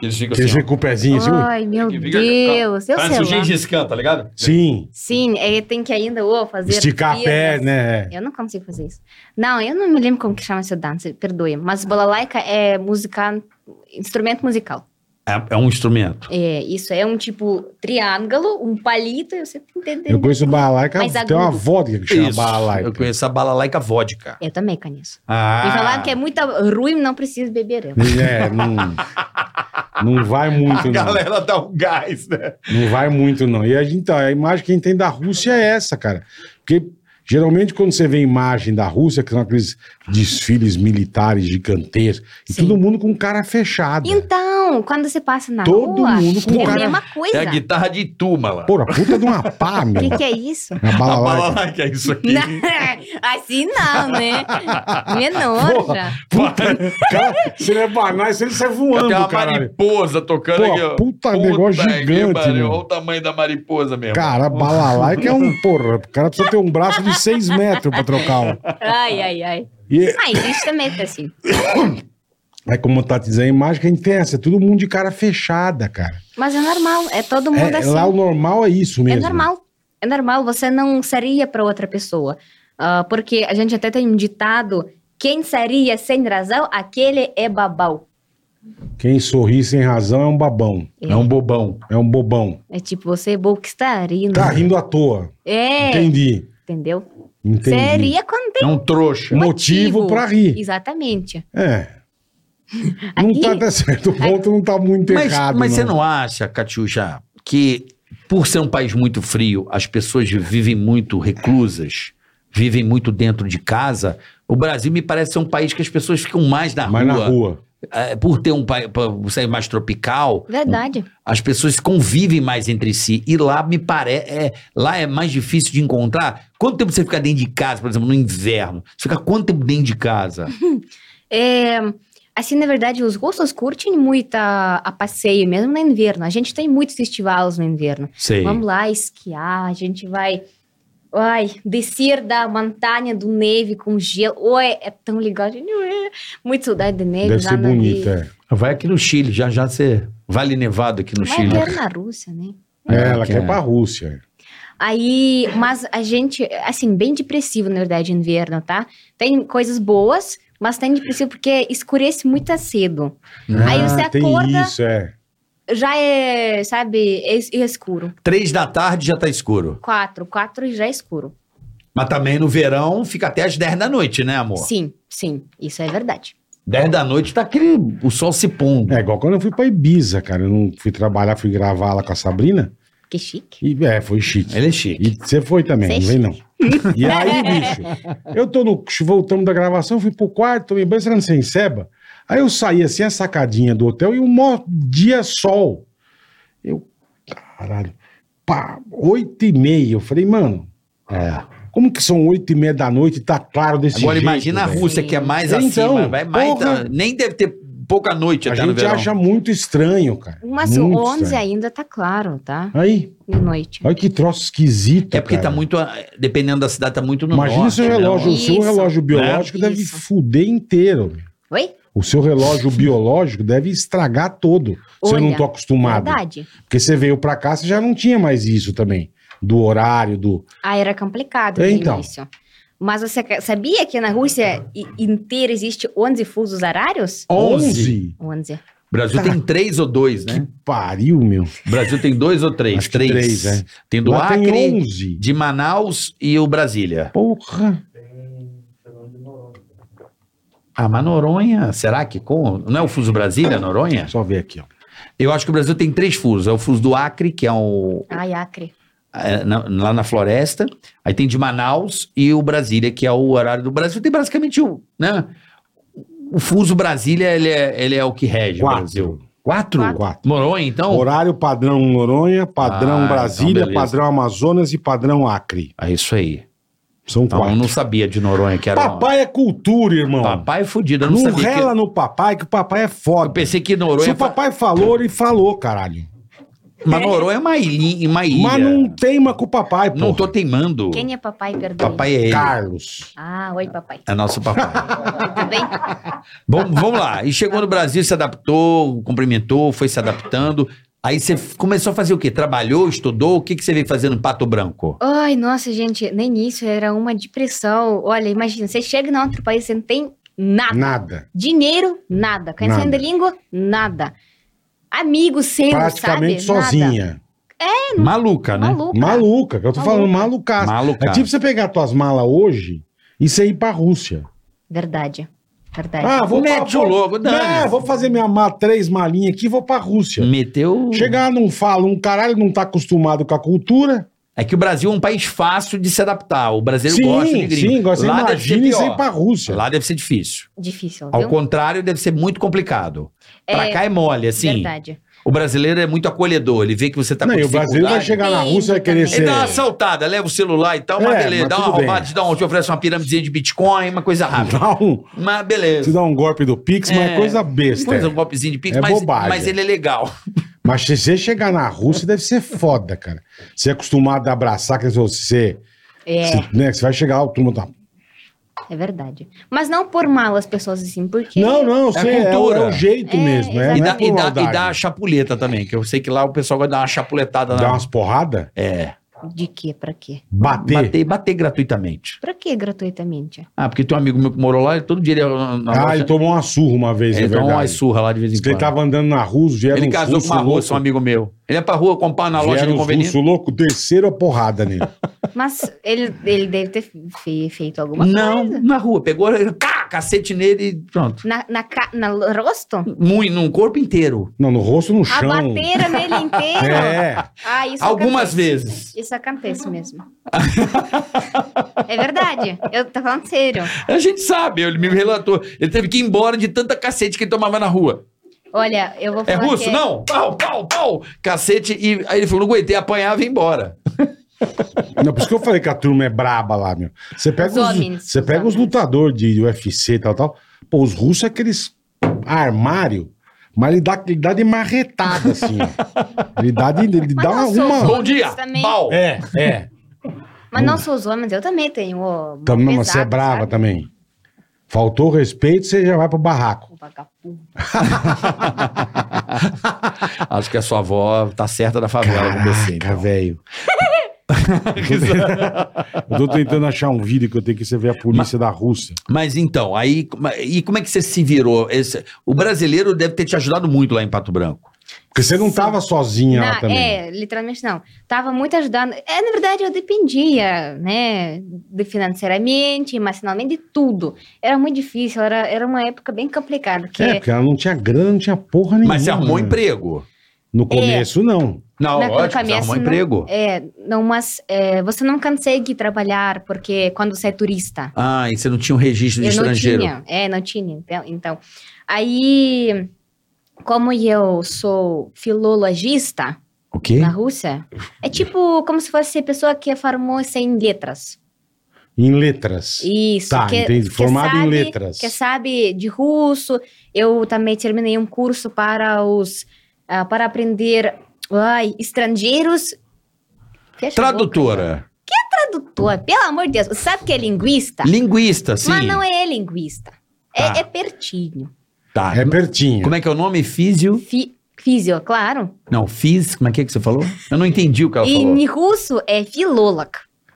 eles ficam Que assim? ó? fica com o pezinho assim. ui. Ai, meu Que fica- Deus. Eu Parece o sei lá. Gengis Khan, tá ligado? é Sim, Sim, é, tem que ainda ô, fazer... esticar a pé, pernas. né? Eu não consigo fazer isso. Não, eu não me lembro como que chama essa dança, perdoe. Mas balalaika é música, instrumento musical. É, é um instrumento. É, isso é um tipo triângulo, um palito, eu sempre entendi. Eu conheço balalaika, Mas tem uma agudo. vodka que chama Eu balalaika. conheço a balalaica vodka. Eu também conheço. Ah. Me falaram que é muito ruim, não precisa beber. eu. É, não, não vai muito, A não. galera dá um gás, né? Não vai muito, não. E a gente, então, a imagem que a gente tem da Rússia é essa, cara. Porque geralmente quando você vê imagem da Rússia, que são aqueles desfiles militares gigantescos, e Sim. todo mundo com cara fechada. Então, quando você passa na Todo rua, mundo com é a cara- mesma coisa. É a guitarra de Túmala. Porra, puta de uma pá, O meu. que, que é isso? Na A balalaika. balalaica é isso aqui. Não, assim não, né? Menor já. Cara, se ele é banal, se ele sai voando, Tem uma caralho. mariposa tocando Pô, aqui, ó. puta negócio que gigante, meu. Olha o tamanho da mariposa mesmo. Cara, balalaika é um porra. O cara precisa ter um braço de 6 metros pra trocar um. Ai, ai, ai. E Ah, existe também, tá assim. é como tá te dizendo, a imagem que a gente tem é essa. Todo mundo de cara fechada, cara. Mas é normal, é todo mundo É, assim. lá o normal é isso É mesmo. normal. É normal, você não seria para outra pessoa. Ah, porque a gente até tem um ditado: quem seria sem razão, aquele é babau. Quem sorri sem razão é um babão, É um bobão. é um bobão. É tipo, você é bobo que está rindo. Tá rindo à toa. Uhum. É, Entendi. entendeu? Entendi. Seria quando tem É um trouxa. Um motivo pra rir. Exatamente. É. Não Aqui- tá até certo ponto, não tá muito Mas, né? errado. mas você não acha, Catiuxa, que por ser um país muito frio, as pessoas vivem muito reclusas, vivem muito dentro de casa? O Brasil me parece ser um país que as pessoas ficam mais na Mas rua. na rua. É, por ter um país mais tropical, Verdade. as pessoas convivem mais entre si. E lá me parece. É, lá é mais difícil de encontrar. Quanto tempo você fica dentro de casa, por exemplo, no inverno? Você fica quanto tempo dentro de casa? É, assim, na verdade, os russos curtem muito a, a passeio, mesmo no inverno. A gente tem muitos festivais no inverno. Sei. Vamos lá esquiar, a gente vai. Ai, descer da montanha do neve com gelo. Oi, é tão legal. gente. Ué, Muito saudade de neve. Deve lá ser na- bonita. é. Vai aqui no Chile, já já você. Vale nevado aqui no Mas Chile. era na Rússia, né? É, É, ela que quer é. pra Rússia. Aí, mas a gente, assim, bem depressivo, na verdade, inverno, tá? Tem coisas boas, mas tem depressivo porque escurece muito cedo. Aí você Ah, tem acorda- isso, é. Já é, sabe, é, es- é escuro. Três da tarde já tá escuro. Quatro, quatro já é escuro. Mas também no verão fica até as 10 da noite, né, amor? Sim, sim, isso é verdade. 10 da noite tá aquele. O sol se pondo. É igual quando eu fui pra Ibiza, cara. Eu não fui trabalhar, fui gravar lá com a Sabrina. Que chique. E, é, foi chique. Ele é chique. E você foi também, não Você é vem não. E aí, bicho, eu tô no. Voltamos da gravação, fui pro quarto, tomei banho, saindo sem seba. Aí eu saí assim, a sacadinha do hotel e um mó dia sol. Eu, caralho, pá, oito e meia. Eu falei, mano, É. como que são oito e meia da noite e tá claro desse Agora jeito? imagina a velho? Rússia, que é mais Então, acima. Vai mais, porra. tá- nem deve ter pouca noite A até tá no gente verão. acha muito estranho, cara. Umas muito 11 estranho. ainda tá claro, tá? Aí, De noite. olha que troço esquisito. É porque cara. tá muito. ah, Dependendo da cidade, tá muito no Imagina norte. seu né, relógio, amor? o seu Isso. relógio biológico Né? deve Isso. fuder inteiro. meu. Oi? O seu relógio biológico deve estragar todo. se eu Olha, não tô acostumado. Verdade. Porque você veio pra cá, você já não tinha mais isso também. Do horário, do. Ah, era complicado no Então. início. Mas você ca- sabia que na Rússia i- inteira existe 11 fusos horários? 11. Onze? 11. O Brasil tem três ou dois, né? Pariu, meu. O Brasil tem dois ou três? Acho que três. três, é. Tem do Lá Acre, tem 11. de Manaus e o Brasília. Porra. Ah, mas Noronha, será que com. Não é o fuso Brasília, Noronha? Só ver aqui, ó. Eu acho que o Brasil tem três fusos. É o fuso do Acre, que é o. Ai, Acre. é, na- lá na floresta. Aí tem de Manaus e o Brasília, que é o horário do Brasil. Tem basicamente o. Né? O fuso Brasília, ele é, ele é o que rege o Quatro. Brasil. Quatro? Quatro. Quatro. Morou, então? Horário padrão Noronha, padrão Ah, então Brasília, beleza. padrão Amazonas e padrão Acre. É isso aí. São Então, eu quatro. não sabia de Noronha que era. uma- Papai é cultura, irmão. Papai é fudido, eu não, não sabia. que- rela no papai, que o papai é Eu foda. pensei que Se Noronha. o papai falou, ele falou, caralho. Mas Noronha é uma ilha. Uma ilha. Mas não teima com o papai, pô. Não tô teimando. Quem é papai, perdoe? Papai é ele. Carlos. Ah, oi, papai. É nosso papai. Tudo bem? Bom, vamos lá. E chegou no Brasil, se adaptou, cumprimentou, foi se adaptando. Aí você f- começou a fazer o quê? Trabalhou, estudou? O que, que você veio fazer no Pato Branco? Ai, nossa, gente, nem isso era uma depressão. Olha, imagina, você chega em outro país, você não tem nada. Nada. Dinheiro, nada. Conhecendo Nada. a língua, nada. Amigos seus, Praticamente sabe? sozinha. Maluca, Nada. né? Maluca. Maluca, que eu tô Maluca. falando malucaça. Maluca. É tipo você pegar tuas malas hoje e você ir pra Rússia. Verdade. Verdade. Ah, vou Mete pra- o logo, Não, dane-se. Hum. vou fazer minha ma- três malinhas aqui e vou pra Rússia. Meteu. Chegar não fala, um caralho não tá acostumado com a cultura. É que o Brasil é um país fácil de se adaptar. O brasileiro gosta de gringo. sim, gosta. Lá deve ser Imagina isso aí pior. pra Rússia. Lá deve ser difícil. Difícil, Ao viu? contrário, deve ser muito complicado. Pra Tá É, cá é mole, assim. Verdade. O brasileiro é muito acolhedor. Ele vê que você tá não, com e o dificuldade. brasileiro vai chegar na Rússia e vai querer Ele Ele ser. dá uma assaltada, leva o celular e tal, mas É, beleza, mas dá uma tudo bem. roubada, te, dá um, te oferece uma pirâmide de Bitcoin, uma coisa rápida. Dá um, Mas se beleza. dá um golpe do Pix, mas Ah, É. é coisa besta. Depois é. um golpezinho de pix, É mas, bobagem. mas ele é legal. Mas se você chegar na Rússia, deve ser foda, cara. Você é acostumado a abraçar, quer dizer, você, É, você, né, você vai chegar, o turma tá. é verdade. Mas não por mal as pessoas assim, porque. Não, não, você é, cultura. é o jeito É, mesmo. É, e, não é dá, por e, dá, maldade. e dá a chapuleta também, que eu sei que lá o pessoal gosta de dar uma chapuletada. Dá Na... umas porradas? É, De quê? Pra quê? Bater. bater, bater gratuitamente. Pra quê gratuitamente? Ah, porque tem um amigo meu que morou lá e todo dia ele... é um, Na na ah, loja- ele tomou uma surra uma vez, ele é toma uma verdade. surra lá de vez em Diz que ele quando. tava andando na rua, vieram Ele uns casou com russos uma loucos, russa, um amigo meu. Ele é pra rua comprar na loja vieram de uns conveniência. russos loucos, desceram a porrada nele. Mas ele, ele deve ter fe- feito alguma Não, coisa. na rua. Pegou, cá, cacete nele e pronto. Na, na, ca- na l- rosto? Muito, num corpo inteiro. Não, no rosto, no A chão. bateira nele inteiro. É, Ah, isso Algumas acontece. vezes. Isso acontece mesmo. é verdade. Eu tô falando sério. A gente sabe, ele me relatou. Ele teve que ir embora de tanta cacete que ele tomava na rua. Olha, eu vou É falar. russo? que- Não! Pau, pau, pau! Cacete. E aí ele falou: não aguentei, apanhava e ia embora. não, por isso que eu falei que a turma é braba lá, meu. Você pega Os os, homens, você os pega os homens. lutadores de UFC e tal, tal. Pô, os russos é aqueles armário, mas ele dá, ele dá de marretada, assim. ó. ele dá, de, ele Mas dá não uma... sou uma- russo. Bom dia! também. Pau! É, é. Mas não sou os homens, eu também tenho. ó, mão Também, mas pesada, você é brava sabe? também. Faltou respeito, você já vai pro barraco. Ô, vagabundo. Acho que a sua avó tá certa da favela assim. com você. Caraca, velho. eu tô tentando achar um vídeo que eu tenho que você ver a polícia da Rússia. Mas então, aí. E como é que você se virou? Esse- o brasileiro deve ter te ajudado muito lá em Pato Branco. Porque você não tava sozinha lá Na- também. é, literalmente não. Tava muito ajudando. É, na verdade, eu dependia, né? De financeiramente, emocionalmente, de tudo. Era muito difícil, era, era uma época bem complicada. Que É, porque ela não tinha grana, não tinha porra nenhuma. Mas você arrumou né? emprego. No É. começo, não. Não, Na- no lógico, você começo, arrumou não- emprego. É, não, mas é, você não consegue trabalhar porque quando você é turista. Ah, e você não tinha um registro de eu não estrangeiro. tinha. É, não tinha. Então, então. aí, como eu sou filologista O quê? na Rússia, é tipo como se fosse pessoa que formou-se em letras. Em letras. Isso. Tá, que, entendi. que Formado em sabe- letras. Que sabe de russo. Eu também terminei um curso para os... ah, para aprender... Ai, estrangeiros... Fecha a Tradutora. tradutor, pelo amor de Deus. Você sabe que é linguista? Linguista, sim. Mas não é linguista. É, Tá. é pertinho. Tá. É pertinho. Como é que é o nome? Físio? Fi, físio, claro. Não, Fis, como é que, é que você falou? Eu não entendi o que ela E falou. em russo é filólogo.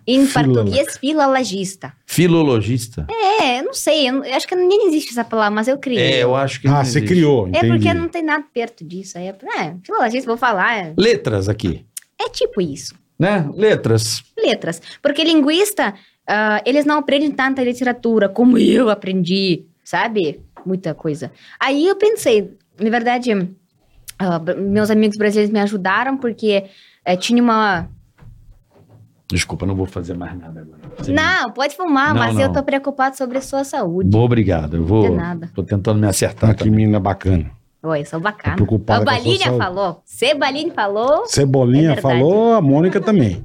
Em Filólogo. português, filologista. Filologista. É, eu não sei. eu não- eu acho que nem existe essa palavra, mas eu criei. É, eu acho que. Ah, não você existe. criou, É entendi. porque não tem nada perto disso. Aí, é, é, filologista, vou falar. É, Letras aqui. é tipo isso. Né? Letras. Letras. Porque linguista, ah, eles não aprendem tanta literatura como eu aprendi, sabe? Muita coisa. Aí eu pensei, na verdade, ah, br- meus amigos brasileiros me ajudaram porque eh, tinha uma. Desculpa, não vou fazer mais nada agora. Você Não, pode fumar, Não, mas eu não. tô preocupado sobre a sua me- saúde. Bom, obrigado. Eu vou. De nada. Tô tentando me acertar. tá? Ah, que também. menina bacana. Olha, sou bacana. preocupada a com a sua Balinha saúde. falou. Cebaline falou. Cebolinha É verdade. falou, a Mônica também.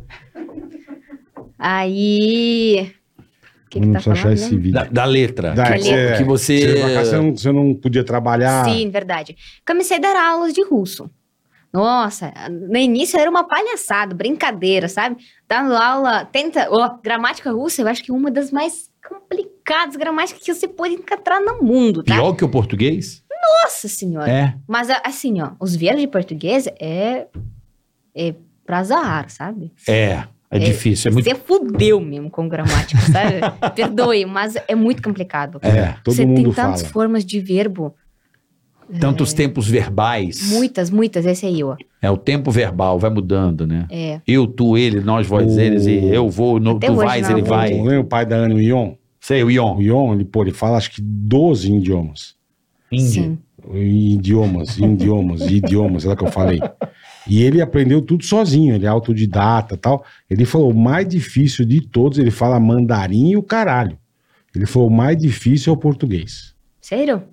Aí. O que, que não tá precisa falando? achar esse mesmo? vídeo. Da, da letra. Dá, que, é, que Você, você. é vai pra cá, você, não, você não podia trabalhar. Sim, verdade. Comecei a dar aulas de russo. Nossa, no início era uma palhaçada, brincadeira, sabe? Dando aula, tenta. ó, gramática russa, eu acho que é uma das mais complicadas gramáticas que você pode encontrar no mundo, tá? Pior que o português? Nossa senhora. É. Mas a- assim, ó, os verbos de português é. é pra azar, sabe? É. É difícil. É muito. Você fudeu mesmo com gramática, sabe? Perdoe, mas é muito complicado. É, todo você mundo tem fala. tantas formas de verbo, É. Tantos tempos verbais. muitas, muitas, esse aí, ó. É o tempo verbal, vai mudando, né? É. Eu, tu, ele, nós, vós, O- eles, e eu vou, no- Até tu hoje vais, não né? ele aprendi. vai. Não lembra Tá o pai da Ana, o Ion? Sei, o O Ion. Ion, ele, pô, ele fala acho que 12 idiomas. Índio. Sim. Idiomas, idiomas, idiomas, sei lá que eu falei. E ele aprendeu tudo sozinho, ele é autodidata e tal. Ele falou, o mais difícil de todos, ele fala mandarim e o caralho. Ele falou, o mais difícil é o português. Sério?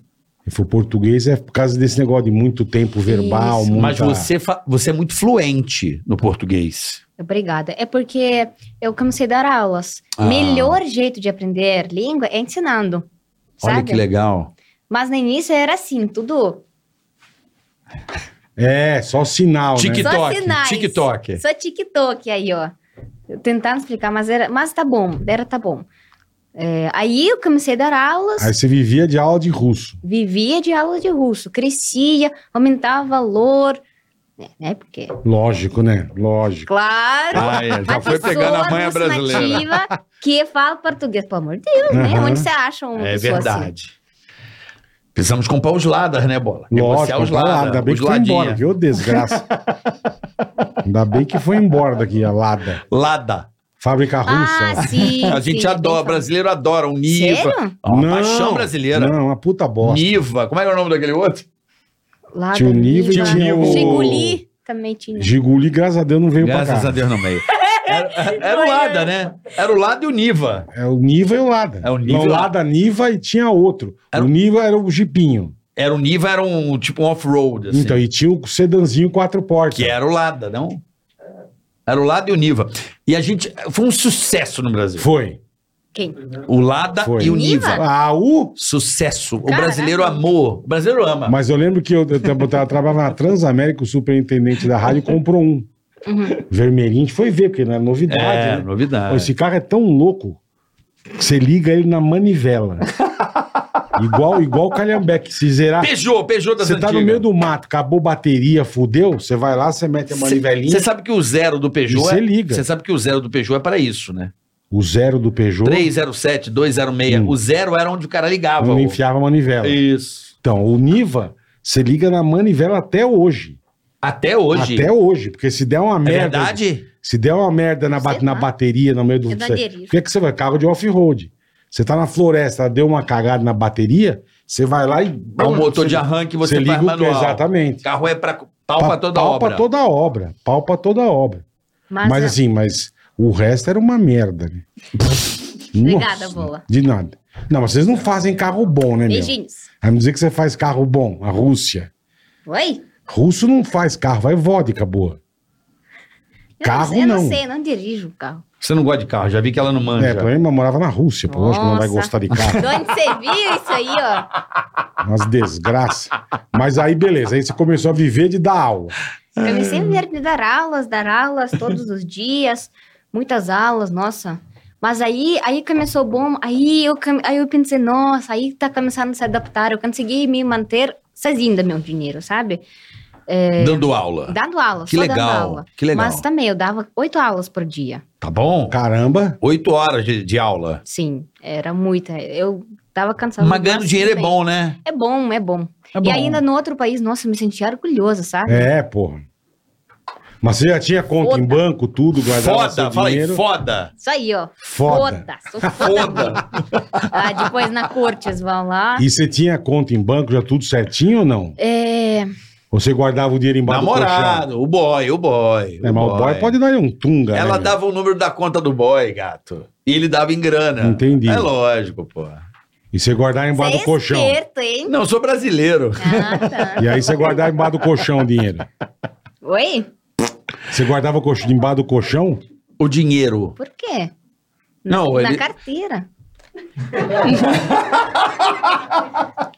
Ele falou, português é por causa desse negócio de muito tempo verbal, Isso. muita... Mas você, fa- você é muito fluente no português. Obrigada. É porque eu comecei a dar aulas. Ah. Melhor jeito de aprender língua é ensinando. Sabe? Olha que legal. Mas no início era assim, tudo. É, só sinal, né? TikTok. Só sinais. TikTok. Só TikTok aí, ó. Eu Tentando explicar, mas era, mas tá bom, era tá bom. É, aí eu comecei a dar aulas, Aí você vivia de aula de russo. vivia de aula de russo, crescia, aumentava valor, né, né? Porque, Lógico, né? Lógico. claro, Ah, é, já foi pegando a manha pessoa brasileira. nativa que fala português, pelo amor de Deus, né? Aham. Onde você acha uma É pessoa assim? verdade. Precisamos comprar os ladas, né, Bola? Negociar Lógico, os tá lá, ladas, ainda bem os que foi embora, ladinha. viu? Desgraça. ainda bem que foi embora daqui, a Lada. Lada. Fábrica Ah, russa. sim. né? A gente sim, adora, bem brasileiro adora um Niva. Sério? Ó, a paixão brasileira. Não, é uma puta bosta. Niva. Como é que é o nome daquele outro? falado. Lá Tinha um o da nível e Niva, tinha o- Giguli também tinha. Giguli, graças a Deus, não veio pra é. Graças cá. a Deus no meio. Era, era o Lada, né? Era o Lada e o Niva. É o Niva e o Lada. É o Niva Não, e o Lada, Niva e tinha outro. Era O o- Niva era o jipinho. Era o Niva, era um tipo um off-road, assim. Então, e tinha o sedanzinho quatro portas. Que é. era o Lada, não? Era o Lada e o Niva. E a gente. Foi um sucesso no Brasil. Foi. Quem? O Lada Foi. e o Niva? Niva. Ah, o... Sucesso. O Caraca. brasileiro amou. O brasileiro ama. Mas eu lembro que eu, eu, tava- eu trabalhava na Transamérica, o superintendente da rádio comprou um. Vermelhinho, a gente foi ver, porque não era novidade, né? é, Pô, novidade. Esse carro é tão louco que você liga ele na manivela. igual igual o Calhambeque. Se zerar. Peugeot, Peugeot das Você tá no meio do mato, acabou bateria, fudeu, você vai lá, você mete a Você manivelinha. sabe que o zero do Peugeot. E cê é- liga. Você sabe que o zero do Peugeot é para isso, né? O zero do Peugeot 307, 206. Hum. O zero era onde o cara ligava. não o- enfiava a manivela. tá Isso. Então, o Niva, você liga na manivela até hoje. Até hoje. Até hoje, porque se der uma É merda. verdade? Se der uma merda na, ba- Sei na lá. bateria, no meio do. É da Você, deriva. o que, é que você vai? Carro de off-road. Você tá na floresta, deu uma cagada na bateria, você vai lá e. É um motor você- de arranque, você, você faz liga o manual. Exatamente. Carro é para pau pra toda pau obra. pra toda obra. Pau pra toda obra. Mas, mas ah, assim, mas o resto era uma merda, né? Obrigada, Nossa, boa. De nada. Não, mas vocês não fazem carro bom, né, meu? beijinhos. Vai me dizer que você faz carro bom, a Rússia. Oi? Russo não faz carro, vai vodka boa. Eu Carro sei, eu não. não sei, eu não dirijo o carro. Você não gosta de carro, já vi que ela não manja. É, problema morava na Rússia, pô, lógico que não vai Nossa. gostar de carro. De onde você viu isso aí, ó? Umas desgraças. Mas aí, beleza. Aí você começou a viver de dar aula. Comecei a ver- dar aulas, dar aulas todos os dias, muitas aulas, nossa. Mas aí, aí começou bom, aí eu, come- aí eu pensei, nossa, aí tá começando a se adaptar, eu consegui me manter sozinha do meu dinheiro, sabe? é. Dando aula. Dando aula, Que só legal, dando aula. que legal. Mas tá- também eu dava oito aulas por dia. Tá bom? Caramba. Oito horas de, de aula. Sim, era muita. Eu tava cansada. Mas ganhando mas dinheiro é tudo bom, né? bem. É bom, é bom. É E ainda no outro país, nossa, eu me sentia orgulhosa, sabe? É, porra. Mas você já tinha conta em Foda. banco, tudo, guardava Foda, seu fala aí, dinheiro. foda. Isso aí, ó. Foda. Sou foda. Ah, depois na cortes vão lá. E você tinha conta em banco, já tudo certinho ou não? É, Ou você guardava o dinheiro embaixo do colchão? Namorado, o boy, o boy. É, mas o boy pode dar um tunga, Ela né, meu? dava o número da conta do boy, gato. E ele dava em grana. Entendi. É lógico, pô. E você guardar embaixo Você do é colchão. esperto, hein? Não, eu sou brasileiro. Ah, tá. E aí você guardava embaixo do colchão o dinheiro. Oi? Você guardava o colchão embaixo do colchão? O dinheiro. Por quê? Não, Na ele... carteira.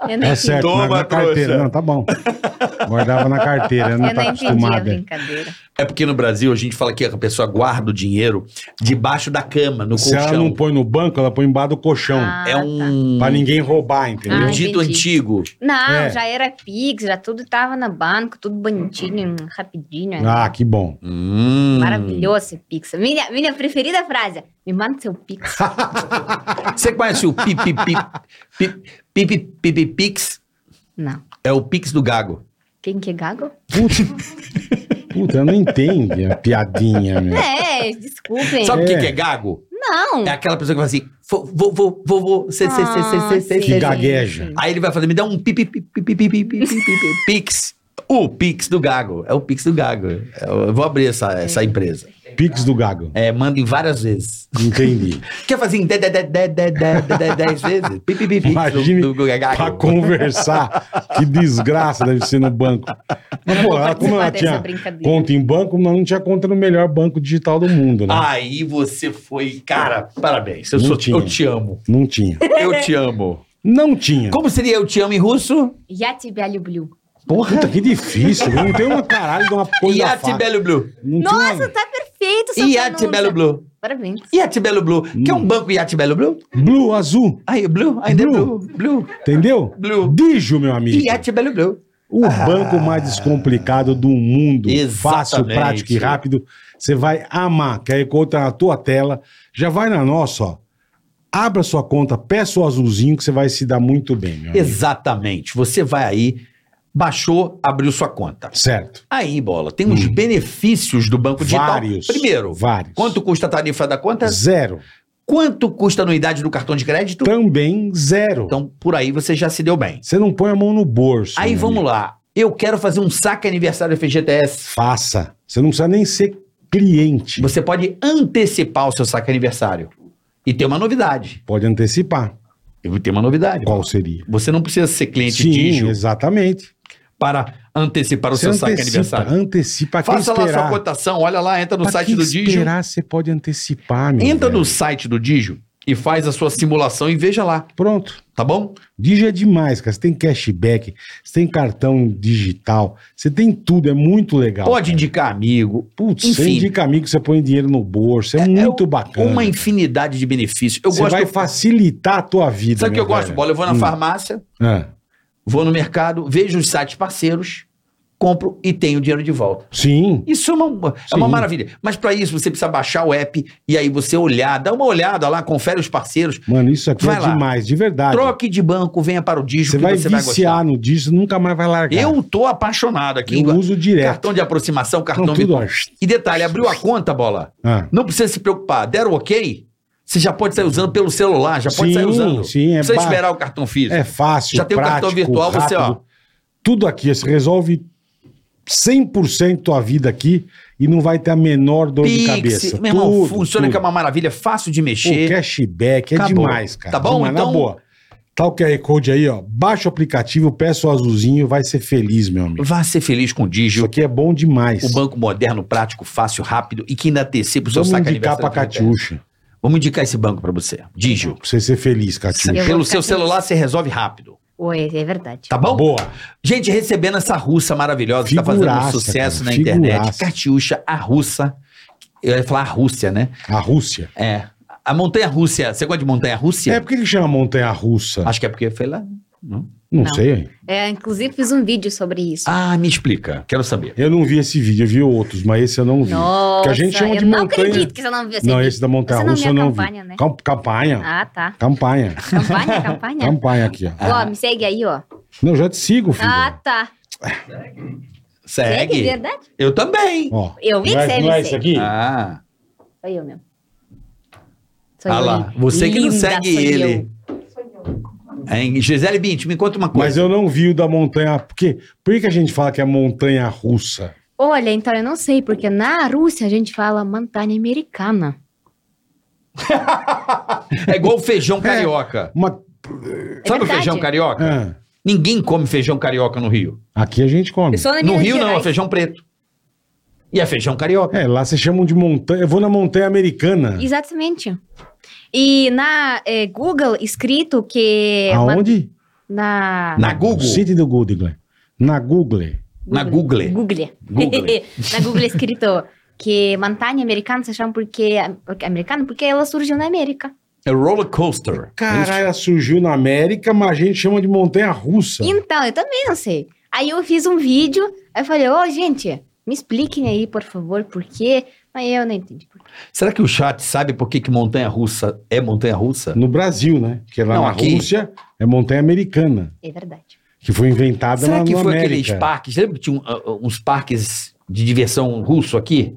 eu não É entendi. certo, na- Toma, na carteira. trouxa. Não, tá bom. Guardava na carteira, ela não Eu não tá entendi a acostumada. brincadeira. é porque no Brasil a gente fala que a pessoa guarda o dinheiro debaixo da cama, no Se ela não colchão. põe no banco, ela põe embaixo do colchão. Ah, É um um- Pra ninguém roubar, entendeu? Ah, dito entendi. antigo. Não, É. já era Pix, já tudo tava na banco, tudo bonitinho, Uhum. rapidinho. Ah, que bom. Hum. Maravilhoso esse Pix. Minha, minha preferida frase, é, me manda seu Pix. Você conhece o pipi pipi pipi pipi pix? Não. É o pix do gago. Quem que é gago? Puta, puta eu não entendo a piadinha, meu. É, Hum. desculpem. Sabe o É. que que é gago? Não. Ah, É aquela pessoa que fala assim, "Fo- vou vou vou vou, cê, cê, cê, cê, Ah, cê, cê, sim, Que cê, gagueja. cê." sim. Aí ele vai fazer, me dá um pipi pipi pipi pipi pipi pipi pix. O pix do gago, é o pix do gago. Eu vou abrir essa É. essa empresa. Pix do Gago. É, manda em várias vezes. Entendi. Quer fazer em 10 vezes? Pipi pipi Imagine do, do Pra gago. conversar. Que desgraça deve ser no banco. Mas, pô, ela, como ela participar dessa tinha brincadeira. conta em banco, mas não tinha conta no melhor banco digital do mundo, né? Aí você foi, cara, parabéns. Eu, Não sou, tinha. eu te amo. Não tinha. Eu te amo. Não tinha. Como seria eu te amo em russo? Я тебя люблю. Porra. Puta, que difícil. Não tem uma caralho de uma coisa Iate fácil. Belo Blue. Não tem uma- Nossa, tá perfeito essa Iate Belo Blue. Parabéns. Iate Belo Blue. Quer Hum. um banco Iate Belo Blue? Blue, azul, Aí, Blue. Ainda é Blue. Blue. Blue. entendeu? Blue. Dijo, meu amigo. Iate Belo Blue. O banco mais descomplicado do mundo. Exatamente. Fácil, prático e rápido. Você vai amar. Quer conta na tua tela? Já vai na nossa, ó. Abra sua conta, peça o azulzinho que você vai se dar muito bem, meu amigo. Exatamente. Você vai aí, baixou, abriu sua conta. Certo. Aí, bola, tem uns benefícios do banco Tipo, digital. Hum. Vários. Primeiro, Vários. quanto custa a tarifa da conta? Zero. Quanto custa a anuidade do cartão de crédito? Também zero. Então, por aí você já se deu bem. Você não põe a mão no bolso. Aí meu vamos amigo. lá. Eu quero fazer um saque aniversário FGTS. Faça. Você não precisa nem ser cliente. Você pode antecipar o seu saque aniversário. E tem uma novidade. Pode antecipar. Eu tenho uma novidade. Qual seria? Você não precisa ser cliente Sim, Digio exatamente. para antecipar o seu saque aniversário. Antecipa. Quem Faça lá Ah, esperar. sua cotação, olha lá, entra no Pra site quem do Digio. esperar, você pode antecipar, meu Entra velho. no site do Digio e faz a sua simulação e veja lá, Pronto. tá bom? Digi é demais, cara. Você tem cashback, você tem cartão digital, você tem tudo, é muito legal. Pode cara. indicar amigo. Putz, você enfim. indica amigo, você põe dinheiro no bolso, é, muito bacana. Uma infinidade de benefícios. Eu você gosto. vai facilitar a tua vida. Sabe o que meu eu gosto, velho? bola? Eu vou na Hum. farmácia, Ah, vou no mercado, vejo os sites parceiros, compro e tenho o dinheiro de volta. Sim. Isso é uma, é uma Sim. maravilha. Mas para isso, você precisa baixar o app e aí você olhar, dá uma olhada lá, confere os parceiros, Mano, isso aqui Vai é lá. demais, de verdade. troque de banco, venha para o Digio, Você que vai você viciar vai no Digi, nunca mais vai largar. gostar. Eu tô apaixonado aqui. Eu uso direto. Cartão de aproximação, cartão Não, de... tudo, ó. E detalhe, abriu a conta, bola. Ah. Não precisa se preocupar. Deram ok? Você já pode sair usando pelo celular, já pode Sim, sair usando. sim, é não precisa ba- esperar o cartão físico. É fácil, Já tem o cartão prático, virtual, você, ó. Tudo aqui, você resolve 100% tua vida aqui e não vai ter a menor dor de cabeça. meu irmão, Tudo, funciona tudo. que é uma maravilha, fácil de Pô, mexer. cashback é Acabou. demais, cara. Tá bom? Demais, Na Então- boa. Tá o QR Code aí, ó. Baixa o aplicativo, peça o azulzinho, vai ser feliz, meu amigo. Vá ser feliz com o Digio. Isso aqui é bom demais. O banco moderno, prático, fácil, rápido e que ainda antecipa o seu Vamos saque indicar pra aniversário do FGTS. Catiúcha. Vamos indicar esse banco pra você. Digio. Pra você ser feliz, Catiúcha. Eu vou Pelo ficar seu feliz. celular você resolve rápido. Oi, é verdade. Tá bom? Boa. Gente, recebendo essa russa maravilhosa que tá fazendo um Figuraça, sucesso cara, na figuraça. internet. Catiúcha, a russa. Eu ia falar a Rússia, né? A Rússia. É. A montanha Rússia. Você gosta de montanha Rússia? É porque que chama montanha russa? Acho que é porque foi lá. não? Não, Não. sei. É, inclusive fiz um vídeo sobre isso. Ah, me explica. Quero saber. Eu não vi esse vídeo, eu vi outros, mas esse eu não vi. Nossa, que a gente chama eu de não montanha- acredito que você não viu esse não, vídeo. esse da montanha Você não russa viu eu a não campanha, vi. né? Cam- Campanha. Ah, tá. Campanha. Campanha, campanha. Campanha aqui, ó. Ó, me segue aí, ó. Não, eu já te sigo, filho. Ah, tá. Segue, é Segue. verdade? Eu também. Ó. Eu vi que Não é- você Não é me esse segue. aqui? Ah. Sou eu mesmo. Sou Ah eu, lá. linda. Você que não Linda segue sou eu. ele. Hein, Gisele Bint, me conta uma coisa. Mas eu não vi o da montanha. Por, quê? Por que, que a gente fala que é montanha russa? Olha, então eu não sei, porque na Rússia a gente fala montanha Hum. americana. É igual o feijão carioca. Uma Sabe o É verdade. feijão carioca? Ah, Ninguém come feijão carioca no Rio. aqui a gente come. Só na No Minas Rio não, é Gerais. feijão preto. E é feijão carioca. É, lá vocês chamam de montanha. Eu vou na montanha americana. Exatamente. E na eh, Google, escrito que... é uma- Aonde? na... Na Google. City do Google. Na Google. Na Google. Google. Google. na Google é escrito que montanha americana se chama porque... porque americana porque ela surgiu na América. É roller coaster. Caralho, ela surgiu na América, mas a gente chama de montanha russa. Então, eu também não sei. Aí eu fiz um vídeo, aí eu falei, ô, gente, me expliquem aí, por favor, por quê? Mas eu não entendi. por quê. Será que o chat sabe por que, que montanha russa é montanha russa? No Brasil, né? Porque lá Não, na aqui. Rússia é montanha americana, É verdade. que foi inventada Será na, que na foi América. aqueles parques? Lembra que tinha um, ah, uns parques de diversão russo aqui?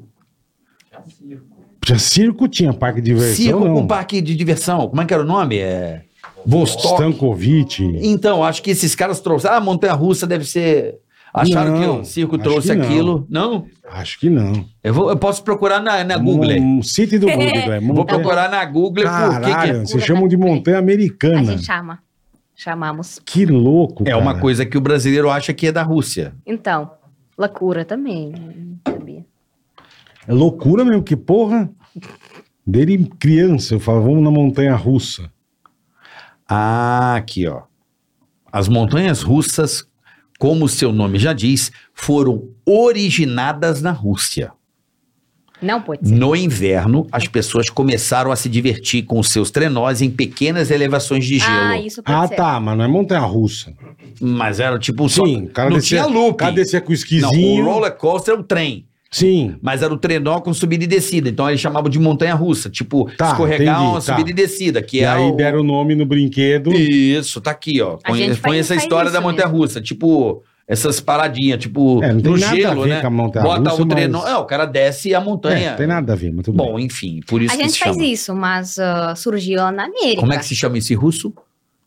Tinha circo, tinha parque de diversão, Circo não. com parque de diversão. Como é que era o nome? É. Vostok. Stankovic. Então, acho que esses caras trouxeram. Ah, montanha russa deve ser. Acharam Não, que o circo acho trouxe que não. aquilo. Não? Acho que não. Eu, vou- eu posso procurar na, na Google. Um, um City do Google. é Vou montanha- procurar na Google por que é que Caralho, vocês Google, chamam de né? montanha A americana. gente chama. Chamamos. Que louco, É cara. uma coisa que o brasileiro acha que é da Rússia. Então, loucura também. Não sabia. É loucura mesmo, que porra. Dele criança, eu falo, vamos na montanha russa. Ah, aqui, ó. As montanhas russas, como o seu nome já diz, foram originadas na Rússia. Não pode ser. No inverno, as pessoas começaram a se divertir com os seus trenós em pequenas elevações de gelo. Ah, isso pode Ah, ser. tá, mas não é montanha russa. Mas era tipo só... Sim, o cara não descia, tinha o looping. cara descia com o Não, o esquisinho. roller coaster é um trem. Sim. Mas era o trenó com subida e descida. Então eles chamavam de montanha russa. Tipo, Tá, escorregar entendi, uma tá. subida e descida. Que E era aí o- deram o nome no brinquedo. Isso, tá aqui, ó. A Põe, gente põe faz- essa faz história isso da montanha russa, tipo essas paradinhas, tipo É, não tem no nada a gelo, ver né? com a montanha Bota russa, o trenó. mas- É, o cara desce a montanha. É, tem nada a ver, mas tudo Bom, bem. enfim, por isso A que gente se faz chama. isso, mas ah, surgiu lá na América. Como é que se chama isso em russo?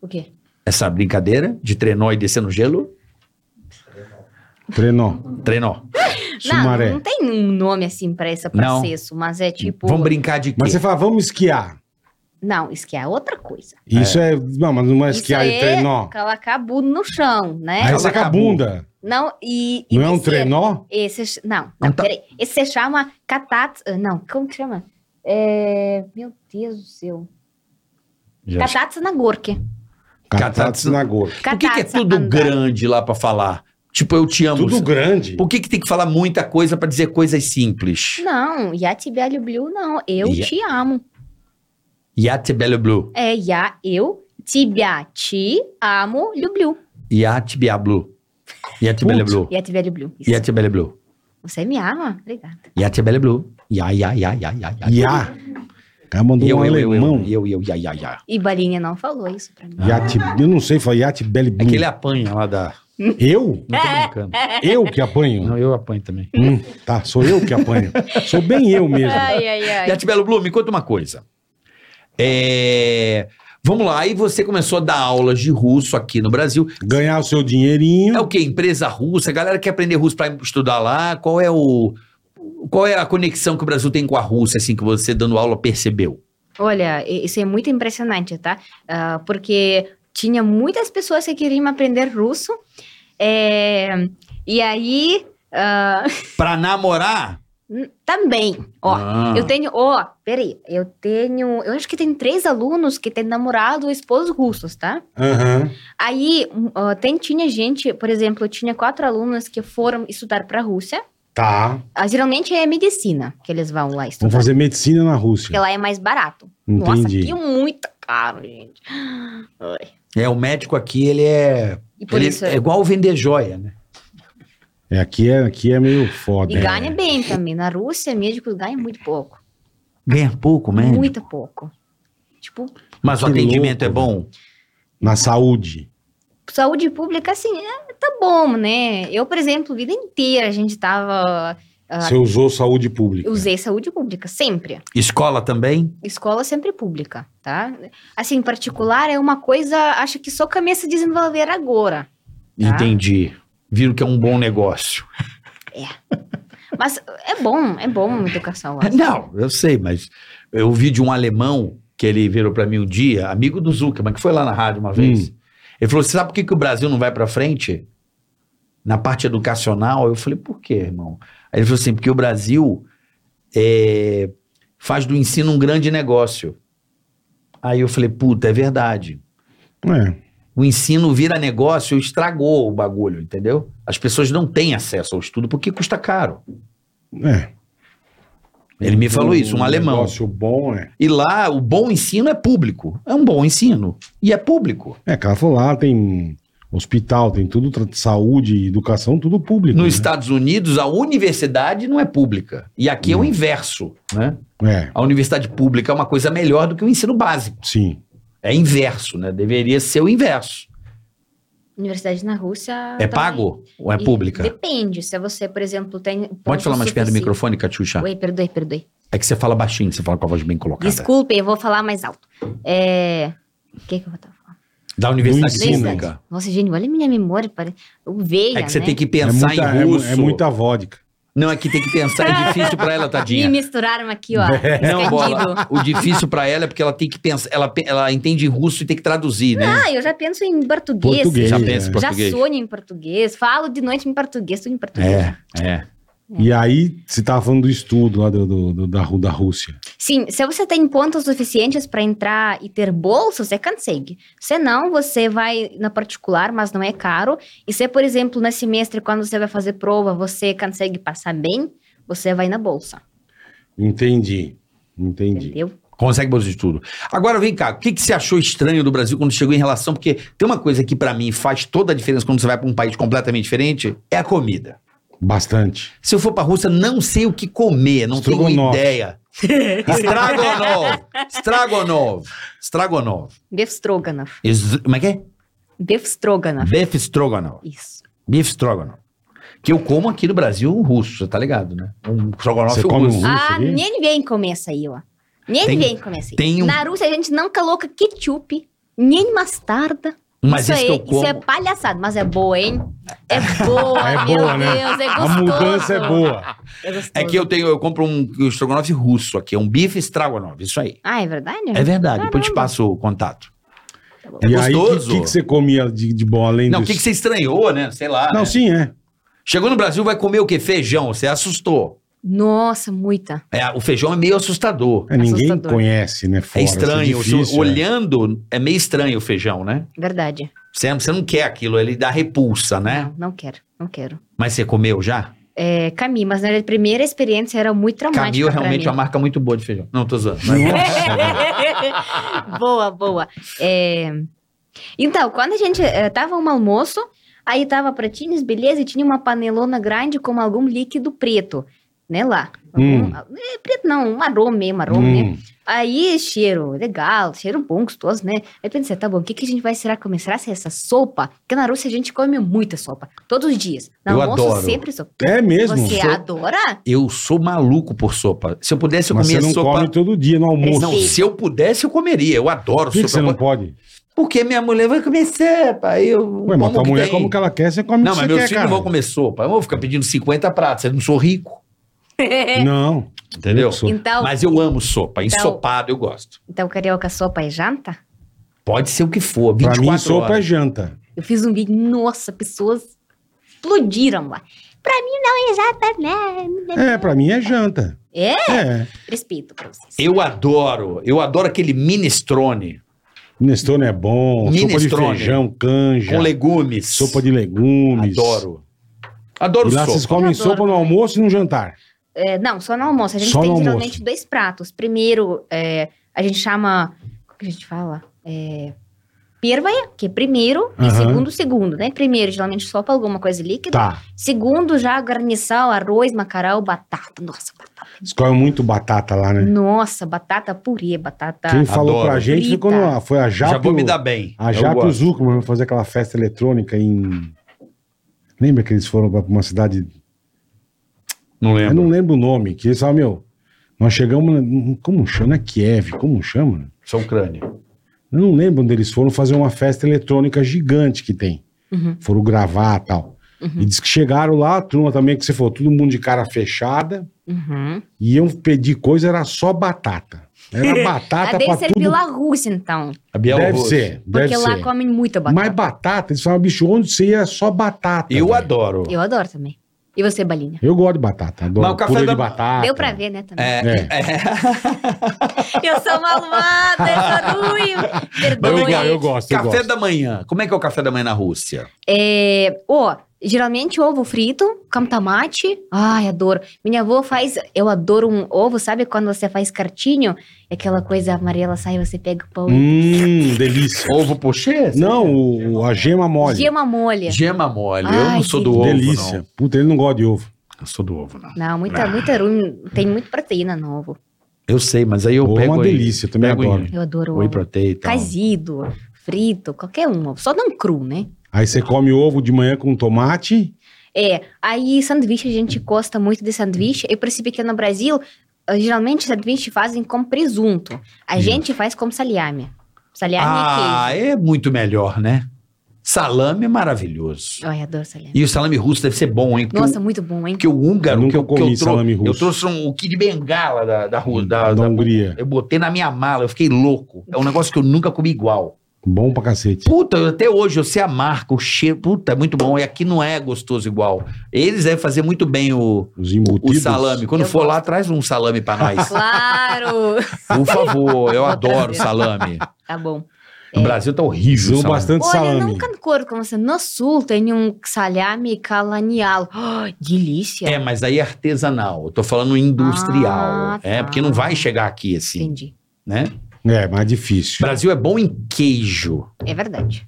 O quê? Essa brincadeira de trenó e descer no gelo? Trenó, Trenó. sumaré. Não, não tem um nome assim pra esse Não. processo, mas é tipo... Vamos brincar de quê? Mas é você fala, vamos esquiar. Não, isso que é outra coisa. Isso é. Não, mas não é Isso esquiar aí e trenó. colocar a bunda no chão, né? Aí você com a bunda. Não, e... e Não é um descer. trenó? Esse, é não, Não não, tá- peraí. Esse se chama catat... Não, como que chama? É, meu Deus do céu. Já- Catatsa na gorque. Catatsu na gorra. Por que, que é tudo grande lá pra falar? Tipo, eu te amo. Tudo grande. Por que, que tem que falar muita coisa pra dizer coisas simples? Não, ya тебя люблю, não. Eu Ya- te amo. Yate belo blue. É, я, eu, тебя, te amo, люблю. Yate belo blue. Yate belo blue. Я тебя люблю. Isso. Yate belo blue. Você me ama? Obrigada. Yatia Belle Blue. Ya, ya, ya, ya, ya, ya. Iá. O cara mandou Eu, um eu, eu, alemão. eu, eu, eu, ya, ya, ya. E Balinha não falou isso pra mim. Iate- eu não sei falar Yate Belly É que ele Blue. apanha lá da... Eu? Não tô brincando. Eu que apanho? Não, eu apanho também. Hum, tá, sou eu que apanho. sou bem eu mesmo. Ai, ai, ai. Yatia Belle Blue, me conta uma coisa. É... Vamos lá, aí você começou a dar aulas de russo aqui no Brasil. Ganhar o seu É dinheirinho. o quê? Empresa russa? A galera quer aprender russo pra estudar lá? Qual é o... Qual é a conexão que o Brasil tem com a Rússia, assim, que você dando aula percebeu? Olha, i- isso é muito impressionante, tá? Ah, porque tinha muitas pessoas que queriam aprender russo. é, e aí, ah, Pra namorar? também, ó, Ah. eu tenho, ó, peraí, eu tenho, eu acho que tem três alunos que têm namorado ou esposos russos, tá? É Aham. Aí, um, ah, tem, tinha gente, por exemplo, tinha quatro alunos que foram estudar para a Rússia. Tá. Ah, geralmente é medicina que eles vão lá estudar. Vamos fazer medicina na Porque Rússia. lá é mais barato. Nossa, Entendi. aqui é muito caro, gente. É, o médico aqui, ele é... E por ele isso... é igual vender joia, né? É, aqui, é, aqui é meio foda. E é. ganha bem também. Na Rússia, médicos ganham muito pouco. Ganha pouco, médico. Muito pouco. Tipo, Mas o Que louco, atendimento é bom. Na saúde. saúde pública, assim, é, tá bom, né? Eu, por exemplo, vida inteira a gente tava... ah, Você usou saúde pública. usei saúde pública, sempre. Escola Tá. também? Escola sempre pública, tá? Assim, particular é uma coisa, acho que só começa a desenvolver agora. Tá. Entendi. Viram que é um bom negócio. Mas é bom, é bom a educação lá. Não, eu sei, mas eu vi de um alemão que ele virou pra mim um dia, amigo do Zuckerman, que foi lá na rádio uma vez. Ele falou: Você sabe por que, que o Brasil não vai pra frente? Na parte educacional? Eu falei: Por quê, irmão? Aí ele falou assim: Porque o Brasil é, faz do ensino um grande negócio. Aí eu falei: Puta, é verdade É. o ensino vira negócio, estragou o bagulho, entendeu? As pessoas não têm acesso ao estudo porque custa caro. é. Ele me falou isso, um alemão. Hum, negócio bom é. E lá o bom ensino é público. É um bom ensino. E é público. É, cara falou lá, tem hospital, tem tudo, tra- saúde, educação, tudo público. Nos né? Estados Unidos, a universidade não é pública. E aqui é Hum. o inverso, né? É, A universidade pública é uma coisa melhor do que o ensino básico. sim. É inverso, né? Deveria ser o inverso. Universidade na Rússia. É também. pago ou é Ah, tá E pública? Depende. Se você, por exemplo, tem. Pode falar mais perto do Suficiente. microfone, Catiuxa? Oi, perdoe, perdoe. É que você fala baixinho, você fala com a voz bem colocada. Desculpe, eu vou falar mais alto. É. O que, que eu vou estar falando? Da universidade Do ensino. pública. Nossa, gente, olha a minha memória. Pare... O veia, É que você né? tem que É pensar muita, em é mu- russo. é muita vodka. Não, é que tem que pensar. É difícil pra ela, Me tadinha. misturaram aqui, ó. Não, escondido. bola. O difícil pra ela é porque ela tem que pensar. Ela, pe- ela entende russo e tem que traduzir, né? Ah, eu já penso em português. Português, Já Já, pensa em é. já português. sonho em português. Falo de noite em português, tudo em português. É, é. E aí, você tava falando do estudo lá do, do- do- da, Ru- da Rússia. Sim, se você tem pontos suficientes para entrar e ter bolsa, você consegue. Se não, você vai na particular, mas não é caro. E se, por exemplo, no semestre, quando você vai fazer prova, você consegue passar bem, você vai na bolsa, Entendi. Entendi. entendeu? Consegue bolsa de estudo. Agora vem cá, o que, que você achou estranho do Brasil quando chegou em relação? Porque tem uma coisa que pra mim faz toda a diferença quando você vai pra um país completamente diferente, é a comida. Bastante. Se eu for pra Rússia, não sei o que comer, não tenho Estrogonofe. ideia. Estragonov, Estragonov, Estragonov. Befstroganov. Es- Como é que é? Befstroganov. Beef Stroganov. Isso. Beef Stroganov. Que eu como aqui no Brasil russo, você tá ligado, né? Um Stroganov Você come um russo. russo? ah, viu? nem vem começa aí, ó. Nem Tem- vem começa aí. tem um- Na Rússia, a gente não coloca ketchup, nem mostarda. Mas isso, esse é, que eu como. isso é palhaçada, mas é boa, hein? É boa, É meu boa, né? Deus, é A gostoso. mudança é boa. É, gostoso. É que eu tenho, eu compro um, um Stroganov russo aqui, é um bife Stroganov, isso aí. Ah, é verdade? É verdade, depois eu te passo o contato. É e aí, o gostoso. que, que você comia de, de bom além Não, o dos- que, que você estranhou, né? Sei lá. Não, né? sim, é. Chegou no Brasil, vai comer o quê? Feijão, você assustou. Nossa, muita. É, o feijão é meio assustador. É, ninguém Assustador. conhece, né? É fora, isso estranho, você difícil, é. olhando, é meio estranho o feijão, né? Verdade. Você, você não quer aquilo, ele dá repulsa, né? Não, não quero, não quero. Mas você comeu já? É, Cami, mas na minha primeira experiência era muito traumática Camil pra realmente é uma mim. marca muito boa de feijão. Não, tô zoando. Mas- É? boa, boa. É, Então, quando a gente é, tava um almoço, aí tava pratinhos, beleza, e tinha uma panelona grande com algum líquido preto, né, lá. Algum- Hum. é, preto não, um aroma meio marrom, né? Hum, Aí, cheiro, legal, cheiro bom, gostoso, né? Aí pensei, tá bom, o que, que a gente vai, será que comer? Será se é essa sopa? Porque na Rússia a gente come muita sopa, todos os dias. No Eu almoço adoro. sempre sopa. É mesmo. Você Só- adora? Eu sou maluco por sopa. Se eu pudesse, eu Mas você comia não sopa. come todo dia no almoço. Não, se eu pudesse, eu comeria. Eu adoro Por que, que sopa. você não pode? Porque minha mulher vai comer sopa. Eu Ué, mas como tua que mulher, tem. como que ela quer, você come o Não, que você mas meus quer, filhos cara. não vão comer sopa. Eu vou ficar pedindo 50 pratos. Eu não sou rico. Não. Entendeu? Sou- Então, Mas eu amo sopa. Então- Ensopado eu gosto. então, carioca, sopa é janta? Pode ser o que for. Pra 24 mim, sopa é horas. janta. Eu fiz um vídeo, nossa, pessoas explodiram lá. Pra mim não é janta, né? É, pra mim é janta. É? É. Respeito pra vocês. Eu adoro. Eu adoro aquele minestrone Minestrone é bom, sopa Minestrone. de feijão, canja, com legumes. sopa de legumes. Adoro. Adoro E lá sopa. vocês comem Eu adoro sopa no também. almoço e no jantar. É, não, só no almoço. A gente Só tem no almoço. geralmente dois pratos. Primeiro, é, a gente chama. Como que a gente fala? É, Pirvaia, que é primeiro, e Aham. segundo, segundo, né? Primeiro, geralmente sopa, alguma coisa líquida. Tá. Segundo, já garnição, arroz, macarrão, batata. Nossa, batata. Vocês comem muito batata lá, né? Nossa, batata purê, batata. Quem falou Adoro. pra gente foi, Frita. quando, a- foi a Jato. Já vou me dar É bem. A Eu Jato e o gosto. Zuckerman vão fazer aquela festa eletrônica em. Lembra que eles foram pra uma cidade. Não Eu lembro. não lembro o nome. Que eles falaram, meu, nós chegamos. na- Como chama? Não é Kiev? Como chama? Sou um ucrânia. Eu não lembro onde eles foram fazer uma festa eletrônica gigante que tem. Uhum. Foram gravar e tal. E diz que chegaram lá, a turma também, que você falou, todo mundo de cara fechada. Uhum. E iam pedir coisa, era só batata. Era A batata pra Ah, deve ser tudo. Bielorrússia, então. A Deve Bielorrússia. ser, Porque deve lá ser. comem muita batata. Mas batata, eles falam, bicho, onde você ia é só batata. Eu velho. adoro. Eu adoro também. E você, Balinha? Eu gosto de batata, adoro Mas o café purê da- de batata. Deu pra ver, né, também. É, É. Eu sou malvada, eu sou ruim. Mas Perdoe. legal, eu gosto, eu Café gosto. da manhã. Como é que é o café da manhã na Rússia? É, ó, geralmente ovo frito, com tomate. Ai, adoro. Minha avó faz, eu adoro um ovo, sabe quando você faz cartinho? É Aquela coisa amarela sai, você pega o pão e Hum, delícia. Ovo pochê? Não, o- o- a gema mole. gema é molha. Gema mole. eu Ai, não sou que do ovo, delícia. não. Puta, ele não gosta de ovo. Eu sou do ovo, não. Não, Ah. muita, muita ruim, tem muita proteína no ovo. Eu sei, mas aí eu Ovo é pego... uma aí- delícia, eu também pego adoro. Eu adoro Whey ovo. protein e tal. Cozido, frito, qualquer um. ovo. Só não cru, né? Aí você come ovo de manhã com tomate. É, aí sanduíche, a gente gosta muito de sanduíche. Eu percebi que no Brasil, eh, geralmente sanduíche fazem com presunto. A gente faz com salame. Salame Ah, é é muito melhor, né? Salame é maravilhoso. queijo. Ai, adoro salame. E o salame russo deve ser bom, hein? Porque Nossa, o, muito bom, hein? porque o húngaro... Eu que eu, nunca que eu comi trou- salame russo. Hum, Eu trouxe um, o kit bengala da, da, Rú- da, Da da- Hungria. Eu botei na minha mala, eu fiquei louco. É um negócio que eu nunca comi igual. Bom pra cacete. Puta, eu- até hoje eu sei a marca, o cheiro. Puta, é muito bom. E aqui não é gostoso igual. Eles devem fazer muito bem o, Os o embutidos. salame. Quando Eu for lá, traz um salame pra nós. Claro! Por favor, eu Vou adoro trazer. salame. tá bom. No Brasil tá horrível. o Usou salame. bastante Olha, eu não salame. concordo com você. No sul tem um salame calanial. Ah, delícia! É, mas aí é artesanal. Eu tô falando industrial. Ah, É, tá. porque não vai chegar aqui assim, Entendi. né? É, mas é O difícil. Brasil é bom em queijo. É verdade.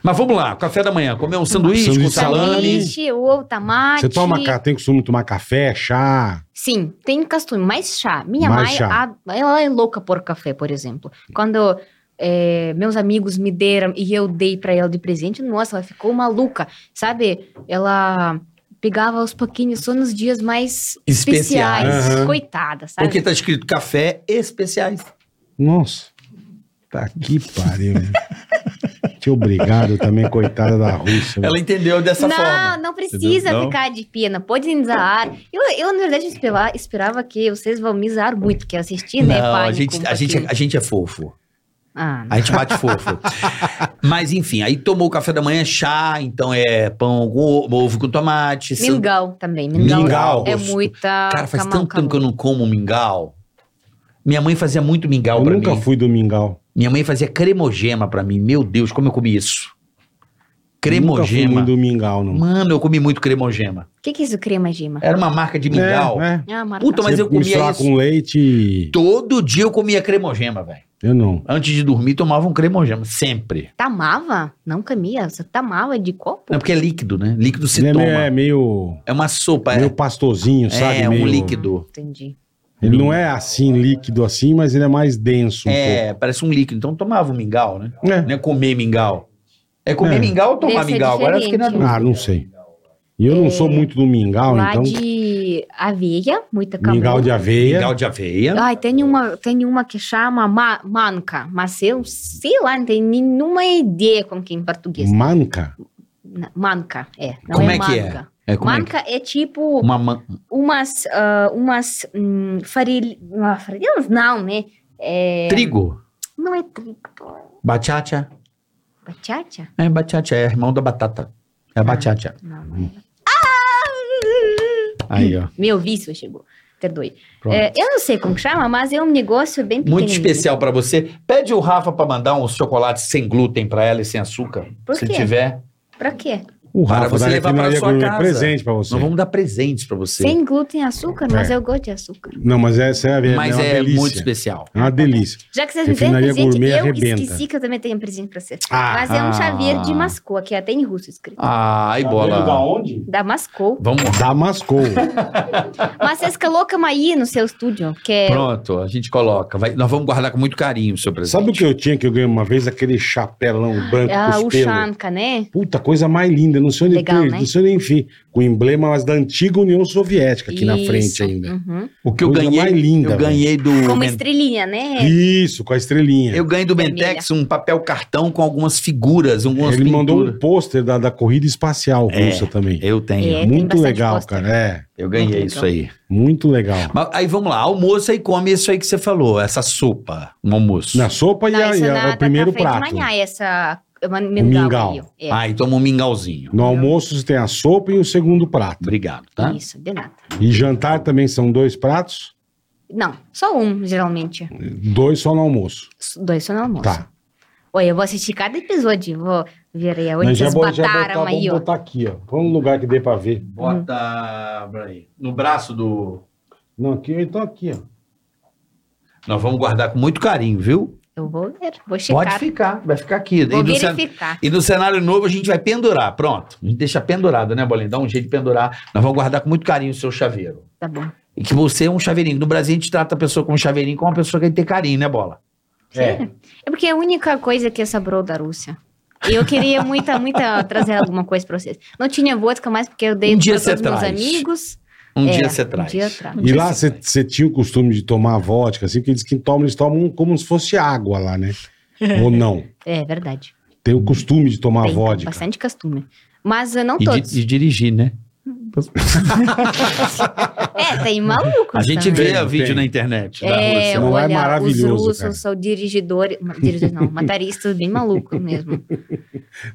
Mas vamos lá, café da manhã, comer um sanduíche, Sanduíche com salame. Sanduíche, ovo, tomate. Você toma, ca- tem costume de tomar café, chá. Sim, tem costume, mais chá. Minha Mais mãe, chá. a- ela é louca por café, por exemplo. Quando eh, meus amigos me deram e eu dei pra ela de presente, nossa, ela ficou maluca, sabe? Ela pegava aos pouquinhos só nos dias mais Especiais. especiais, Aham. coitada, sabe? Porque tá escrito café especiais. Nossa. Tá que pariu. né? Te obrigado também, coitada da Rússia. Ela é entendeu dessa não, forma. não precisa Entendeu? Não. ficar de pena, pode me zoar. Eu, eu, na verdade, esperava, esperava que vocês vão me zoar muito, que eu assisti, né? Não, a Pânico gente, um a, gente, pouquinho. a gente é fofo. Ah, A gente bate fofo. Mas enfim, aí tomou o café da manhã, chá, então é pão com ovo, ovo com tomate. san- mingau também, mingau. Mingau. É gosto. muita. Cara, faz camão, tanto camão. tempo que eu não como mingau. Minha mãe fazia muito mingau Eu pra nunca mim. fui do mingau. Minha mãe fazia cremogema pra mim. Meu Deus, como eu comi isso? Nunca fui Cremogema. muito do mingau, não. Mano, eu comi muito cremogema. O que, que é isso, crema gema? Era uma marca de mingau. É, é. Ah, marca. Puta, mas Você eu comia misturar isso. com leite. e- Todo dia eu comia cremogema, velho. Eu não. Antes de dormir, tomava um cremogema. Sempre. Tamava? tá Não comia, você tamava de copo? Não, porque é líquido, né? Líquido se Ele é toma. meio, é meio, É uma sopa. meio É, pastosinho, sabe? é um Meio- líquido. Entendi. Ele não é assim, líquido assim, mas ele é mais denso um é, parece um líquido. Então tomava um mingau, né? pouco. É. Não é comer mingau. É comer É. mingau ou tomar Deve ser mingau? Agora eu fiquei na diferente. dúvida. Ah, não sei. E eu não É. sou muito do mingau, Lá então. de aveia, muita camão. Mingau de aveia. Ah, Mingau de aveia. Ai, tem uma, tem uma que chama ma- manca, mas eu sei lá, não tenho nenhuma ideia como que é em português. Manca. Na- Manca, é. Hum. Não Como é, é que é? manga. É, como é que- Manca é tipo Uma man... umas, ah, umas hum, faril... ah, farinhas não, né? É- Trigo. Não é trigo, pô. Bachata. Bachacha? É, bachata. É irmão da batata. É bachata. Não, não é. Hum. Aí, ó. Meu vício chegou. Perdoe. Pronto. É, eu não sei como que chama, mas é um negócio bem pequenininho. Muito especial pra você. Pede o Rafa pra mandar uns chocolates sem glúten pra ela e sem açúcar. Por se quê? tiver. Pra quê? O Para Rafa você da levar pra refinaria sua gourmet casa. presente pra você. Nós vamos dar presentes pra você. Sem glúten e açúcar, mas É. eu gosto de açúcar. Não, mas essa é, a Mas é uma é delícia. muito especial. É uma delícia. Já que vocês me deram Refinaria presente, gourmet eu arrebenta. esqueci que eu também tenho presente pra você. Ah. Mas é um chaveiro de Ah. Moscou, que é até em russo escrito. Tá Ai, Ah, bola. onde? Da Moscou. Vamos. Damascou. Mas vocês colocam aí no seu estúdio, que é... Pronto, a gente coloca. Vai- nós vamos guardar com muito carinho o seu presente. Sabe o que eu tinha que eu ganhei uma vez? Aquele chapelão branco Ah, com o os pelos. Shanka, né? Puta, coisa mais linda. Eu não sei onde, Legal, per- né? não sei nem enfim, com o emblema mas da antiga União Soviética aqui na Isso, frente ainda. uhum. O que eu Coisa ganhei. mais linda, eu velho. ganhei do. Com uma Men- estrelinha, né? Isso, com a estrelinha. Eu ganhei do Vermelha. Mentex um papel cartão com algumas figuras, algumas Ele mandou um pinturas. pôster da, da corrida espacial É. russa também. Eu tenho. É, tem muito bastante legal, pôster. cara. É, Eu ganhei Muito isso legal. aí. muito legal. Mas aí vamos lá, almoço aí come isso aí que você falou, essa sopa, um almoço. Na sopa e, Não, a- isso e a- na- é o primeiro no café prato. de manhã, essa é uma mingau. mingau. Ah, aí, ó. É, Aí toma um mingauzinho. No almoço você tem a sopa e o segundo prato. Obrigado, tá? Isso, de nada. E jantar também são dois pratos, Não, só um, geralmente. dois só no almoço. Dois só no almoço. Tá. Olha, eu vou assistir cada episódio. Vou ver aí onde Nós já vocês bo- já então botaram botar- aí, vamos ó. botar aqui, ó. Põe um lugar que dê pra ver. Bota Uhum. peraí, no braço do. Não, aqui, então aqui, ó. Nós vamos guardar com muito carinho, viu? Eu vou ver, vou Pode checar. ficar, vai ficar aqui. E Vou no, cen- verificar. e no cenário novo a gente vai pendurar, pronto. A gente deixa pendurado, né, Bolinha? Dá um jeito de pendurar. Nós vamos guardar com muito carinho o seu chaveiro. Tá bom. E que você é um chaveirinho. No Brasil a gente trata a pessoa como chaveirinho como uma pessoa que a gente tem carinho, né, Bola? É. É porque é a única coisa que sobrou da Rússia. E eu queria muita, muita trazer alguma coisa pra vocês. Não tinha vodka mais porque eu dei Um dia para você todos os meus traz. amigos. Um É, dia você um traz. dia eu trago. E lá você traz. você tinha o costume de tomar vodka, assim, porque eles que tomam, eles tomam como se fosse água lá, né? Ou não. É verdade. Tem o costume de tomar Tem vodka. bastante costume. Mas eh, não E, todos. di- e dirigir, né? É, tem malucos. A gente também. vê a Tem, vídeo tem. na internet da É, Rússia. Não é olha, maravilhoso, os russos cara. são dirigidores, dirigidores não, mataristas bem malucos mesmo.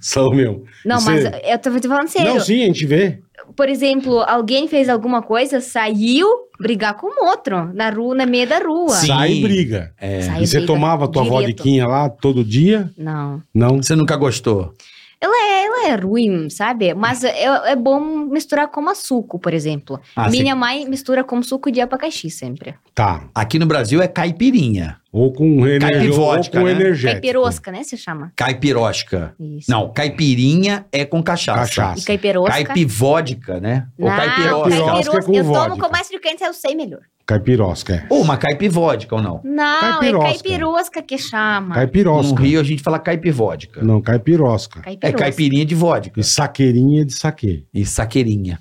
São meu. Não, Você- mas eu tô tô falando sério. Não, sim, a gente vê. Por exemplo, alguém fez alguma coisa, saiu brigar com o outro na rua, na meia da rua. Sim. Sai e briga. É. Saiu É. e você briga tomava tua direto. vodquinha lá todo dia? Não. Não. Você nunca gostou? Ela é ruim, sabe? Mas é, é bom misturar com açúcar, por exemplo. Ah, Minha mãe mistura com suco de abacaxi sempre. Tá. Aqui no Brasil é caipirinha. Ou com energia, ou vodka, com né? energético. Caipirosca, né? Se chama. Caipirosca. Isso. Não, caipirinha é com cachaça. Cachaça. E caipirosca. Caipivódica, né? Ou Não, caipirosca. caipirosca. é com eu tomo vodka. com mais frequência, eu sei melhor. Caipirosca, é. Ou uma caipivódica ou não? Não, Caipirosca. é caipirosca que chama. Caipirosca. No Rio a gente fala caipivódica. Não, caipirosca. É Caipirosca. caipirinha de vodka. E saqueirinha de saque. E saqueirinha.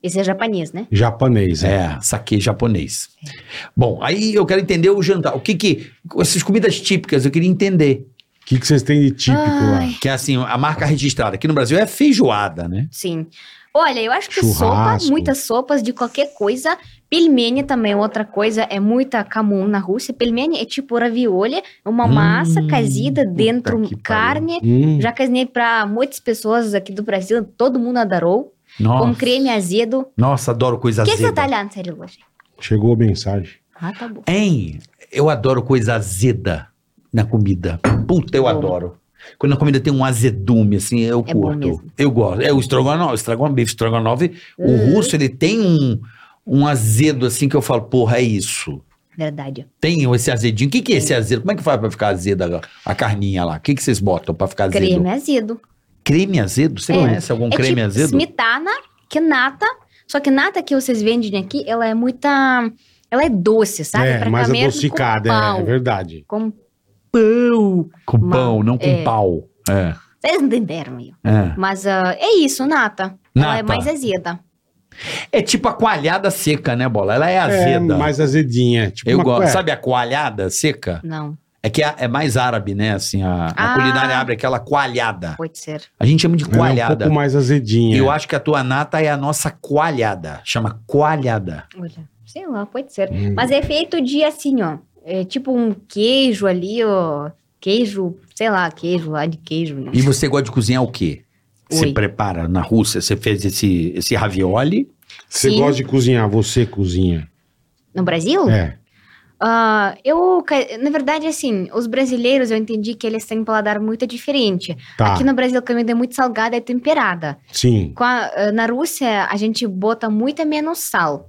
Esse é japonês, né? Japonês, é. É, saque japonês. Bom, aí eu quero entender o jantar. O que que... Essas comidas típicas eu queria entender. O que que vocês têm de típico Ai, lá? Que é assim, a marca registrada aqui no Brasil é feijoada, né? Sim. Olha, eu acho que Churrasco. sopa, muitas sopas de qualquer coisa. Pelmeni também, outra coisa, é muita comum na Rússia. Pelmeni é tipo ravioli, uma Hum, massa cozida dentro um que pariu. carne. Hum, Já cozinhei para muitas pessoas aqui do Brasil, todo mundo adorou. Nossa, Com creme azedo. Nossa adoro coisa O que azeda. você tá olhando, sério, hoje? Chegou a mensagem. Ah, tá bom. Hein? Eu adoro coisa azeda na comida. Puta, eu Bom. adoro. Quando a comida tem um azedume, assim, eu É bom curto. mesmo. Eu gosto. É o estrogonofe, estrogonofe, bife estrogonofe. Hum. O russo, ele tem um, um azedo, assim, que eu falo, porra, é isso. Verdade. Tem esse azedinho. O que, que é esse azedo? Como é que faz pra ficar azeda a- a carninha lá? O que, que vocês botam pra ficar azedo? Creme Creme, azedo. azedo? Você É. conhece algum é creme tipo azedo? smetana, que nata. Só que nata que vocês vendem aqui, ela é muita... Ela é doce, sabe? é, Pra mais comer com adocicada, é, pau. é verdade. com pão. Com Uma- pão, não com pau. É, Vocês não entenderam aí. é. Mas ah, é isso, nata. Ela é Nata. mais azeda. É tipo a coalhada seca, né, Bola? Ela é É, azeda. mais azedinha. Tipo Eu uma- gosto. é, Sabe a coalhada seca? Não, É que é, é mais árabe, né? Assim, a, a Ah. culinária árabe é aquela coalhada. pode ser. A gente chama de ela É um coalhada. pouco mais azedinha. Eu acho que a tua nata é a nossa coalhada. Chama coalhada. Olha, sei lá, pode ser. Mas é feito de assim, ó. É tipo um queijo ali, ó. Queijo, sei lá, queijo lá de queijo. Né? E você gosta de cozinhar o quê? Você Oi. prepara na Rússia, você fez esse, esse ravioli. Você Sim. Hum. gosta de cozinhar, você cozinha. No Brasil? É. Ah, eu, ca- na verdade, assim, os brasileiros, eu entendi que eles têm um paladar muito diferente. Tá. Aqui no Brasil, a comida é muito salgada e temperada. Sim. Com a- ah, na Rússia, a gente bota muito menos sal.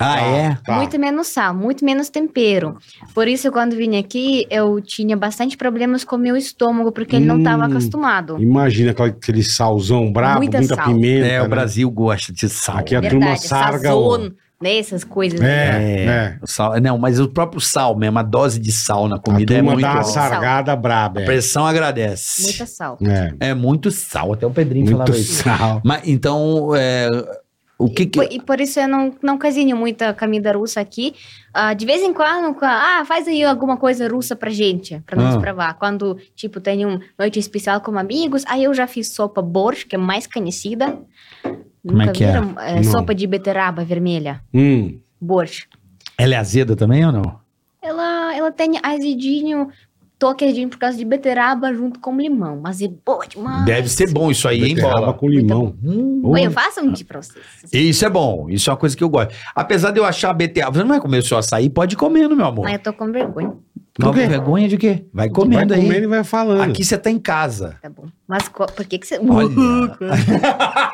Ah, é? Tá. Muito menos sal, muito menos tempero. Por isso, quando vim aqui, eu tinha bastante problemas com o meu estômago, porque ele não estava Hum. acostumado. Imagina aquele- aquele salzão brabo, muita, Muita sal. pimenta. É, o né? Brasil gosta de sal. Aqui a Verdade, turma sarga. o- sazon. né? Essas coisas. É, é. O Sal, não, mas o próprio sal mesmo, a dose de sal na A comida é turma muito. dá uma sal. alta. sargada braba. A É. pressão agradece. Muita sal. É. É muito sal, até o Pedrinho falava Muito isso. sal. Mas então, é, o que que. E por isso eu não, não cozinho muita comida russa aqui. Ah, de vez em quando, qua- ah, faz aí alguma coisa russa pra gente, pra nós Ah. provar. Quando, tipo, tem uma noite especial com amigos, aí eu já fiz sopa borsch, que é mais conhecida. Como é que é? é? Não. sopa de beterraba vermelha, Hum. borsch. Ela é azeda também ou não? Ela, ela tem azedinho, toquedinho por causa de beterraba junto com limão. Mas é boa demais. Deve ser bom isso aí, hein, Beterraba Bola? com limão. Hum. Ô, Oi, eu faço um de pra vocês. Isso é bom, isso é uma coisa que eu gosto. Apesar de eu achar a beterraba, você não vai comer o seu açaí? Pode ir comendo, meu amor. Mas eu tô com vergonha, Não por quê? vergonha de quê? Vai vai comendo aí. comendo e vai falando. Aqui você tá em casa. tá bom. Mas co- por que que você... Olha.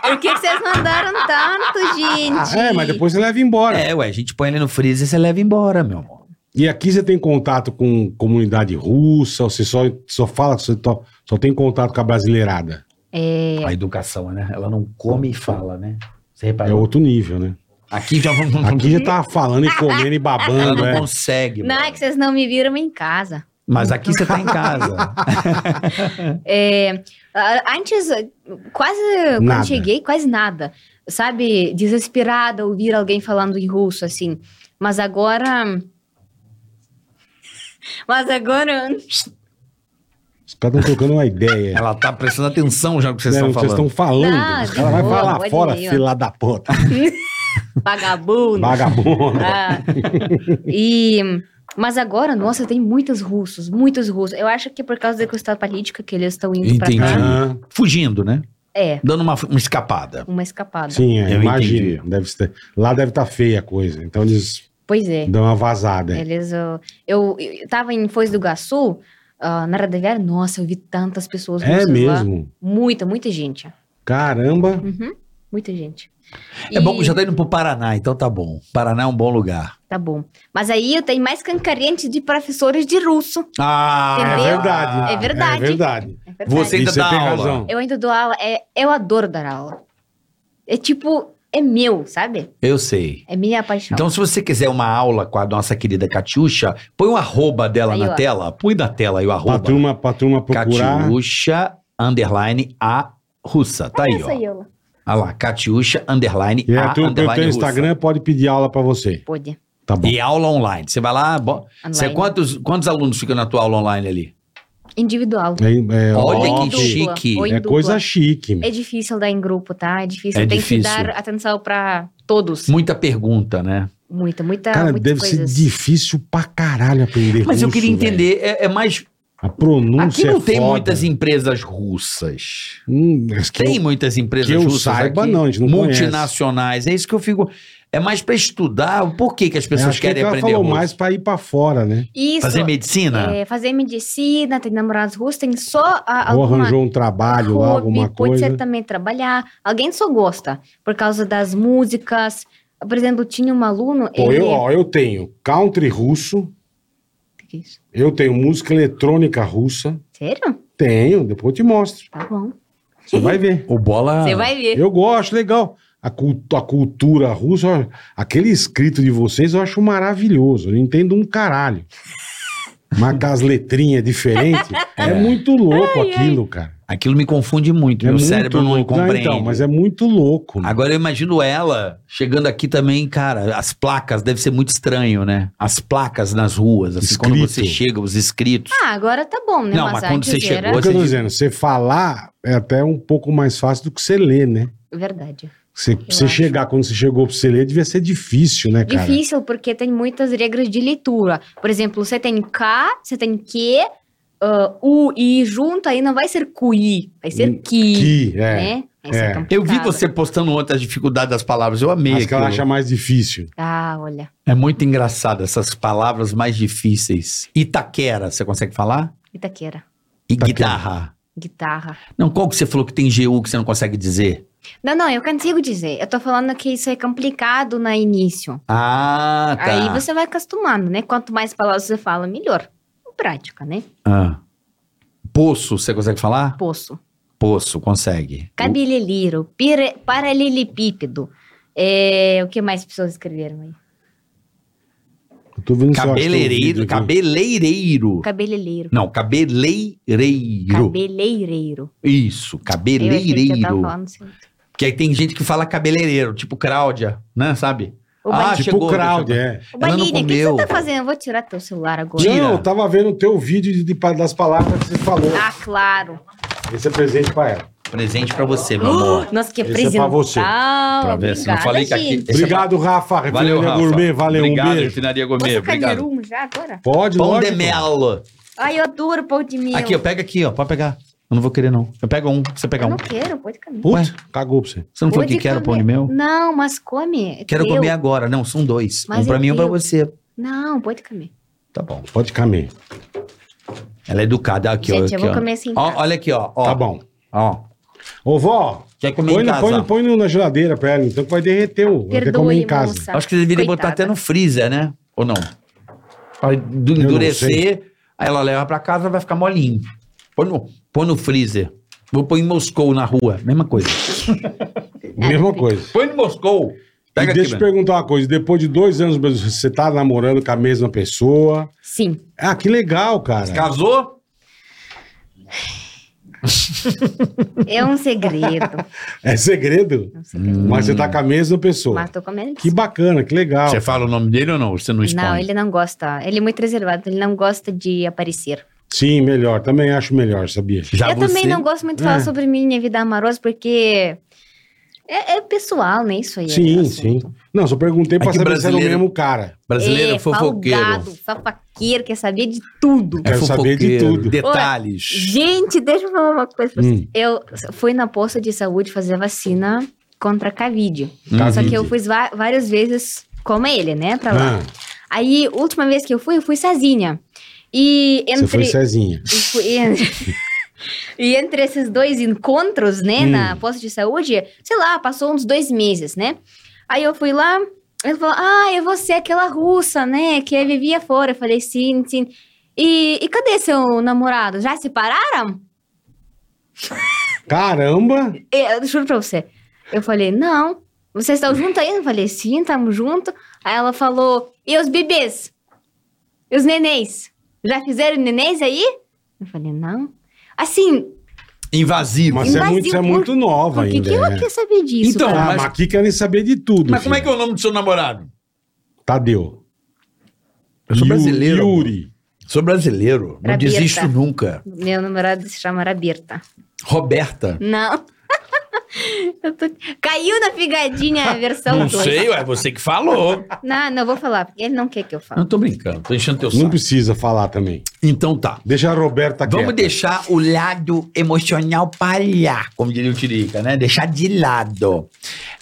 Por que que vocês mandaram tanto, gente? É, mas depois você leva embora. É, ué, a gente põe ele no freezer e você leva embora, meu amor. E aqui você tem contato com comunidade russa, ou você só, só fala, você to- só tem contato com a brasileirada. É. A educação, né? Ela não come e fala, né? Você É reparou? outro nível, né? Aqui já vamos. Aqui já tava falando e comendo e Ela babando, não é. consegue. Não, é mano. que vocês não me viram em casa. Mas aqui você tá em casa. É, a- antes, quase Nada. quando cheguei, quase nada. Sabe, desesperada ouvir alguém falando em russo, assim. Mas agora. Mas agora. Os caras estão trocando uma ideia. Ela tá prestando atenção já no que vocês Né, estão o que É. Vocês falando. estão falando. Tá, Os caras vão boa, falar pode fora, ir, ó. fila da puta. Vagabundo. Vagabundo. Ah, e mas agora, nossa, tem muitos russos, muitos russos. Eu acho que é por causa da questão política que eles estão indo pra Entendi. cá. Ah, Fugindo, né? É, Dando uma, uma escapada. uma escapada. sim, é, Eu imagina. Deve ser- lá deve estar feia a coisa. Então eles Pois é. dão uma vazada. aí. Eles, ó, eu, eu tava em Foz do Iguaçu, ah, na rodoviária, nossa, eu vi tantas pessoas É, russas lá. mesmo. Muita, muita gente. Caramba. Uhum, muita gente. É E- bom que já tá indo pro Paraná, então tá bom. Paraná é um bom lugar. Tá bom. Mas aí eu tenho mais cancarente de professores de russo. Ah, Entendeu? É verdade. É verdade. É verdade. É verdade. Você ainda Isso você dá tem aula. razão. Eu ainda dou aula, é, eu adoro dar aula. É tipo, é meu, sabe? Eu sei. É minha paixão. Então, se você quiser uma aula com a nossa querida Catiuxa, põe o arroba dela Aí, na ó. tela. Põe na tela aí o Pra arroba. turma, pra turma procurar. Catiuxa, underline, a russa. Tá aí, É Essa aí, ó. Yola. Olha lá, Catiuxa, underline, E a a turma pelo underline teu russa. Instagram pode pedir aula pra você. Pode. Tá bom. E aula online. Você vai lá... bo- Você, Online. quantos, quantos alunos ficam na tua aula online ali? Individual. É, é, Olha ó, que Em dupla, chique. ou em É dupla. coisa chique. meu. É difícil dar em grupo, tá? É difícil. É Tem difícil. que dar atenção pra todos. Muita pergunta, né? Muita, muita, Cara, muitas deve coisas. ser difícil pra caralho aprender Mas eu russo, queria velho. entender, é, é mais. A pronúncia aqui não é tem foda. muitas empresas russas. Hum, mas que Tem eu- muitas empresas que eu russas. saiba, aqui, não, a gente não Multinacionais. É isso que eu fico. É mais pra estudar por que, que as pessoas acho que é querem que ela aprender falou russo. mais pra ir pra fora, né? Isso. Fazer medicina? é, fazer medicina, tem namorados russos, tem só a, Ou alguma arranjou um trabalho lá, hobby, tá alguma Pode coisa. ser também trabalhar. Alguém só gosta por causa das músicas. Por exemplo, tinha um aluno. Pô, ele... eu, ó, eu tenho country russo, Que que é isso? eu tenho música eletrônica russa. Sério? Tenho, depois eu te mostro. Tá bom. Você vai ver. O bola. Você vai ver. Eu gosto, legal. A, cultu- a cultura russa, ó, aquele escrito de vocês eu acho maravilhoso. Eu não entendo um caralho. Mas com as letrinhas diferentes, é muito louco aquilo, cara. Aquilo me confunde muito. É meu muito cérebro não louco. compreende. então, mas é muito louco. né? Agora eu imagino ela chegando aqui também, cara. As placas deve ser muito estranho, né? As placas nas ruas, assim, quando Escrito. você chega, os escritos. Ah, agora tá bom, né? Não, mas quando antes você chegou, É o era que eu tô Você- dizendo, você falar é até um pouco mais fácil do que você ler, né? Verdade. Você, você acho. chegar, quando você chegou pra você ler, devia ser difícil, né, cara? Difícil porque tem muitas regras de leitura. Por exemplo, você tem K, você tem Q, ah, U, I junto, aí não vai ser QI, vai ser Hum, QI, Que, é. né? Isso é. é Eu vi complicado. você postando ontem as dificuldades das palavras, eu amei. Mas que ela aquilo. acha mais difícil. Ah, olha. É muito engraçado essas palavras mais difíceis. Itaquera, você consegue falar? Itaquera. E Itaquera. guitarra. Guitarra. Não, qual que você falou que tem GU que você não consegue dizer? Não, não, eu consigo dizer. Eu tô falando que isso é complicado no início. Ah, tá. Aí você vai acostumando, né? Quanto mais palavras você fala, melhor. Prática, né? Ah. Poço, você consegue falar? Poço. Poço, consegue. Cabeleireiro, pire- paralelepípedo, É, o que mais pessoas escreveram aí? Eu tô vendo se eu Tipo acho teu vídeo Cabeleireiro, aqui. cabeleireiro. Cabeleireiro. Não, cabeleireiro. Cabeleireiro. Isso, Eu achei que eu tava cabeleireiro. falando assim. Porque aí tem gente que fala cabeleireiro, tipo Cláudia, né, sabe? Ô, Ah, Balinha, Tipo Chegou, o Crowd, chegou. é. ô, ela não Balinha, o que que comeu. você tá fazendo? Eu vou tirar teu celular agora. Tira. Não, eu tava vendo o teu vídeo de, de- das palavras que você falou. Ah, claro. Esse é presente pra ela. Presente pra você, meu amor. Nossa, Uh, que Esse é presente. pra você. Pra ver se não falei que aqui- Esse é Obrigado, Rafa. Valeu, Refinaria Rafa. Gourmet, valeu, Obrigado, um beijo. Refinaria Gourmet. Posso Obrigado. carneirumo é já agora? Pode, Pão de lógico. mel. Ai, eu adoro pão de mel. Aqui, é ó, pega aqui, ó. Pode pegar. Eu não vou querer, não. Eu pego um, pra você pegar Eu um. não quero, pode comer. Putz, cagou pra você. Você não falou Pode que quer o pão de comer. mel? Não, mas come. é Quero teu. comer agora. Não, são dois. Mas um pra é mim e um pra teu. você. Não, pode comer. Tá bom. Pode caminhar. Ela é educada. Aqui, ó. Gente, aqui, eu vou ó. comer assim em Ó, casa. olha aqui, ó. ó. Tá bom. Ó. Ô, vó, Quer comer põe, em no- casa? põe, no- põe no- na geladeira pra ela, então que vai derreter o. Vai ter que comer Perdoe, em casa. moça. é Acho que você deveria botar Tá. Coitada. até no freezer, né? Ou não? Pra du- não endurecer, aí ela leva pra casa vai ficar molinho. Põe no, põe no freezer. Vou pôr em Moscou na rua. Mesma coisa. É, Mesma coisa. Põe em Moscou. e Pega aqui, né? deixa eu te mano. perguntar uma coisa. Depois de dois anos, você tá namorando com a mesma pessoa. Sim. Ah, que legal, cara. Casou? É um segredo. É segredo? É um segredo. Mas você tá com a mesma Hum. pessoa. Mas tô comendo. Que bacana, que legal. Você fala o nome dele ou não? Você não expõe? Não, ele não gosta. Ele é muito reservado. Ele não gosta de aparecer. Sim, melhor. Também acho melhor, sabia? Já é eu também não gosto muito de É. falar sobre minha vida amorosa, porque é, é pessoal, né? Isso aí. é Sim, sim. assunto. Não, só perguntei pra É que saber se era brasileiro- o mesmo cara. Brasileiro é, fofoqueiro. É Folgado, fofoqueiro, quer saber de tudo. Quero saber de fofoqueiro, tudo. Detalhes. Gente, deixa eu falar uma coisa pra Hum. vocês. Eu fui na posta de saúde fazer vacina contra a Covid. Hum. Uhum. Só que eu fui va- várias vezes com ele, né, pra lá. Ah, Aí, última vez que eu fui, eu fui sozinha. E você foi entre... Cezinha. E, fui- e- e entre esses dois encontros, né, Hum. na posta de saúde, sei lá, passou uns dois meses, né? Aí eu fui lá, ele falou, ah, é você, aquela russa, né, que vivia fora. Eu falei, sim, sim. E, e cadê seu namorado? Já se pararam? Caramba! Eu juro pra você. Eu falei, não. Vocês estão juntos ainda? Eu falei, sim, estamos juntos. Aí ela falou, e os bebês? E os nenéns? Já fizeram nenês aí? Eu falei, não. Assim, Invasivo. Mas você é Invasivo, muito, você é muito por- nova Por que, ainda. que ela é. quer saber disso? Então, cara? Ah, Mas- mas aqui querem saber de tudo. Mas como é que é o nome do seu namorado? Tadeu. Eu sou Yu- brasileiro, amor. Yuri. Sou brasileiro. Não Roberta. desisto nunca. Meu namorado se chama Roberta. Roberta. Não. Eu tô- Caiu na pegadinha a versão Não 2. sei, é você que falou. Não, não vou falar, porque ele não quer que eu fale. Não tô brincando, tô enchendo teu Não saco. precisa falar também. Então tá. Deixa a Roberta aqui. Vamos deixar o lado emocional palhar, como diria o Tirica, né? Deixar de lado.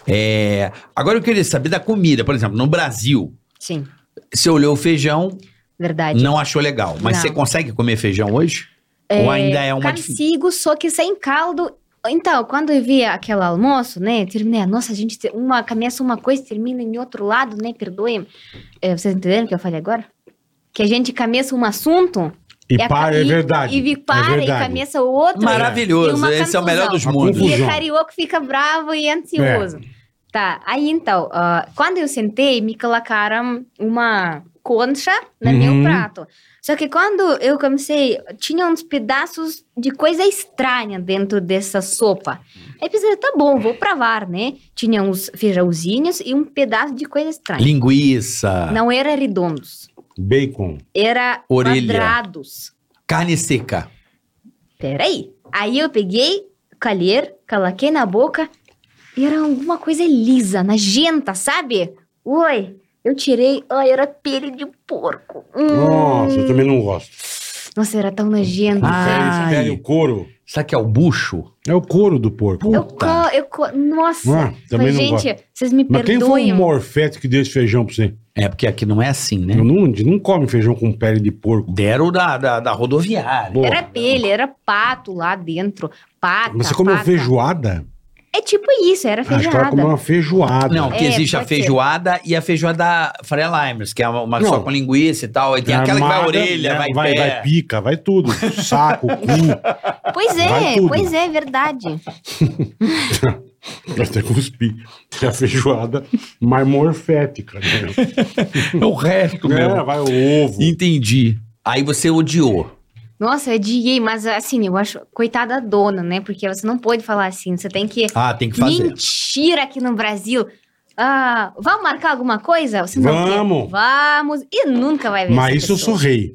É, Agora eu queria saber da comida. Por exemplo, no Brasil, Sim, você olhou o feijão, verdade. não achou legal. Mas Não. você consegue comer feijão hoje? Ou ainda é uma dificuldade? Consigo, só que sem caldo. Então, quando eu vi aquele almoço, né, terminei, nossa, a gente te- uma, começa uma coisa e termina em outro lado, né, perdoe é, Vocês entenderam o que eu falei agora? Que a gente começa um assunto... E a- para, é verdade. E, e para, É e verdade. começa o outro. E Maravilhoso. uma Esse é o confusão. melhor dos Uma mundos. confusão. É. E o carioca fica bravo e ansioso. Tá, aí então, ah, quando eu sentei, me colocaram uma concha no Uhum. meu prato. Só que quando eu comecei, tinha uns pedaços de coisa estranha dentro dessa sopa. Aí pensei, tá bom, vou provar, né? Tinha uns feijãozinhos e um pedaço de coisa estranha. Linguiça, Não era redondos, Bacon. era Orelha. quadrados. carne seca. Peraí. Aí eu peguei colher, coloquei na boca e era alguma coisa lisa, nojenta, sabe? Oi, eu tirei. Ai, era pele de porco. Hum. Nossa, eu também não gosto. Nossa, era tão nojento. Ah. gente. Ai. Pega o couro. Sabe o que é o bucho? É o couro do porco. Eu co- eu co- Nossa. Ah, também Falei, não gente, gosto. vocês me Mas quem foi o perdoem. morfético que deu esse feijão pra você? É, porque aqui não é assim, né? Eu não, não come feijão com pele de porco. Deram da, da, da rodoviária. Boa. Era pele, era pato lá dentro. Pata, Mas você comeu pata. feijoada? É tipo isso, era Ah, Acho que ela comeu feijoada. uma feijoada. Não, que É, existe a pode ser. feijoada e a feijoada Faria Limers, que é uma, uma Não. É só com linguiça e tal. E tem aquela que vai Armada, orelha, né? vai, vai, pé. vai pica, vai tudo. Saco, cu. Pois Vai é, tudo. pois é, verdade. Eu até cuspi. É a feijoada mais morfética. Né? É o resto É, vai o ovo. Então, Entendi. Aí você odiou. Nossa, eu odiei, mas assim, eu acho. Coitada da dona, né? Porque você não pode falar assim. Você tem que. Ah, tem que fazer. Mentira aqui no Brasil. Ah, vamos marcar alguma coisa? Você não quer? Vamos. Vamos. E nunca vai ver Mas essa isso eu sou pessoa. rei.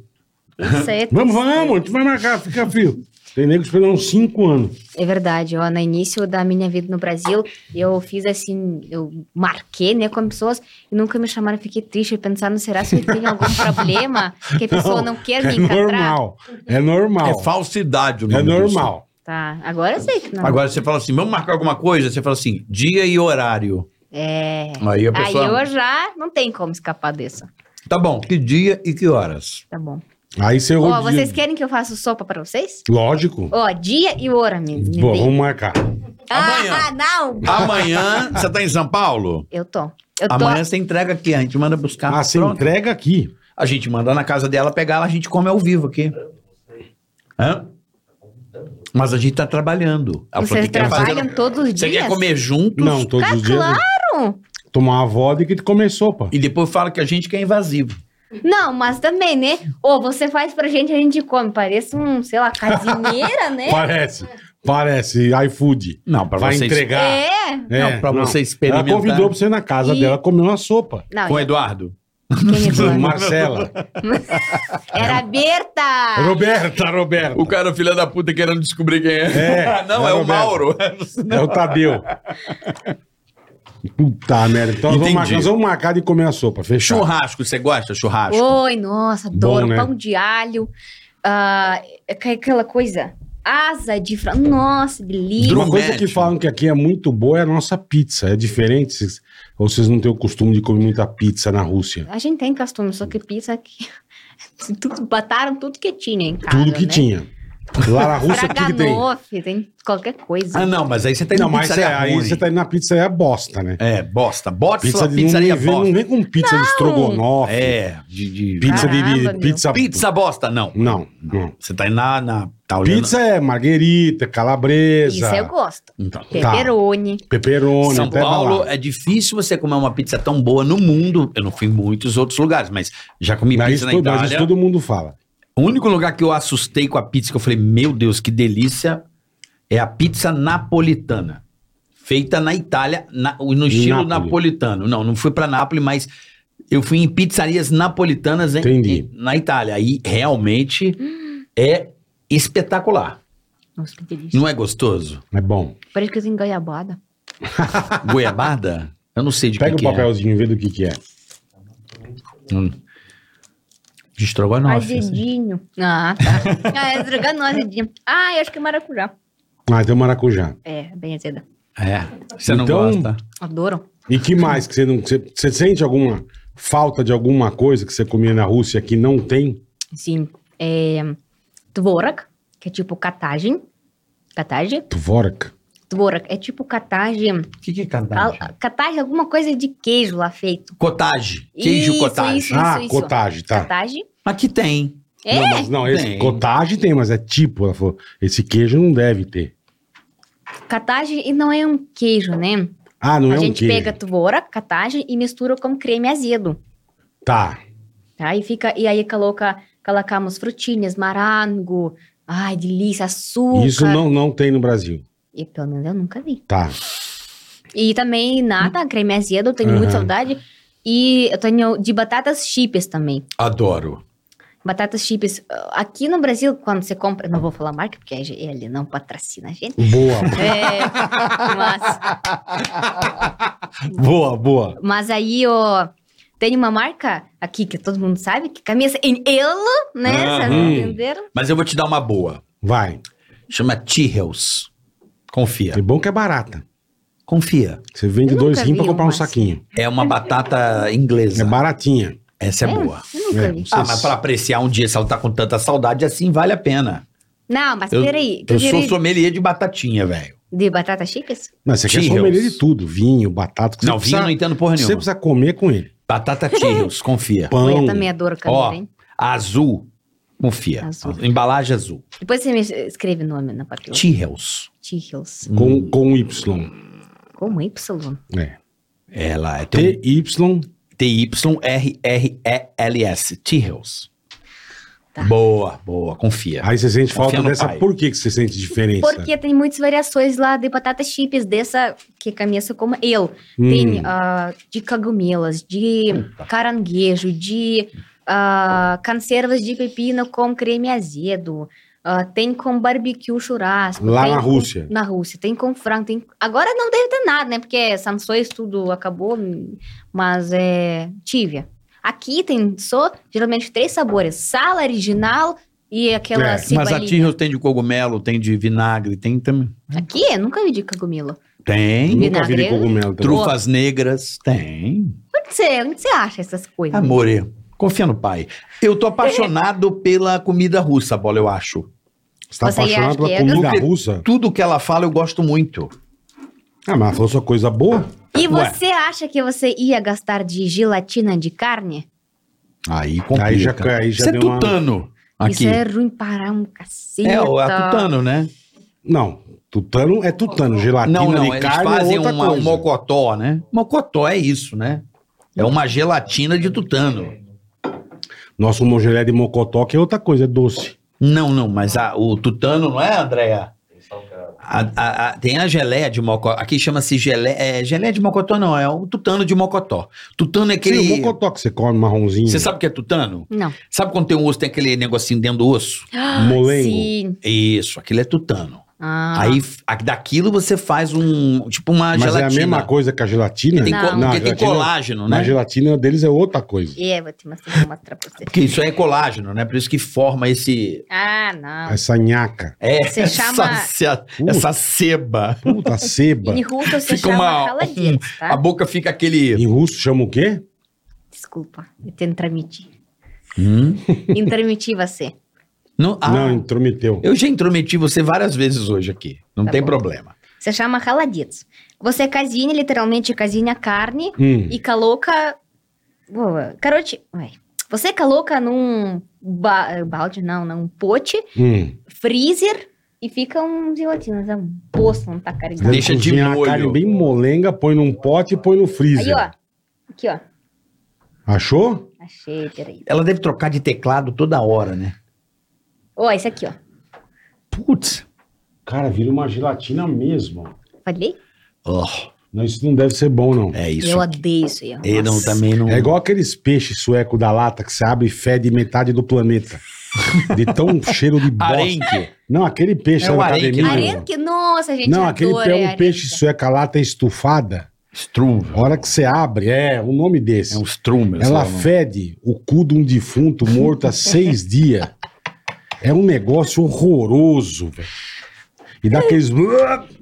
Isso aí é Vamos, triste. vamos, a gente vai marcar, fica frio. Tem nego esperando uns 5 anos. É verdade, ó, no início da minha vida no Brasil, eu fiz assim, eu marquei, né, com pessoas e nunca me chamaram, fiquei triste, pensando, será se eu tenho algum problema que a pessoa não, quer É me encontrar? normal. É normal. É falsidade o É nome disso. normal. Tá, agora eu sei que não. Agora você fala assim, vamos marcar alguma coisa? Você fala assim, dia e horário. É. Aí a Aí pessoa. eu já não tem como escapar dessa, Tá bom, que dia e que horas? tá bom. Aí você Ó, rodia. vocês querem que eu faça sopa pra vocês? Lógico. Ó, dia e hora, me, me Bom, deem. vamos marcar. Amanhã. Ah, ah, não! Amanhã, você tá em São Paulo? Eu tô. Eu tô. Amanhã você entrega aqui, a gente manda buscar. Tá Ah, você Pronto. entrega aqui. A gente manda na casa dela pegar, ela, a gente come ao vivo aqui. Hã? Mas a gente tá trabalhando. Ela falou Vocês que quer fazer- trabalham todos os Você dias? quer comer juntos? Não, todos Ah, os né? dias. claro! Tomar uma vodka e comer sopa. E depois fala que a gente que é invasivo. Não, mas também, né? Ou você faz pra gente, a gente come. Parece um, sei lá, casinheira, né? Parece. Parece iFood. Não, pra Vai vocês- entregar. É. Não, pra você experimentar. Ela convidou pra você na casa E- dela comer uma sopa. Não, Com o Eduardo. quem é dono? Marcela. Era Berta! Roberta, Roberta. O cara, filha da puta, querendo descobrir quem é. É, não, é é, o Roberto. Mauro. É o Tadeu. Puta merda. Então nós vamos, Entendi. marcar, nós vamos marcar de comer a sopa. Fechou? Churrasco, você gosta de churrasco? Oi, nossa, Bom, adoro. né? Pão de alho. ah, aqu- aquela coisa. Asa de frango. Nossa, delícia. Uma Drumete. coisa que falam que aqui é muito boa é a nossa pizza. É diferente? Vocês- Ou vocês não têm o costume de comer muita pizza na Rússia? A gente tem costume, só que pizza aqui. Tudo, bataram tudo que tinha em casa. Tudo que né? tinha. Lá na Rússia, o que, que tem? Fraganofe, tem qualquer coisa. Ah, não, mas aí você tá indo Não, mas é, pizzaria aí ruim. você tá indo na pizzaria bosta, né? É, bosta. Bota Pizza sua de, pizzaria não, vem, bosta. não vem com pizza de estrogonofe. É, de, de- Pizza de- Caramba, de. meu. Pizza. Pizza bosta, não. Não, não. Você tá indo na... na tá olhando- Pizza é marguerita, calabresa. Isso eu gosto. Então, Tá. Pepperoni. Peperoni, São até Paulo Paulo. é difícil você comer uma pizza tão boa no mundo. Eu não fui em muitos outros lugares, mas já comi Mas pizza isso, na todo- mas isso Itália. todo mundo fala. O único lugar que eu assustei com a pizza, que eu falei, meu Deus, que delícia, é a pizza napolitana. Feita na Itália, na- no estilo Nápoles. napolitano. Não, não fui pra Nápoles, mas eu fui em pizzarias napolitanas em- Entendi. em- na Itália. Aí realmente é espetacular. Nossa, que delícia. Não é gostoso? É bom. Parece que eu tenho goiabada. Goiabada? Eu não sei de Pega que o papelzinho e vê do que, que é. que é. Hum. De estrogonofe. é assim. azedinho. Ah, tá. ah, é drogando azedinho. Ah, eu acho que é maracujá. Ah, tem o maracujá. É, bem azeda. É, você não Então, gosta. Adoro. E que mais que você não. Você, você sente alguma falta de alguma coisa que você comia na Rússia que não tem? Sim. É, tvorak, que é tipo catagem. Catagem? Tvorka. Tvorak. É tipo catagem. O que, que é Al- cottage? Catagem é alguma coisa de queijo lá feito. Cottage. Queijo Isso, cottage. isso. ah, cottage, tá. Catagem. Aqui tem. É? Não, mas não, esse Tem. cottage tem, mas é tipo, ela falou, esse queijo não deve ter. Catagem e não é um queijo, né? Ah, não A é um gente queijo. pega tvorak, catagem e mistura com creme azedo. Tá. Tá? E fica, e aí coloca, colocamos frutinhas, marango, ai, delícia, açúcar. Isso não, não tem no Brasil. E pelo menos eu nunca vi. Tá. E também nada, creme azedo, eu tenho Aham. muita saudade. E eu tenho de batatas chips também. Adoro. Batatas chips. ah, Aqui no Brasil, quando você compra, não vou falar marca, porque ele não patrocina a gente. Boa. É, mas boa, boa. Mas aí, ó, tem uma marca aqui que todo mundo sabe, que camisa em elo, né? Vocês Aham. entenderam? Mas eu vou te dar uma boa. Vai. Chama T-Hills. Confia. É bom que é barata. Confia. Você vende Eu dois nunca rins pra vi comprar um uma saquinho. É uma batata É inglesa. baratinha. Essa é, É? boa. Eu nunca É. vi. Ah, mas pra apreciar um dia se ela tá com tanta saudade, assim vale a pena. Não, mas Eu, peraí. eu que sou de- sommelier de batatinha, velho. De batata chips? Mas você quer Tea sommelier Hills. de tudo. Vinho, batata. o que Não, vinho você precisa- não entendo porra Você nenhuma. precisa comer com ele. Batata T-Hills, confia. Pão. Eu também adoro Ó, camisa, hein? azul, confia. Azul. Embalagem azul. Depois você me escreve o nome na papel. T-Hills. T-Hills. Com, com Y. Como Y? É. Ela é tem TY. T-Y-R-R-E-L-S. T-Hills. Tá. Boa, boa. Confia. Aí você sente Confia falta no dessa. pai. Por que, que você sente diferença? Porque tem muitas variações lá de batata chips, dessa que caminha como eu. Tem Hum, ah, de cogumelos, de caranguejo, de ah, conservas de pepino com creme azedo. ah, tem com barbecue churrasco. Lá tem na com- Rússia. na Rússia, tem com frango. Tem... Agora não deve ter nada, né? Porque sanções tudo acabou, mas é. Tive. Aqui tem só geralmente três sabores: sala original e aquela É, é, mas Mas a T-Hills tem de cogumelo, tem de vinagre, tem também. Aqui eu nunca vi de cogumelo. Tem. Nunca vi de vinagre. cogumelo. também. Trufas negras, tem. Onde você, onde você acha essas coisas? Amore, confia no pai. Eu tô apaixonado É. pela comida russa, bola, eu acho. Você tá Você acha apaixonado que pela é? comida Nunca- russa? Tudo que ela fala eu gosto muito. Ah, mas ela falou só coisa boa? E Ué. você acha que você ia gastar de gelatina de carne? Aí complica. Aí já cai, aí já Isso é deu uma- tutano aqui. Isso é ruim para um cacete. É, o- é tutano, né? Não. Tutano é tutano. Gelatina Não, não, de eles carne é fazem outra uma, um coisa. mocotó, né? Mocotó é isso, né? É uma gelatina de tutano. Nosso mogelé de mocotó que é outra coisa, é doce. Não, não, mas a- o tutano não é, Andréa? A- a- a- tem a geleia de mocotó. Aqui chama-se geleia. É, geleia de mocotó não, é o tutano de mocotó. Tutano é aquele. Sim, o mocotó que você come marronzinho. Você sabe o que é tutano? Não. Sabe quando tem um osso, tem aquele negocinho dentro do osso? Molengo. Sim. Isso, aquilo é tutano. Ah. Aí f- a- daquilo você faz um. Tipo uma Mas gelatina. é a mesma coisa que a gelatina? Tem Não. co- Não, porque a tem gelatina- colágeno, Na né? gelatina deles é outra coisa. É, vou te mostrar uma pra você. Porque isso aí é colágeno, né? Por isso que forma esse. Ah, não. Essa nhaca. É, Você essa, chama- ce- essa, seba. Puta seba. Em russo você Fica chama uma- um- haladiets, A tá? boca fica aquele. Em russo chama o quê? Desculpa, eu te intrometi. Hum? Intrometi você. Não, ah, Não, intrometeu. Eu já intrometi você várias vezes hoje aqui. Não Tá tem bom. problema. Você chama haladiets. Você cozinha, literalmente cozinha a carne Hum. e coloca... Boa. Короче, ой. Você coloca num ba- balde, não, num pote, Hum. freezer e fica um gelatina, tá? um poço, não tá carregado. Deixa de Cozinha a molho. carne bem molenga, põe num pote e põe no Aí, freezer. ó. Aqui, ó. Achou? Achei, peraí. Ela deve trocar de teclado toda hora, né? Ó, esse aqui, ó. Putz. Cara, vira uma gelatina mesmo. Falei? Oh, Não, isso não deve ser bom, não. é isso. Eu odeio isso aí, ó. Eu não, tá Nossa. também não. É igual aqueles peixes sueco da lata que você abre e fede metade do planeta. De tão cheiro de bosta. Arenque. Não, aquele peixe É o da arenque, academia. né? Arenque, nossa, gente, Não, adora aquele pe- é um arenque. peixe sueco, a lata é estufada. Struve. A hora que você abre, é um nome desse. É um strume. sei Ela lá o nome. fede o cu de um defunto morto há seis dias. É um negócio horroroso, velho. E dá aqueles.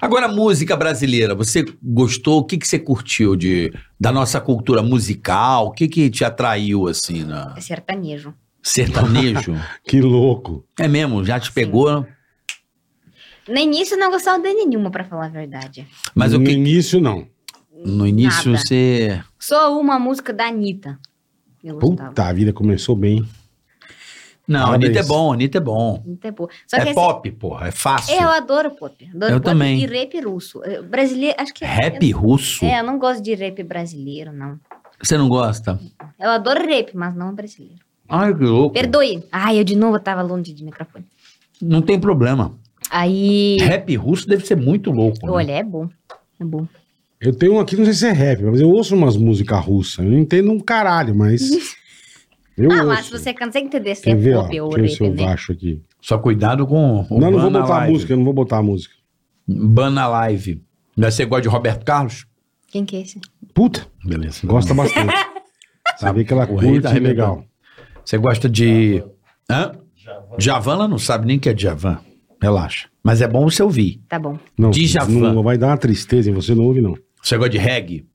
Agora, música brasileira, você gostou? O que, que você curtiu de, da nossa cultura musical? O que, que te atraiu, assim, na É sertanejo. sertanejo? Que louco. é mesmo, já te pegou? No início eu não gostava de nenhuma, pra falar a verdade. Mas o no que, início, não. no início Hum, Nada. você... Só uma música da Anitta. Eu gostava. Puta vida, começou bem. Não, Parabéns. Anitta é bom, Anitta é bom. Anitta é boa. Só que É assim, pop, porra, é fácil. eu adoro pop. Adoro Eu pop também. E rap russo. Eh, Brasileiro, acho que... Rap russo? É, eu não gosto de rap brasileiro, não. Você não gosta? Eu adoro rap, mas não brasileiro. Ai, que louco. Perdoe. Ai, eu de novo tava longe de microfone. Não tem problema. Aí... É Rap russo deve ser muito louco, né? Olha, é bom. É bom. Eu tenho um aqui, não sei se é rap, mas eu ouço umas músicas russas. Eu não entendo um caralho, mas. Eu ah, ouço. mas você consegue entender se Quer é ver, ó? pop Deixa ou eu ver se rap, eu né? baixo aqui. Só cuidado com... o não, não vou Bana botar a Live. música, eu não vou botar a música. Bana Live. Mas Você gosta de Roberto Carlos? Quem que é esse? Puta, Beleza. gosta bastante. você vê que ela O rei tá curte arrebentando. legal. Você gosta de. Hã? Javan, ela não sabe nem o que é Javan. Relaxa. Mas é bom você ouvir. Tá bom. Não, Djavan. não, não vai dar uma tristeza em você, não ouve, não. Você gosta de reggae?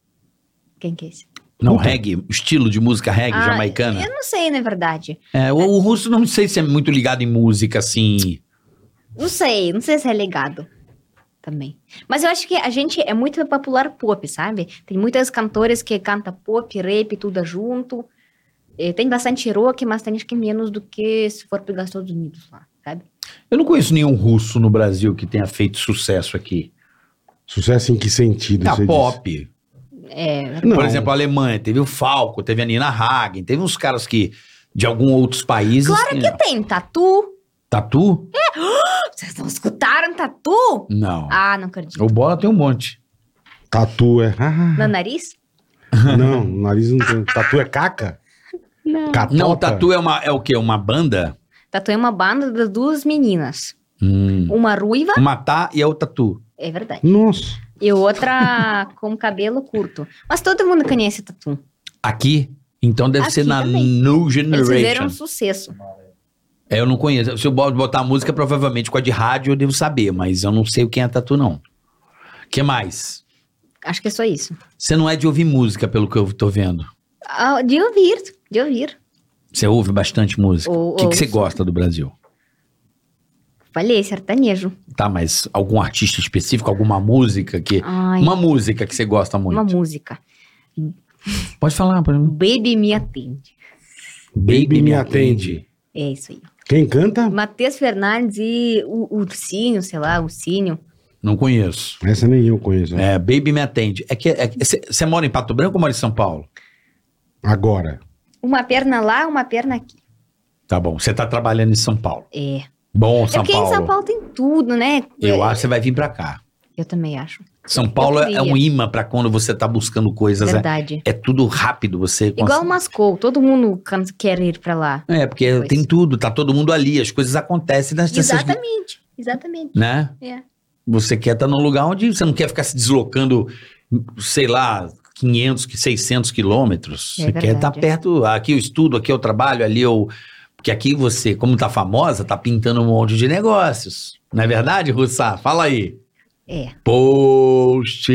Quem que é esse? Não, Puta. reggae, estilo de música reggae Ah, É jamaicana. Eu não sei, na verdade. É, o, o russo não sei se é muito ligado em música assim. Não sei, não sei se é legado também. Mas eu acho que a gente é muito popular pop, sabe? Tem muitas cantores que cantam pop, rap, tudo junto. Eh, tem bastante rock, mas tem acho que menos do que se for pegar os Estados Unidos lá, sabe? Eu não conheço nenhum russo no Brasil que tenha feito sucesso aqui. Sucesso em que sentido? A você pop. É, diz? Não. Por exemplo, a Alemanha. Teve o Falco, teve a Nina Hagen, teve uns caras que... De algum outros países. assim, claro que tem, tatu. Tatu? Vocês não escutaram tatu? Não. Ah, não acredito. O Bola tem um monte. Tatu é. No Ah, nariz? não, o nariz não tem. Tatu é caca? Não. Catota? Não, o Tatu é, uma, é o quê? Uma banda? Tatu é uma banda de duas meninas. Hum. Uma ruiva, Uma tá e a outra Tatu. é verdade. Nossa. E outra com cabelo curto. Mas todo mundo conhece tatu. Aqui? Então deve Aqui ser na também. New Eles fizeram Generation. um sucesso. É, eu não conheço. Se eu bo- botar a música, provavelmente com a de rádio eu devo saber, mas eu não sei o quem é Tatu, não. que mais? Acho que é só isso. Você não é de ouvir música, pelo que eu tô vendo. Ah, de ouvir, de ouvir. Você ouve bastante música. Ou- O que, que ouço. você gosta do Brasil? Falei, é sertanejo. Tá, mas algum artista específico, alguma música que. Ai, Uma música que você gosta muito. uma música. Pode falar pra mim. Baby me atende. Baby, me atende. É isso aí. Quem canta? Matheus Matheus Fernandes e o Ursinho, sei lá, Ursinho. Não conheço. Essa nem eu conheço. né? É, Baby me atende. É que é que- você você mora em Pato Branco ou mora em São Paulo? Agora. Uma perna lá, uma perna aqui. Tá bom. Você tá trabalhando em São Paulo. É. Bom, é São porque Paulo. em São Paulo tem tudo, né? Eu É, acho que você vai vir pra cá. Eu também acho. São Paulo é queria. um imã pra quando você tá buscando coisas. É, Verdade. é tudo rápido, você Igual Moscou, todo mundo can- quer ir pra lá. É, porque Pois. tem tudo, tá todo mundo ali, as coisas acontecem né? nas nessas- Exatamente, exatamente. né? É. Você quer estar num lugar onde você não quer ficar se deslocando, sei lá, 500, que 600 quilômetros. É você quer estar verdade. perto, ah, aqui eu estudo, aqui eu trabalho, ali eu... Porque aqui você, como tá famosa, tá pintando um monte de negócios. Não é verdade, Russá? Fala aí. É. Post,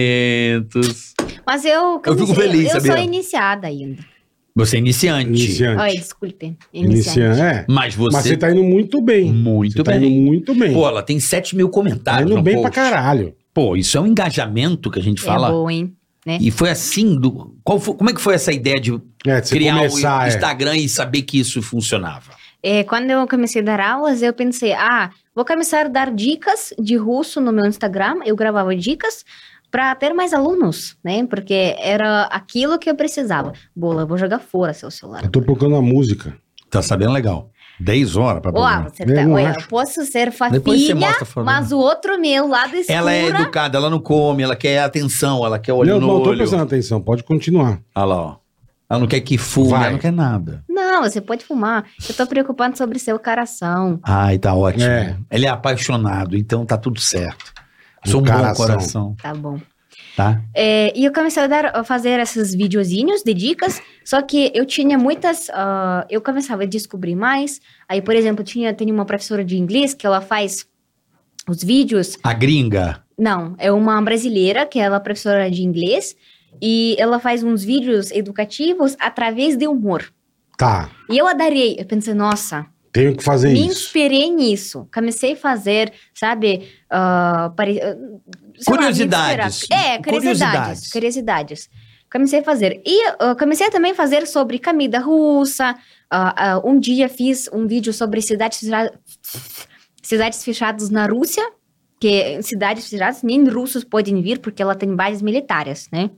eventos... Mas eu. Eu fico feliz, Eu, eu sou sabia? iniciada ainda. Você é iniciante. Iniciante. Oi, desculpe. Iniciante. Iniciante. É. Mas você... Mas você tá indo muito bem. Muito você tá bem. indo muito bem. Pô, ela tem 7 mil tá comentários indo no bem pra post. caralho. Pô, isso é um engajamento que a gente É fala. bom, hein? né? E foi assim, do, qual foi- como é que foi essa ideia de É, de você criar um começar. o é. Instagram e saber que isso funcionava? É, quando eu comecei a dar aulas, eu pensei, ah, vou começar a dar dicas de russo no meu Instagram. Eu gravava dicas para ter mais alunos, né? Porque era aquilo que eu precisava. Bola, eu vou jogar fora seu celular. Eu tô procurando a música. Tá sabendo legal. 10 horas pra Ó, você Eu tá, não olha, acho. eu posso ser Depois você fofinha, mostra a foto. mas o outro meu, lado escuro, Ela é educada, ela não come, ela quer atenção, ela quer olho não, no não, tô olho. prestando atenção. Pode continuar. Olha lá, ó. Ela não quer que fume, Vai. ela não quer nada. Não, você pode fumar. Eu tô preocupando sobre seu coração. Ai, tá ótimo. É. Ele é apaixonado, então tá tudo certo. O Sou um bom coração. coração, Tá bom. tá? É, e eu comecei a, dar- a fazer esses videozinhos de dicas, só que eu tinha muitas. ah, eu começava a descobrir mais. Aí, por exemplo, tinha, tem uma professora de inglês que ela faz os vídeos. A gringa. Não, é uma brasileira que ela é professora de inglês. E ela faz uns vídeos educativos através de humor. Tá. E eu adorei. Eu pensei, nossa, Tenho que fazer me É isso. inspirei nisso. Comecei a fazer, sabe? ah, pare- ah, sei lá, me Curiosidades. inspirar. é, Curiosidades. curiosidades. Curiosidades. Comecei a fazer. E ah, comecei a também fazer sobre comida russa. Ah, ah, um dia fiz um vídeo sobre cidades, fecha- cidades fechadas na Rússia. Que cidades fechadas nem russos podem vir porque ela tem bases militares, né?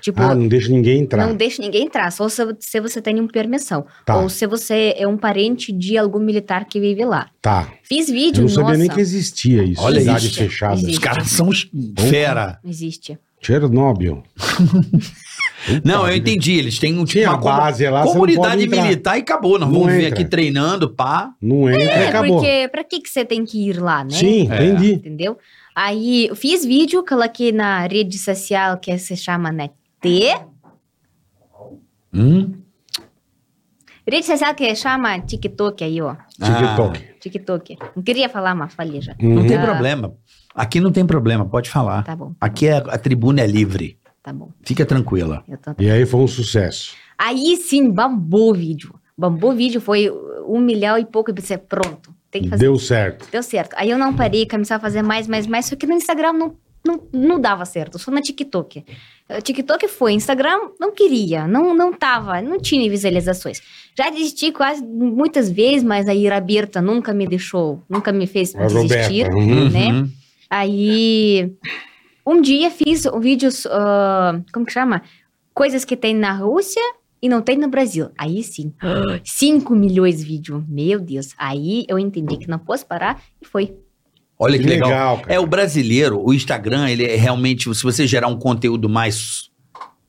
Tipo, Ah, não deixa ninguém entrar. não deixa ninguém entrar, só se, se você tem uma permissão. Tá. Ou se você é um parente de algum militar que vive lá. Tá. Fiz Eu vídeo, não sabia nossa. nem que existia isso. Olha Cidade isso. fechada. Os Existe. caras são os- fera. Existe. Chernobyl. Não, Puta eu vida. entendi. Eles têm um Tinha uma comu- base lá, você não pode comunidade entrar. militar e acabou. Nós Não vamos vir entra. aqui treinando, pá. Não entra e É, acabou. porque pra que, que você tem que ir lá, né? Sim, É. entendi. Entendeu? Aí eu fiz vídeo, coloquei na rede social que se chama né, NET. Hum? Rede social que chama TikTok aí, ó. Ah. TikTok. TikTok. Não queria falar, mas falei já. Uhum. Não tem Ah. problema. Aqui não tem problema, pode falar. Tá bom, Aqui é- a tribuna é livre. tá bom. Fica tranquila. Eu tô... E aí foi um sucesso. Aí sim, bombou o vídeo. Bombou o vídeo, foi um milhão e pouco. Eu pensei, pronto, tem que fazer Deu certo. Deu certo. Aí eu não parei, comecei a fazer mais, mais, mais. Só que no Instagram não, não, não dava certo, só na TikTok. Eh, TikTok foi, Instagram não queria, não, não tava, não tinha visualizações. Já desisti quase muitas vezes, mas aí a Roberta nunca me deixou, nunca me fez A desistir, Roberta, uhum. né? Aí, um dia fiz um vídeos, ah, como que chama? Coisas que tem na Rússia e não tem no Brasil. Aí sim, 5 milhões de vídeos. Meu Deus. Aí eu entendi que não posso parar e foi. Olha que Que legal. legal, cara. É, o brasileiro, o Instagram, ele é realmente, se você gerar um conteúdo mais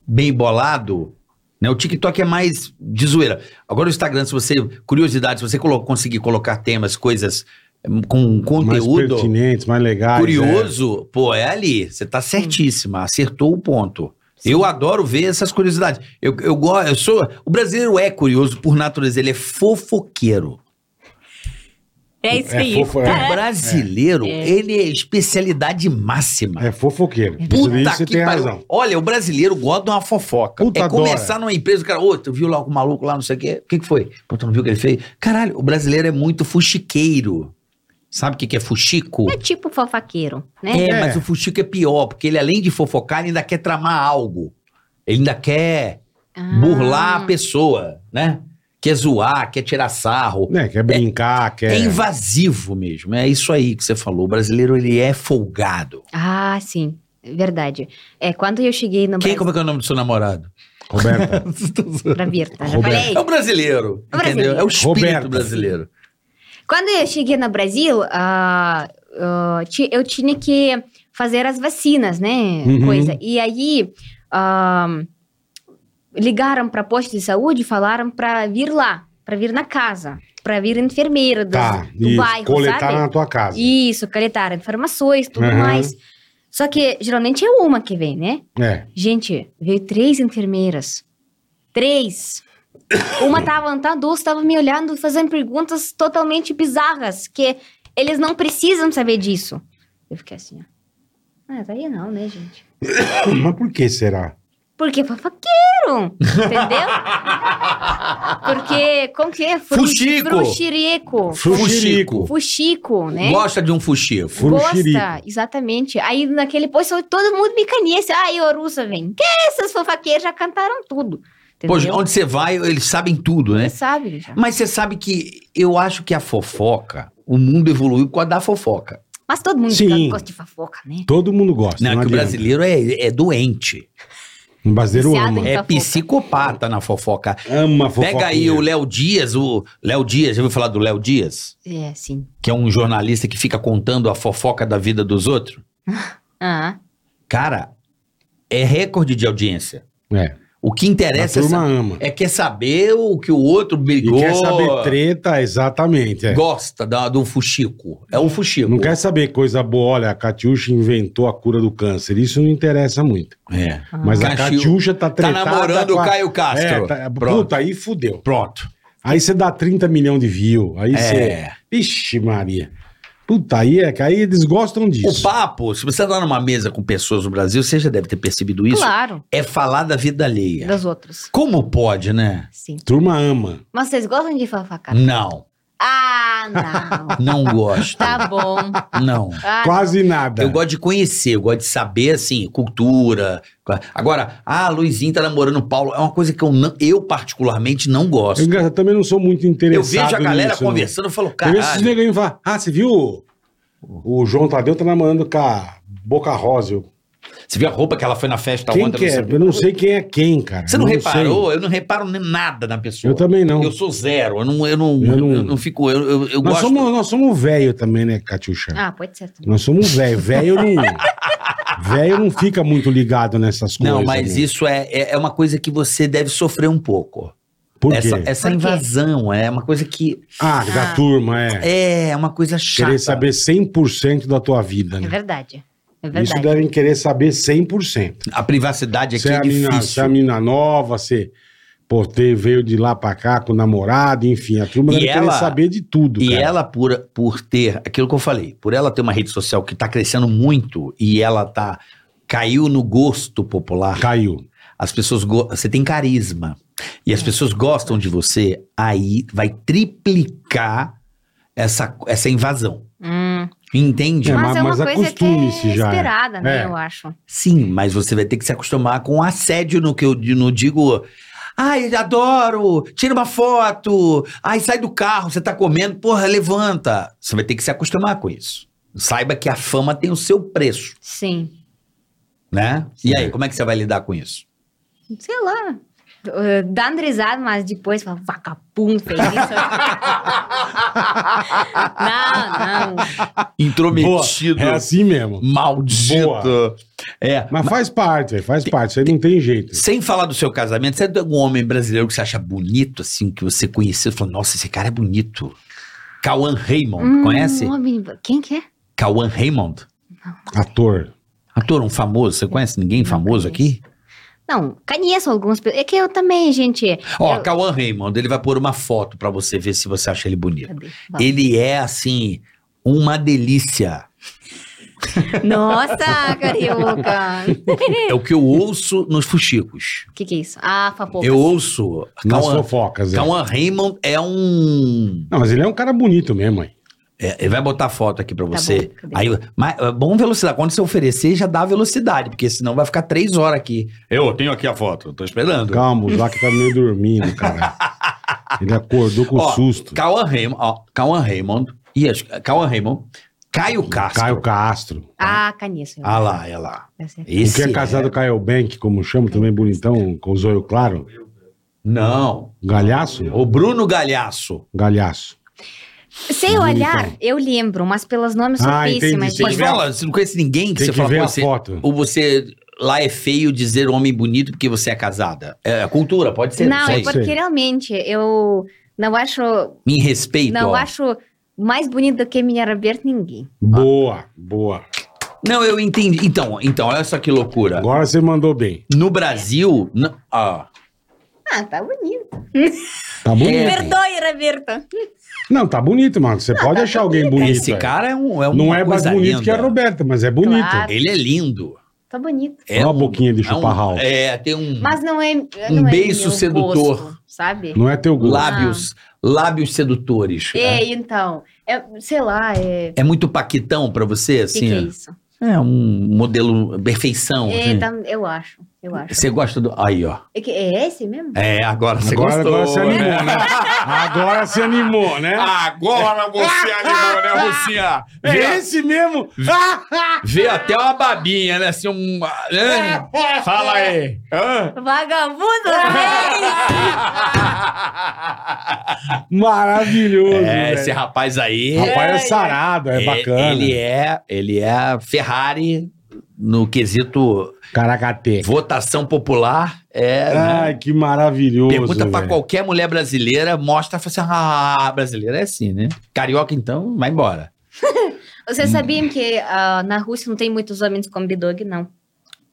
bem bolado, né? O TikTok é mais de zoeira. Agora o Instagram, se você, curiosidade, se você colo- conseguir colocar temas, coisas hum, com mais conteúdo pertinentes, mais legais. curioso, pô, é ali. Você tá certíssima, acertou o ponto. Sim. Eu adoro ver essas curiosidades. Eu, eu, go- eu sou. O brasileiro é curioso por natureza, ele é fofoqueiro. É isso É aí. fofo, é. O brasileiro, É. ele é especialidade máxima. É, é fofoqueiro. Isso daí Puta você que tem pariu. razão. Olha, o brasileiro gosta de uma fofoca. Puta, é adora. começar numa empresa, o cara, ô, tu viu lá o maluco lá, não sei o quê. O que, que foi? Pô, tu não viu o que ele fez? Caralho, o brasileiro é muito fuxiqueiro. Sabe o que, que é fuxico? É tipo fofaqueiro, né? É, É. mas o fuxico é pior, porque ele além de fofocar, ele ainda quer tramar algo. Ele ainda quer Ah. burlar a pessoa, né? Quer zoar, quer tirar sarro. Né, quer brincar, quer... É invasivo mesmo, é isso aí que você falou. O brasileiro ele é folgado. Ah, sim. Verdade. É, quando eu cheguei no Quem, Brasil... como é que é o nome do seu namorado? Roberta, Pra Birta, já Roberto. falei. É o brasileiro, É entendeu? o brasileiro. É o espírito Roberto. brasileiro. Quando eu cheguei no Brasil, ah, ah, ti- eu tinha que fazer as vacinas, né? Uhum. Coisa. E aí ah, ligaram para posto de saúde, e falaram para vir lá, para vir na casa, para vir enfermeira do, tá. do e bairro, coletar sabe? na tua casa. Isso, coletar informações, tudo Uhum. mais. Só que geralmente é uma que vem, né? É. Gente, veio três enfermeiras. Três. Uma tava andando, duas estavam me olhando, fazendo perguntas totalmente bizarras, que eles não precisam saber disso. Eu fiquei assim, ó. Ah, daí não, né, gente? Mas por que será? Porque é fofoqueiro, entendeu? Porque, como que é? Fru- Fuxico. Fruxirico. Fuxico. Fuxico, né? Gosta de um fuxico. Furuxirico. Gosta, exatamente. Aí naquele posto todo mundo me canhece. Aí, ô russa, vem. Que essas fofaqueiras já cantaram tudo. Pô, Entendeu? onde você vai, eles sabem tudo, né? Eles sabem já. Mas você sabe que eu acho que a fofoca, o mundo evoluiu por causa da fofoca. Mas todo mundo Sim. fica- gosta de fofoca, né? Todo mundo gosta. Não, Não, é que o adianta. brasileiro é, é doente. O brasileiro Viciado ama. em- É Fofoca. psicopata na fofoca. Ama fofoca. Pega aí o Léo Dias, o Léo Dias, já ouviu falar do Léo Dias? É, sim. que é um jornalista que fica contando a fofoca da vida dos outros, Ah, cara, é recorde de audiência. É. O que A interessa é, turma sa- ama. é quer saber o que o outro E brigou. quer saber treta, exatamente. é. Gosta da- do fuxico. É um fuxico. Não quer saber coisa boa. Olha, a Catiuxa inventou a cura do câncer. Isso não interessa muito. É. ah. Mas a Catiu- Catiuxa tá Tá tretada. namorando com o a- Caio Castro. É, tá- Pronto. Puta, aí fudeu. Pronto. Aí você dá 30 milhões de views. Aí você. É. Vixe, Maria. Puta, aí é que aí eles gostam O disso. papo, se você tá numa mesa com pessoas no Brasil, você já deve ter percebido isso, Claro, é falar da vida alheia. das outras. Como pode, né? Sim. Turma ama. Mas vocês gostam de fofoca? Hum. Não, Ah, não. não gosto. tá bom. Não. Ah, Quase nada. Eu gosto de conhecer, eu gosto de saber, assim, cultura. Agora, ah, Luizinho tá namorando o Paulo. É uma coisa que eu, não, eu particularmente não Eu, gosto. engraçado, eu também não sou muito Eu interessado. vejo a galera nisso, não. conversando, eu falo, Eu vejo esses caralho. negros aí e falo, ah, você viu? O João Tadeu tá namorando com a Boca Rosa. Eu- Você viu a roupa que ela foi na festa quem ontem? que é? Tá Você, Eu não sei quem é quem, cara. você não, Eu reparou? sei. Eu não reparo nem nada na pessoa. Eu também não. Eu sou zero. Eu não, eu não, Eu eu não- não, fico. Eu, eu, eu nós, gosto. somos, nós somos velho também, né, Catiuxa? ah, pode ser também. Nós somos velho. Velho não. velho não fica muito ligado nessas coisas. Não, mas né? isso é, é, é uma coisa que você deve sofrer um pouco. Por quê? essa essa Por quê? invasão é uma coisa que. Ah, da turma, é. É, é uma coisa chata. Querer saber 100% da tua vida, É né? verdade. É Isso verdade. devem querer saber 100%. A privacidade aqui Você é, é a difícil. mina, você é a mina nova, você pô, te- veio de lá pra cá com o namorado, enfim, a turma E deve querer ela- saber de tudo, E cara. ela, por, por ter aquilo que eu falei, por ela ter uma rede social que tá crescendo muito e ela tá caiu no gosto popular, Caiu. as pessoas go- você tem carisma e É. as pessoas gostam de você, aí vai triplicar essa, essa invasão. Hum, Entende? É, mas, é uma mas coisa que acostume-se é já, é. esperada, né? É. Eu acho. Sim, mas você vai ter que se acostumar com o assédio no que eu di- não digo. Ai, adoro! Tira uma foto! Ai, sai do carro, você tá comendo, porra, levanta! Você vai ter que se acostumar com isso. Saiba que a fama tem o seu preço, Sim. né? E aí, como é que você vai lidar com isso? Sei lá. Eh, Dá um risada, mas depois fala, vagabundo fez isso. não, não. Intrometido, É assim mesmo. maldito. Boa. É. Mas faz parte, velho, faz parte. Isso aí não tem jeito. Sem falar do seu casamento, você é de algum homem brasileiro que você acha bonito, assim, que você conheceu, falou, nossa, esse cara é bonito. Cauan Raymond, Hum, conhece? homem- Quem que é? Cauan Raymond. Ator. Ator, um famoso, você conhece ninguém famoso aqui? Não, conheço alguns. pe- É que eu também, gente. Ó, eu... Cauan Raymond, ele vai pôr uma foto pra você ver se você acha ele bonito. Cadê? Vai. Ele é, assim, uma delícia. Nossa, carioca. É o que eu ouço nos fuxicos. O que, que é isso? Ah, fapocas. Eu ouço... Nas Cauan, fofocas, é. Cauan Raymond é um... Não, mas ele é um cara bonito mesmo, mãe. É, ele vai botar a foto aqui pra Tá você. bom, cadê? Aí, mas, é bom velocidade. Quando você oferecer, já dá velocidade, porque senão vai ficar três horas aqui. Eu tenho aqui a foto, eu tô esperando. Calma, o Zac tá meio dormindo, cara. Ele acordou com Ó, susto. Cauan Raymond, ó, Cauan Raymond, yes, Cauan Raymond, Caio Castro. Caio Castro. Ah, conheço. Ah lá, é lá. Essa é- O Esse que é casado com Caio Bank, como chama, também bonitão, com os olhos claros. Não, Um Galhaço? o Bruno Galhaço. Galhaço. Sem olhar, eu lembro, mas pelos nomes são Ah, péssimas, entendi, Mas gente. entendi. ver fala, então. você não conhece ninguém que Tem você que fala ver pô, a você, Ah. foto. Ou você lá é feio dizer homem bonito porque você é casada. É cultura, pode ser. Não, é sei. por- porque realmente eu não acho, Me respeito. não ó. acho mais bonito do que minha Roberta ninguém. Boa, boa. Não, eu entendi. Então, então, olha só que loucura. Agora você mandou bem. No Brasil. n- ah, Ah, tá bonito. Tá bonito? É. Perdoe, Roberta. Não, tá bonito, mano. Você pode achar alguém bonito. esse velho. cara é um. É Não uma é mais coisa bonito linda. que a Roberta, mas é bonito. Claro. Ele é lindo. Tá bonito. É Olha a um- boquinha de é um- chuparral. É, tem um. Mas não é. Um não é beiço meu sedutor. gosto, sabe? Não é teu gosto. Ah. lábios. Lábios sedutores. né? É, então. É, sei lá, é. É muito paquitão pra você, O que, que é assim? isso? é? um modelo perfeição. É, assim. tá- eu acho, eu acho. Você gosta do. Aí, ó. É, que- é esse mesmo? É, agora você Agora, gostou. Ah, agora você animou, né? né? Agora você animou, né? Agora você animou, né, Rocinha? É esse mesmo? Vê até uma babinha, né? Assim, um. Fala aí. É. Vagabundo! né? Maravilhoso. É, velho. esse rapaz aí. Rapaz é sarado, é, é- bacana. Ele é, ele é a Ferrari no quesito Caracate. votação popular. É, né? Ai, que maravilhoso. Pergunta pra velho. qualquer mulher brasileira, mostra, fala assim, ah, brasileira é assim, né? Carioca, então, vai embora. Hum. Vocês sabiam que ah, na Rússia não tem muitos homens com bidog, não?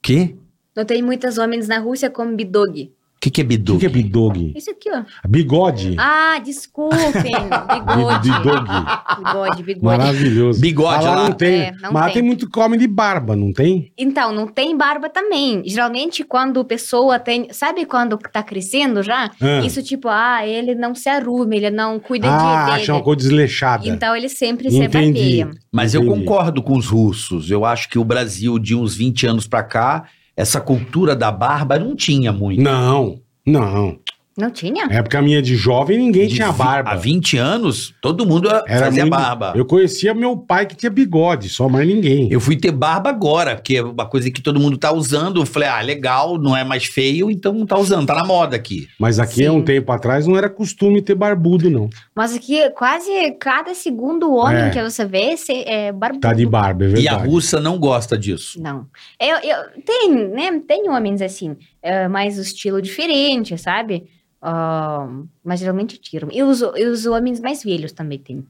Que? Não tem muitos homens na Rússia com bidog. O que, que é O bidu? que é bidog? Isso aqui, ó. Bigode. Ah, desculpem. Bigode. Bi- bidog. Bigode, bigode. Maravilhoso. é Bigode, Mas lá, lá- não tem. É, não mas lá tem. tem muito que homem de barba, não tem? Então, não tem barba também. Geralmente, quando pessoa tem. Sabe quando tá crescendo já? Ah. Isso tipo, ah, ele não se arruma, ele não cuida ah, de acha uma dele. coisa desleixada. Então, ele sempre se Entendi. barbeia. Mas eu Entendi. concordo com os russos. Eu acho que o Brasil, de uns 20 anos pra cá, essa cultura da barba não tinha muito. Não, não. Não tinha? É porque a minha de jovem ninguém De tinha vi- barba. Há 20 anos, todo mundo fazia muito- barba. Eu conhecia meu pai que tinha bigode, só mais ninguém. Eu fui ter barba agora, porque é uma coisa que todo mundo tá usando. Eu falei, ah, legal, não é mais feio, então não tá usando, tá na moda aqui. Mas aqui Sim. há um tempo atrás não era costume ter barbudo, não. Mas aqui, quase cada segundo homem É. que você vê cê- é barbudo. Tá de barba, é verdade. E a russa não gosta disso. Não. Eu, eu, tem, né? Tem homens assim, é, mais o estilo diferente, sabe? Ah, mas geralmente tiram. E os, e os homens mais velhos também têm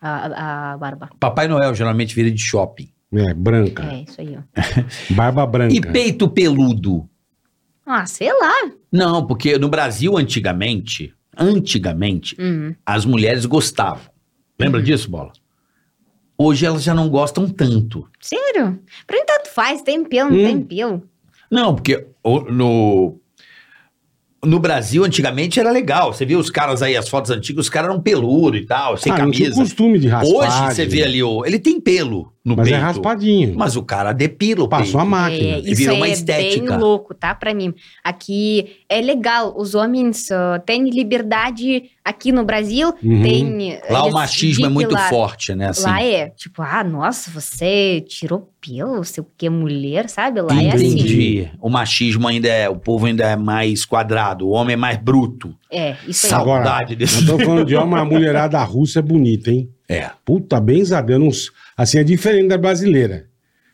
a, a barba. Papai Noel geralmente vira de shopping. É, branca. É, isso aí. ó. Barba E branca. peito peludo? Ah, sei lá. Não, porque no Brasil, antigamente, antigamente, Hum. as mulheres gostavam. Uhum. Lembra disso, Bola? Hoje elas já não gostam tanto. Sério? Pra mim tanto faz, tem pelo, não Hum. tem pelo. Não, porque o- no... No Brasil, antigamente, era legal. Você viu os caras aí, as fotos antigas, os caras eram peludo e tal, sem Ah, não tinha camisa. costume de raspar. Hoje você de- vê ali, o, ele tem pelo. no Mas peito. é raspadinho. Mas o cara depila o Passou a peito. É, máquina. E isso virou aí uma é estética. bem louco, tá? Pra mim. Aqui é legal, os homens ah, têm liberdade aqui no Brasil. Uhum. Tem, eh, Lá o eles machismo é muito depilar. forte, né? Assim. Lá é tipo, ah, nossa, você tirou pelo, sei o que, mulher, sabe? Lá é assim. Entendi. O machismo ainda é, o povo ainda é mais quadrado, o homem é mais bruto. É, isso aí. Agora- Saudade desse. Não tô falando de homem, mas a mulherada russa é bonita, hein? É. Puta, benzada. Eu não... s- Assim, é diferente da brasileira.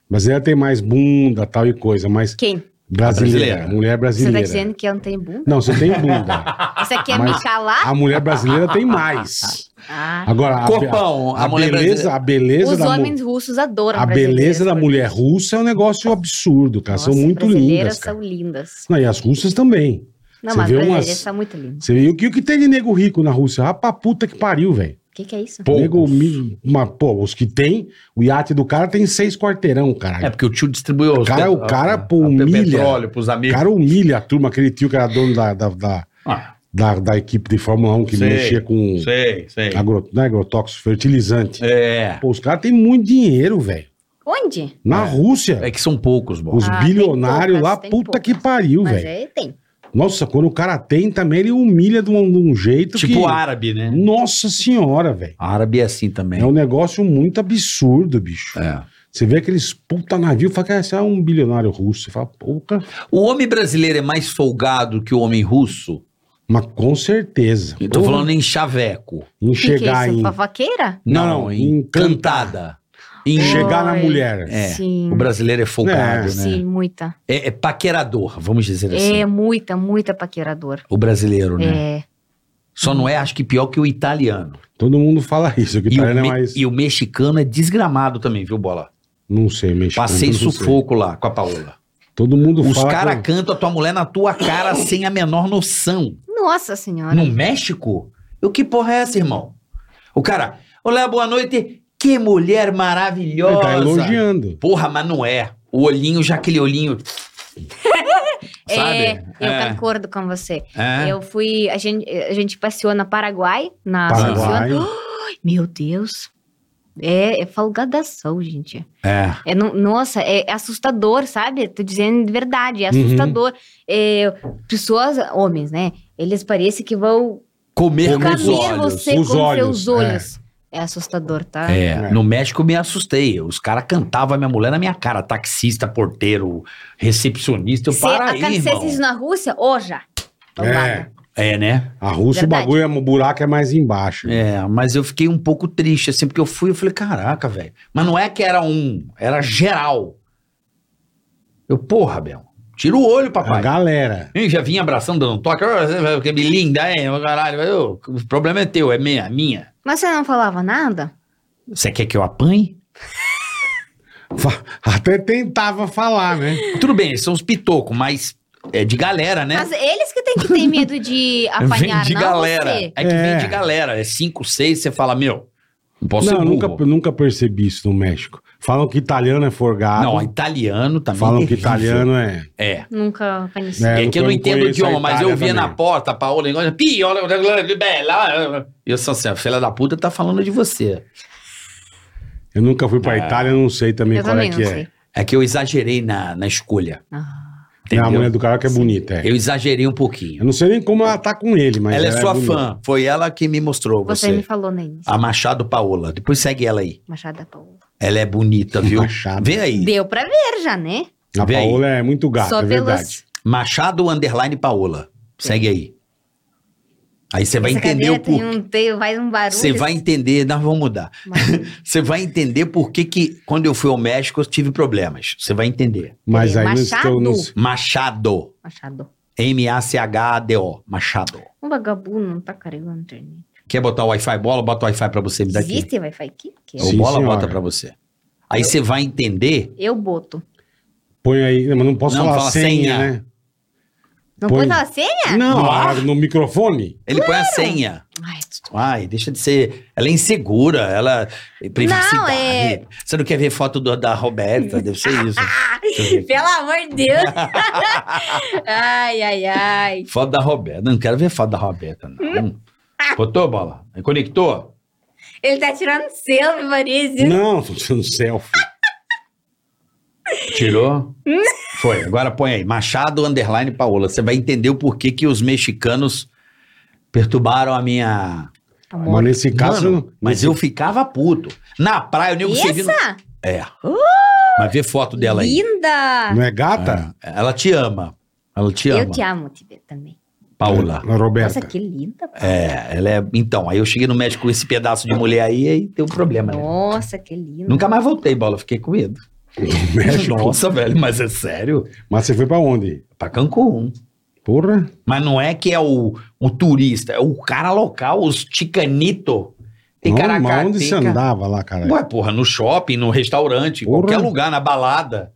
Brasileira tem mais bunda, tal e coisa, mas Quem? brasileira, brasileira. mulher é Você brasileira. tá dizendo que eu não tenho bunda? Não, você tem bunda. Você quer Mas- me calar? A mulher brasileira tem mais. Ah. Agora, a, be- Corpão, a, a mulher beleza, brasileira. a beleza Os da mu- homens russos adoram A beleza brasileiras, da por mulher isso. russa é um negócio absurdo, cara. são Nossa, muito brasileiras lindas, cara. são lindas. Não, e as russas também. Não, Você mas vê brasileiras umas- são muito lindas. Você viu que o que tem de nego rico na Rússia? Ah, pra puta que pariu, velho. O que, que é isso? Poucos. Nego, mi- uma, pô, os que tem, o iate do cara tem seis quarteirão, caralho. É porque o tio distribuiu os Cara, é pe- o cara, a- pô, a- humilha. petróleo pros o amigos. cara humilha a turma, aquele tio que era dono da, da, da, Ah, da, da equipe de Fórmula 1 que Sei, mexia com sei, sei. agro, não é agrotóxico, fertilizante. É. Pô, os caras têm muito dinheiro, velho. Onde? Na Rússia, É que são poucos, bom. os Ah, tem bilionários lá, poucas, tem puta poucas. que pariu, Mas velho. é, tem. Nossa, quando o cara tem também, ele humilha de um, de um jeito Tipo que... árabe, né? Nossa senhora, velho. Árabe é assim também. É um negócio muito absurdo, bicho. É. Você vê aqueles puta navio, fala que esse é um bilionário russo. Você fala, pouca. O homem brasileiro é mais folgado que o homem russo? Mas com certeza. Eu tô Porra, falando em chaveco. em Que que chegar é isso? em. Fofoqueira? Não, em em cantada. Em Chegar na Oi. mulher. É. Sim. O brasileiro é folgado, É. né? Sim, muita. É, é paquerador, vamos dizer assim. É muita, muita paqueradora. O brasileiro, né? É. Só não é, acho que pior que o italiano. Todo mundo fala isso, que E o, italiano é me- mais. e o mexicano é desgramado também, viu, Bola? Não sei, mexicano. Passei não sei. sufoco lá com a Paola. Todo mundo Os fala. caras que- cantam a tua mulher na tua cara sem a menor noção. Nossa senhora. No México? O que porra é essa, irmão? O cara, olá, boa noite. Que mulher Ele maravilhosa. tá elogiando. Porra, mas não é. O olhinho, já aquele olhinho. É, sabe? eu É. concordo com você. É. Eu fui. A gente, a gente passeou na Paraguai, na Paraguai. Asunción. Meu Deus. É, é folgadação, gente. É. É, no- nossa, é, é assustador, sabe? Tô dizendo de verdade, é Uhum. assustador. É, pessoas, homens, né? Eles parecem que vão Comer com Comer os comer olhos. você os com olhos, seus olhos. É. assustador, tá? É, no México eu me assustei. Os caras cantavam a minha mulher na minha cara. Taxista, porteiro, recepcionista. Eu Se para aí, acontecesse isso irmão. na Rússia, hoje. É. É, né? A Rússia, Verdade. o bagulho, é, o buraco é mais embaixo. É, mas eu fiquei um pouco triste, assim, porque eu fui e falei, caraca, velho. Mas não é que era um, era geral. Eu, porra, Bel, tira o olho, A papai. galera. Hein, já vinha abraçando, dando um toque. "Ah, Que linda, hein? Ô, Caralho, Ô, o problema é teu, é minha, minha. Mas você não falava nada? Você quer que eu apanhe? Fa- Até tentava falar, né? Tudo bem, são os pitocos, mas é de galera, né? Mas eles que têm que ter medo de apanhar, vem de não galera. você. É que É. vem de galera. É 5, 6, você fala, meu, não posso não, ser eu nunca, burro. nunca percebi isso no México. Falam que italiano é forgado. Não, italiano também. é falam que terrível. italiano é. É. Nunca conheci. É, É, eu que eu não não entendo o conheço a idioma, mas Itália eu via também. na porta, a Paola, negócio, "Pi, olha, olha, olha, bela". E eu sou assim, a filha da puta tá falando de você. Eu nunca fui Ah. pra Itália, eu não sei também Eu qual também é não que é. sei. É que eu exagerei na, na escolha. Ah. Tem a entendeu? mulher do cara que é bonita, é. Eu... Eu exagerei um pouquinho. não sei nem como ela tá com ele, mas. ela é sua bonita. fã. Foi ela que me mostrou Você, você. me falou, né? isso. Ah. A Machado Paola. Depois segue ela aí. Machada Paola. Ela é bonita, viu? Machado. Vem aí. Deu pra ver já, né? A Vem aí. Paola é muito gata, Só é verdade. Machado Underline Paola. Segue aí. Aí você vai Essa entender o cadeira tem porquê. um, tem, faz um barulho. Você vai entender, nós vamos mudar. Mas- Você vai entender por que, que quando eu fui ao México eu tive problemas. Você vai entender. Mas aí Peraí, não estou. Não... Machado? Machado. Machado. M-A-C-H-A-D-O. Machado. Um vagabundo não tá carregando internet. Quer botar o Wi-Fi bola? Bota o Wi-fi pra você, me dá aqui. Existe Wi-Fi aqui? Que é? O Sim, bola senhora. bota pra você. Aí você vai entender. Eu boto. Põe aí. Não, mas não posso Não, falar fala senha, senha. né? Não Põe. põe na senha? Não, No a- ar? no microfone. Ele põe a senha. Ai, Ai, deixa de ser. Ela é insegura, ela. Privacidade. é- Você não quer ver foto do- da Roberta? Deve ser isso. Deixa eu ver. pelo amor de Deus. ai, ai, ai. Foto da Roberta. Não quero ver foto da Roberta, não. Botou, bola? Conectou? Ele tá tirando selfie, Marise. Não, tô tirando selfie. Tirou? Foi. Agora põe aí. Machado Underline Paola. Você vai entender o porquê que os mexicanos perturbaram a minha. Amor. Mas nesse caso. Mano, mas eu ficava puto. Na praia, o nego servindo. Essa? Uh! É. Mas vê foto dela aí. Linda! Não é gata? Ela te ama. Ela te ama. Eu te amo, Tibet, também. Paola. É, Roberta. Nossa, que linda. pô. É, ela é. Então, aí eu cheguei no médico com esse pedaço de mulher aí, aí tem um problema, né? Nossa, que linda. Nunca mais voltei, bola, fiquei com medo. Do México. Nossa, velho, mas é sério? Mas você foi pra onde? Pra Cancún. Porra. Mas não é que é o, o turista, é o cara local, os ticanito. Tem Não, mas caracateca. onde você andava lá, cara? Ué, porra, no shopping, no restaurante, em Porra. qualquer lugar, na balada.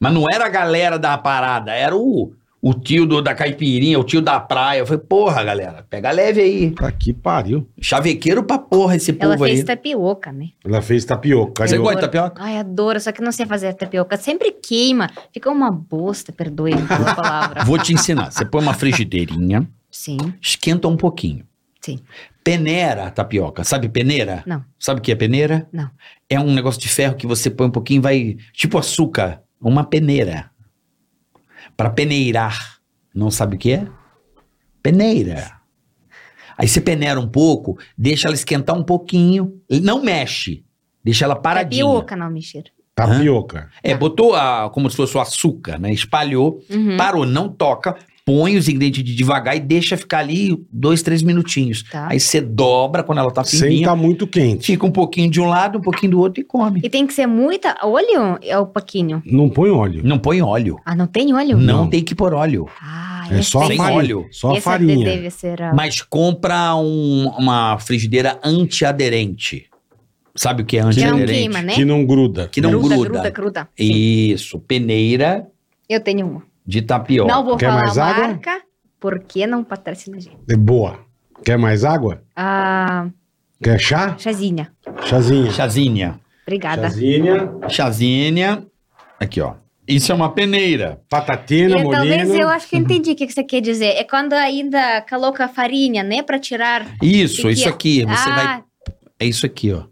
Mas não era a galera da parada, era o, o tio do- da caipirinha, o tio da praia. Eu falei, porra, galera, pega leve aí. Tá que pariu. Chavequeiro pra porra esse povo Ela fez aí. tapioca, né? Ela fez tapioca. Você carioca. gosta de tapioca? Ai, adoro, só que não sei fazer tapioca. Sempre queima. Fica uma bosta, perdoe a palavra. Vou te ensinar. Você põe uma frigideirinha, Sim, esquenta um pouquinho. sim. Peneira a tapioca. Sabe peneira? Não, Sabe o que é peneira? não. É um negócio de ferro que você põe um pouquinho e vai. Tipo açúcar. Uma peneira. Pra peneirar. Não sabe o que é? Peneira. Aí você peneira um pouco, deixa ela esquentar um pouquinho. e Não mexe. Deixa É ela paradinha. Tapioca, não, mexer. Tapioca. É, botou a, como se fosse o açúcar, né? Espalhou, Uhum. parou, não toca, põe os ingredientes devagar e deixa ficar ali dois, três minutinhos. Tá. Aí você dobra quando ela tá Sem fininha, tá muito quente. fica um pouquinho de um lado, um pouquinho do outro e come. E tem que ser muita. Óleo é o pouquinho. Não põe óleo. Não põe óleo. Ah, não tem óleo? Não, Não. tem que pôr óleo. Ah, É só a Sem essa- farinha. óleo. Só a essa farinha. é deve ser a... Mas compra um- uma frigideira antiaderente. Sabe o que é que não antiaderente? queima, né? Que não gruda. Que não gruda, gruda. gruda, gruda. Sim. Isso, peneira Eu tenho uma. de tapioca. Não vou Quer falar mais a água? marca, porque não patrocina a gente. É boa. Quer mais água? Ah, Quer chá? chazinha. Chazinha. Chazinha. Obrigada. Chazinha. Chazinha. Aqui, ó. Isso é uma peneira. Patatina, E talvez eu molina. acho Uhum. que eu entendi o que que você quer dizer. É quando ainda coloca a farinha, né? Pra tirar. Isso, Que isso que é? aqui. Você ah, vai. É isso aqui, ó.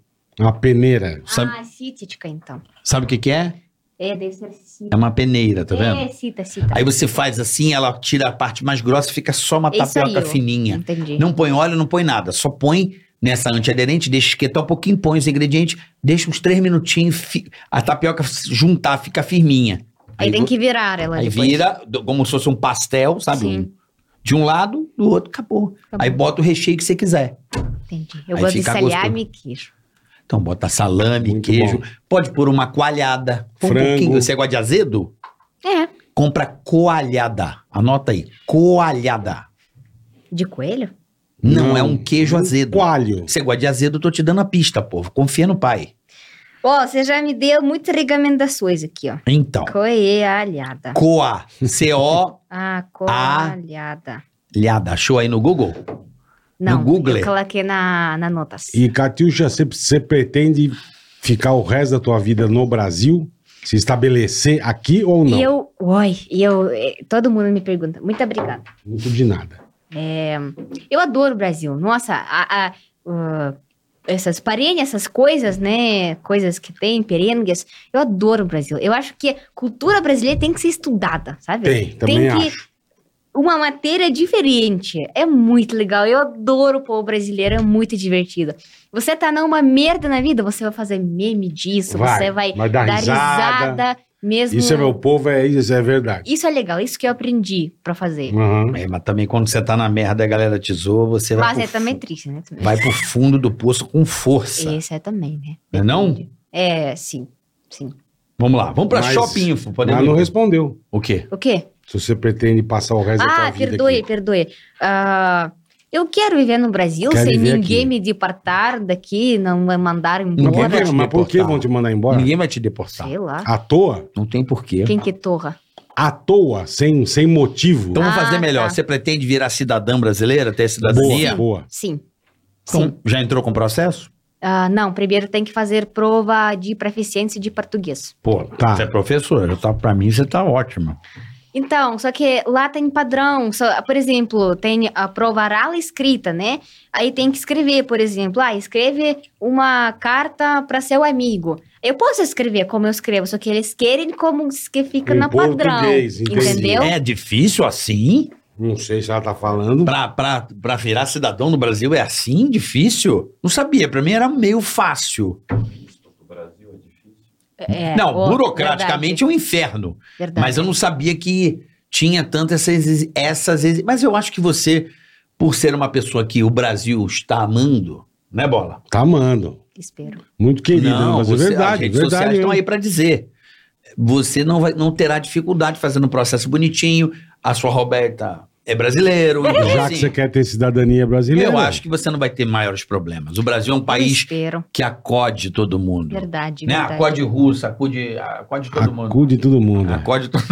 Uma peneira. Sabe- ah, cítica, então. Sabe o que, que é? É, deve ser É cítica. uma peneira, tá vendo? É, cita, cita. Aí você faz assim, ela tira a parte mais grossa e fica só uma É isso tapioca aí, ó. fininha. Entendi. Não põe óleo, não põe nada. Só põe nessa antiaderente, deixa esquentar um pouquinho, põe os ingredientes, deixa uns três minutinhos, fi- a tapioca se juntar, fica firminha. aí, tem vo- que virar ela aí depois. vira do- como se fosse um pastel, sabe? Sim. Um- de um lado, do outro, acabou. Acabou. Aí bota o recheio que você quiser. Entendi. Eu Aí gosto de fica salhame e queijo. Então bota salame, Muito queijo, bom. pode pôr uma coalhada. põe Frango. Você gosta de azedo? É. Compra coalhada. Anota aí. Coalhada. De coelho? Não, Não, é um queijo azedo. Coalho. Você gosta de azedo, eu tô te dando a pista, povo. Confia no pai. Ó, você já me deu muitas recomendações aqui, ó. Então, Coelhada. coa. C-O-lhada. Ah, coalhada. Achou aí no Google? Não, Google. eu coloquei na, na notas. E, Catiuxa, você- você pretende ficar o resto da tua vida no Brasil? Se estabelecer aqui ou não? E eu, oi, e eu, eh, todo mundo me pergunta, muito obrigada. Muito de nada. Eu adoro o Brasil, nossa, a- a, ah, essas parentes, essas coisas, né, coisas que tem, perengues, eu adoro o Brasil. Eu acho que a cultura brasileira tem que ser estudada, sabe? Tem, também que acho. uma matéria diferente. É muito legal. Eu adoro o povo brasileiro, é muito divertido. Você tá numa merda na vida, você vai fazer meme disso, Vai, você vai, vai dar risada. mesmo. Isso é meu povo, é isso, é verdade. Isso é legal, isso que eu aprendi pra fazer. Aham. É, mas também quando você tá na merda, a galera te zoa, você vai, Mas pro é também fu- triste, né? Também. vai pro fundo do poço com força. Esse é também, né? Não é não? É, sim, sim. Vamos lá, vamos pra Mas- Shopping Info. Mas Podemos... não respondeu. O quê? O quê? Se você pretende passar o resto da tua Ah, vida perdoe, aqui. perdoe. Ah, eu quero viver no Brasil Quero sem viver ninguém aqui. me deportar daqui, não me mandar Mas embora. por, Ninguém vai que, te mas por que deportar. vão te mandar embora? Ninguém vai te deportar. Sei lá. À toa? Não tem porquê. Quem ah. que torra? À toa, sem, sem motivo. Então vamos Ah, fazer melhor. tá. Você pretende virar cidadã brasileira, ter cidadania? boa, boa. Sim. Então, já entrou com processo? Ah, não, primeiro tem que fazer prova de proficiência de português. Pô, Tá. você é professora, tá, pra mim você tá ótima. Então, só que lá tem padrão. Só, por exemplo, tem a prova oral e escrita, né? Aí tem que escrever, por exemplo, ah, escreve uma carta para seu amigo. Eu posso escrever como eu escrevo, só que eles querem como que fica Em no padrão. português, entendi. Entendeu? É difícil assim? Não sei se ela tá falando. Pra, pra, pra virar cidadão no Brasil é assim difícil? Não sabia, pra mim era meio fácil. É, não, ó, burocraticamente é um inferno. verdade, verdade. Mas eu não sabia que tinha tanto essas, exi- essas. exi- Mas eu acho que você, por ser uma pessoa que o Brasil está amando, né, Bola? Tá amando. Espero. Muito querida, não, né? mas você- é as verdade, é redes sociais verdade. estão mesmo. aí para dizer. Você não, vai, não terá dificuldade fazendo um processo bonitinho. A sua Roberta é brasileiro. então, Já assim, que você quer né? ter cidadania brasileira. eu acho que você não vai ter maiores problemas. O Brasil é um país Espero. que acode todo mundo. Verdade, Né? verdade. Acode russa, acode, acode todo mundo. Acude todo mundo. é. Acode todo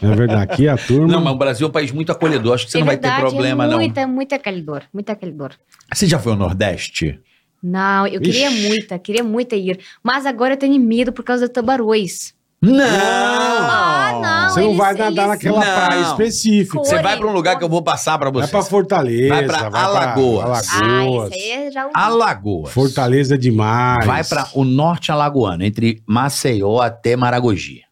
É verdade. Aqui a turma. Não, mas o Brasil é um país muito acolhedor. Acho que você É não vai ter verdade, problema, é não. muita, Muito acolhedor, muito acolhedor. Você já foi ao Nordeste? Não, eu queria Ixi. muita, queria muito ir. Mas agora eu tenho medo por causa do tubarões. Não! Ah, não. você não eles- vai nadar eles- naquela Não. praia específica. Cor- Você vai pra um lugar que eu vou passar pra Vai você. É pra Fortaleza. Vai pra Alagoas. Ah, Alagoas. isso aí é já ouvi. Alagoas. Fortaleza é demais. Vai pra o norte alagoano, entre Maceió até Maragogi.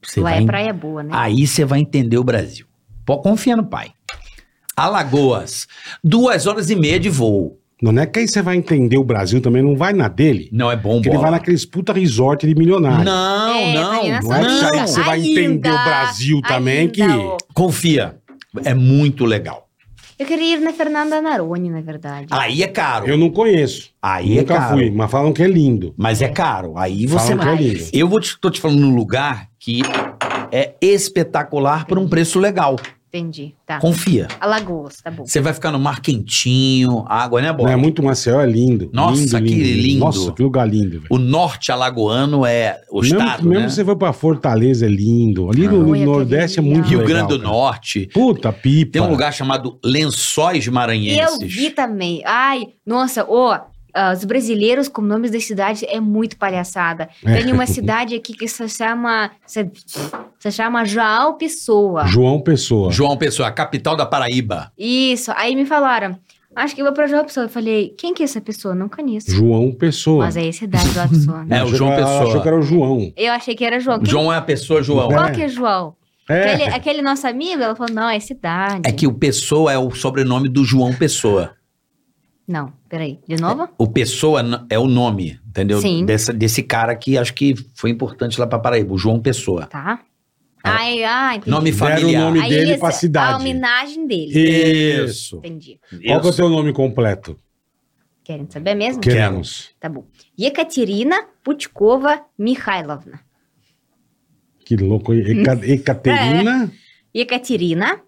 Você Lá vai é en- praia boa, né? Aí você vai entender o Brasil. Pô, confia no pai. Alagoas. Duas horas e meia de voo. Não, não é que aí você vai entender o Brasil também, não vai na dele. Não é bom, Porque ele bola. vai naqueles puta resort de milionário. Não, É, tá aí não. na Não é que isso aí Ainda, que você vai entender o Brasil também, ainda, que- ó. Confia. É muito legal. Eu queria ir na Fernanda Naroni, na verdade. Aí é caro. Eu não conheço. Aí Nunca é caro. fui, mas falam que é lindo. Mas é caro. Aí você falam que é vai. lindo. Eu vou te, tô te falando num lugar que é espetacular por um preço legal. Entendi, tá. Confia. Alagoas, tá bom. Você vai ficar no mar quentinho, a água, né, Não bola? é muito Maceió, é lindo. Nossa, que lindo. Nossa, que lugar lindo, velho. O norte alagoano é o mesmo estado, mesmo né? Ah. você foi pra Fortaleza, é lindo. Ali no, Olha, que Nordeste é legal. muito Rio legal. Grande do cara. Norte. Puta pipa. Tem um lugar chamado Lençóis E eu vi Maranhenses. também. Ai, nossa, ó, ah, os brasileiros com nomes das cidades é muito palhaçada. É. Tem uma cidade aqui que se chama. Se, se chama João Pessoa. João Pessoa. João Pessoa, a capital da Paraíba. Isso. Aí me falaram, acho que eu vou pra João Pessoa. Eu falei, quem que é essa pessoa? Não conheço. João Pessoa. Mas é a cidade de João Pessoa. né? É, o Achou João que era- Pessoa. Achou que era o João. Eu achei que era João. Quem- João é a pessoa, João. Qual É. que é João? É. Aquele, aquele nosso amigo, ela falou, não, é cidade. É que o Pessoa é o sobrenome do João Pessoa. Não, peraí. De novo? O Pessoa n- é o nome, entendeu? Sim. Dessa- desse cara que acho que foi importante lá pra Paraíba, o João Pessoa. Tá. Ai, ai. entendi. É. Nome Deram familiar. o nome Aí é dele eles- pra A cidade. homenagem dele. Isso. Entendi. Qual que é o Isso. teu nome completo? Querem saber mesmo? Queremos. Tá bom. Yekaterina Putkova Mikhailovna. Que louco. Eca- Ecaterina. É. Yekaterina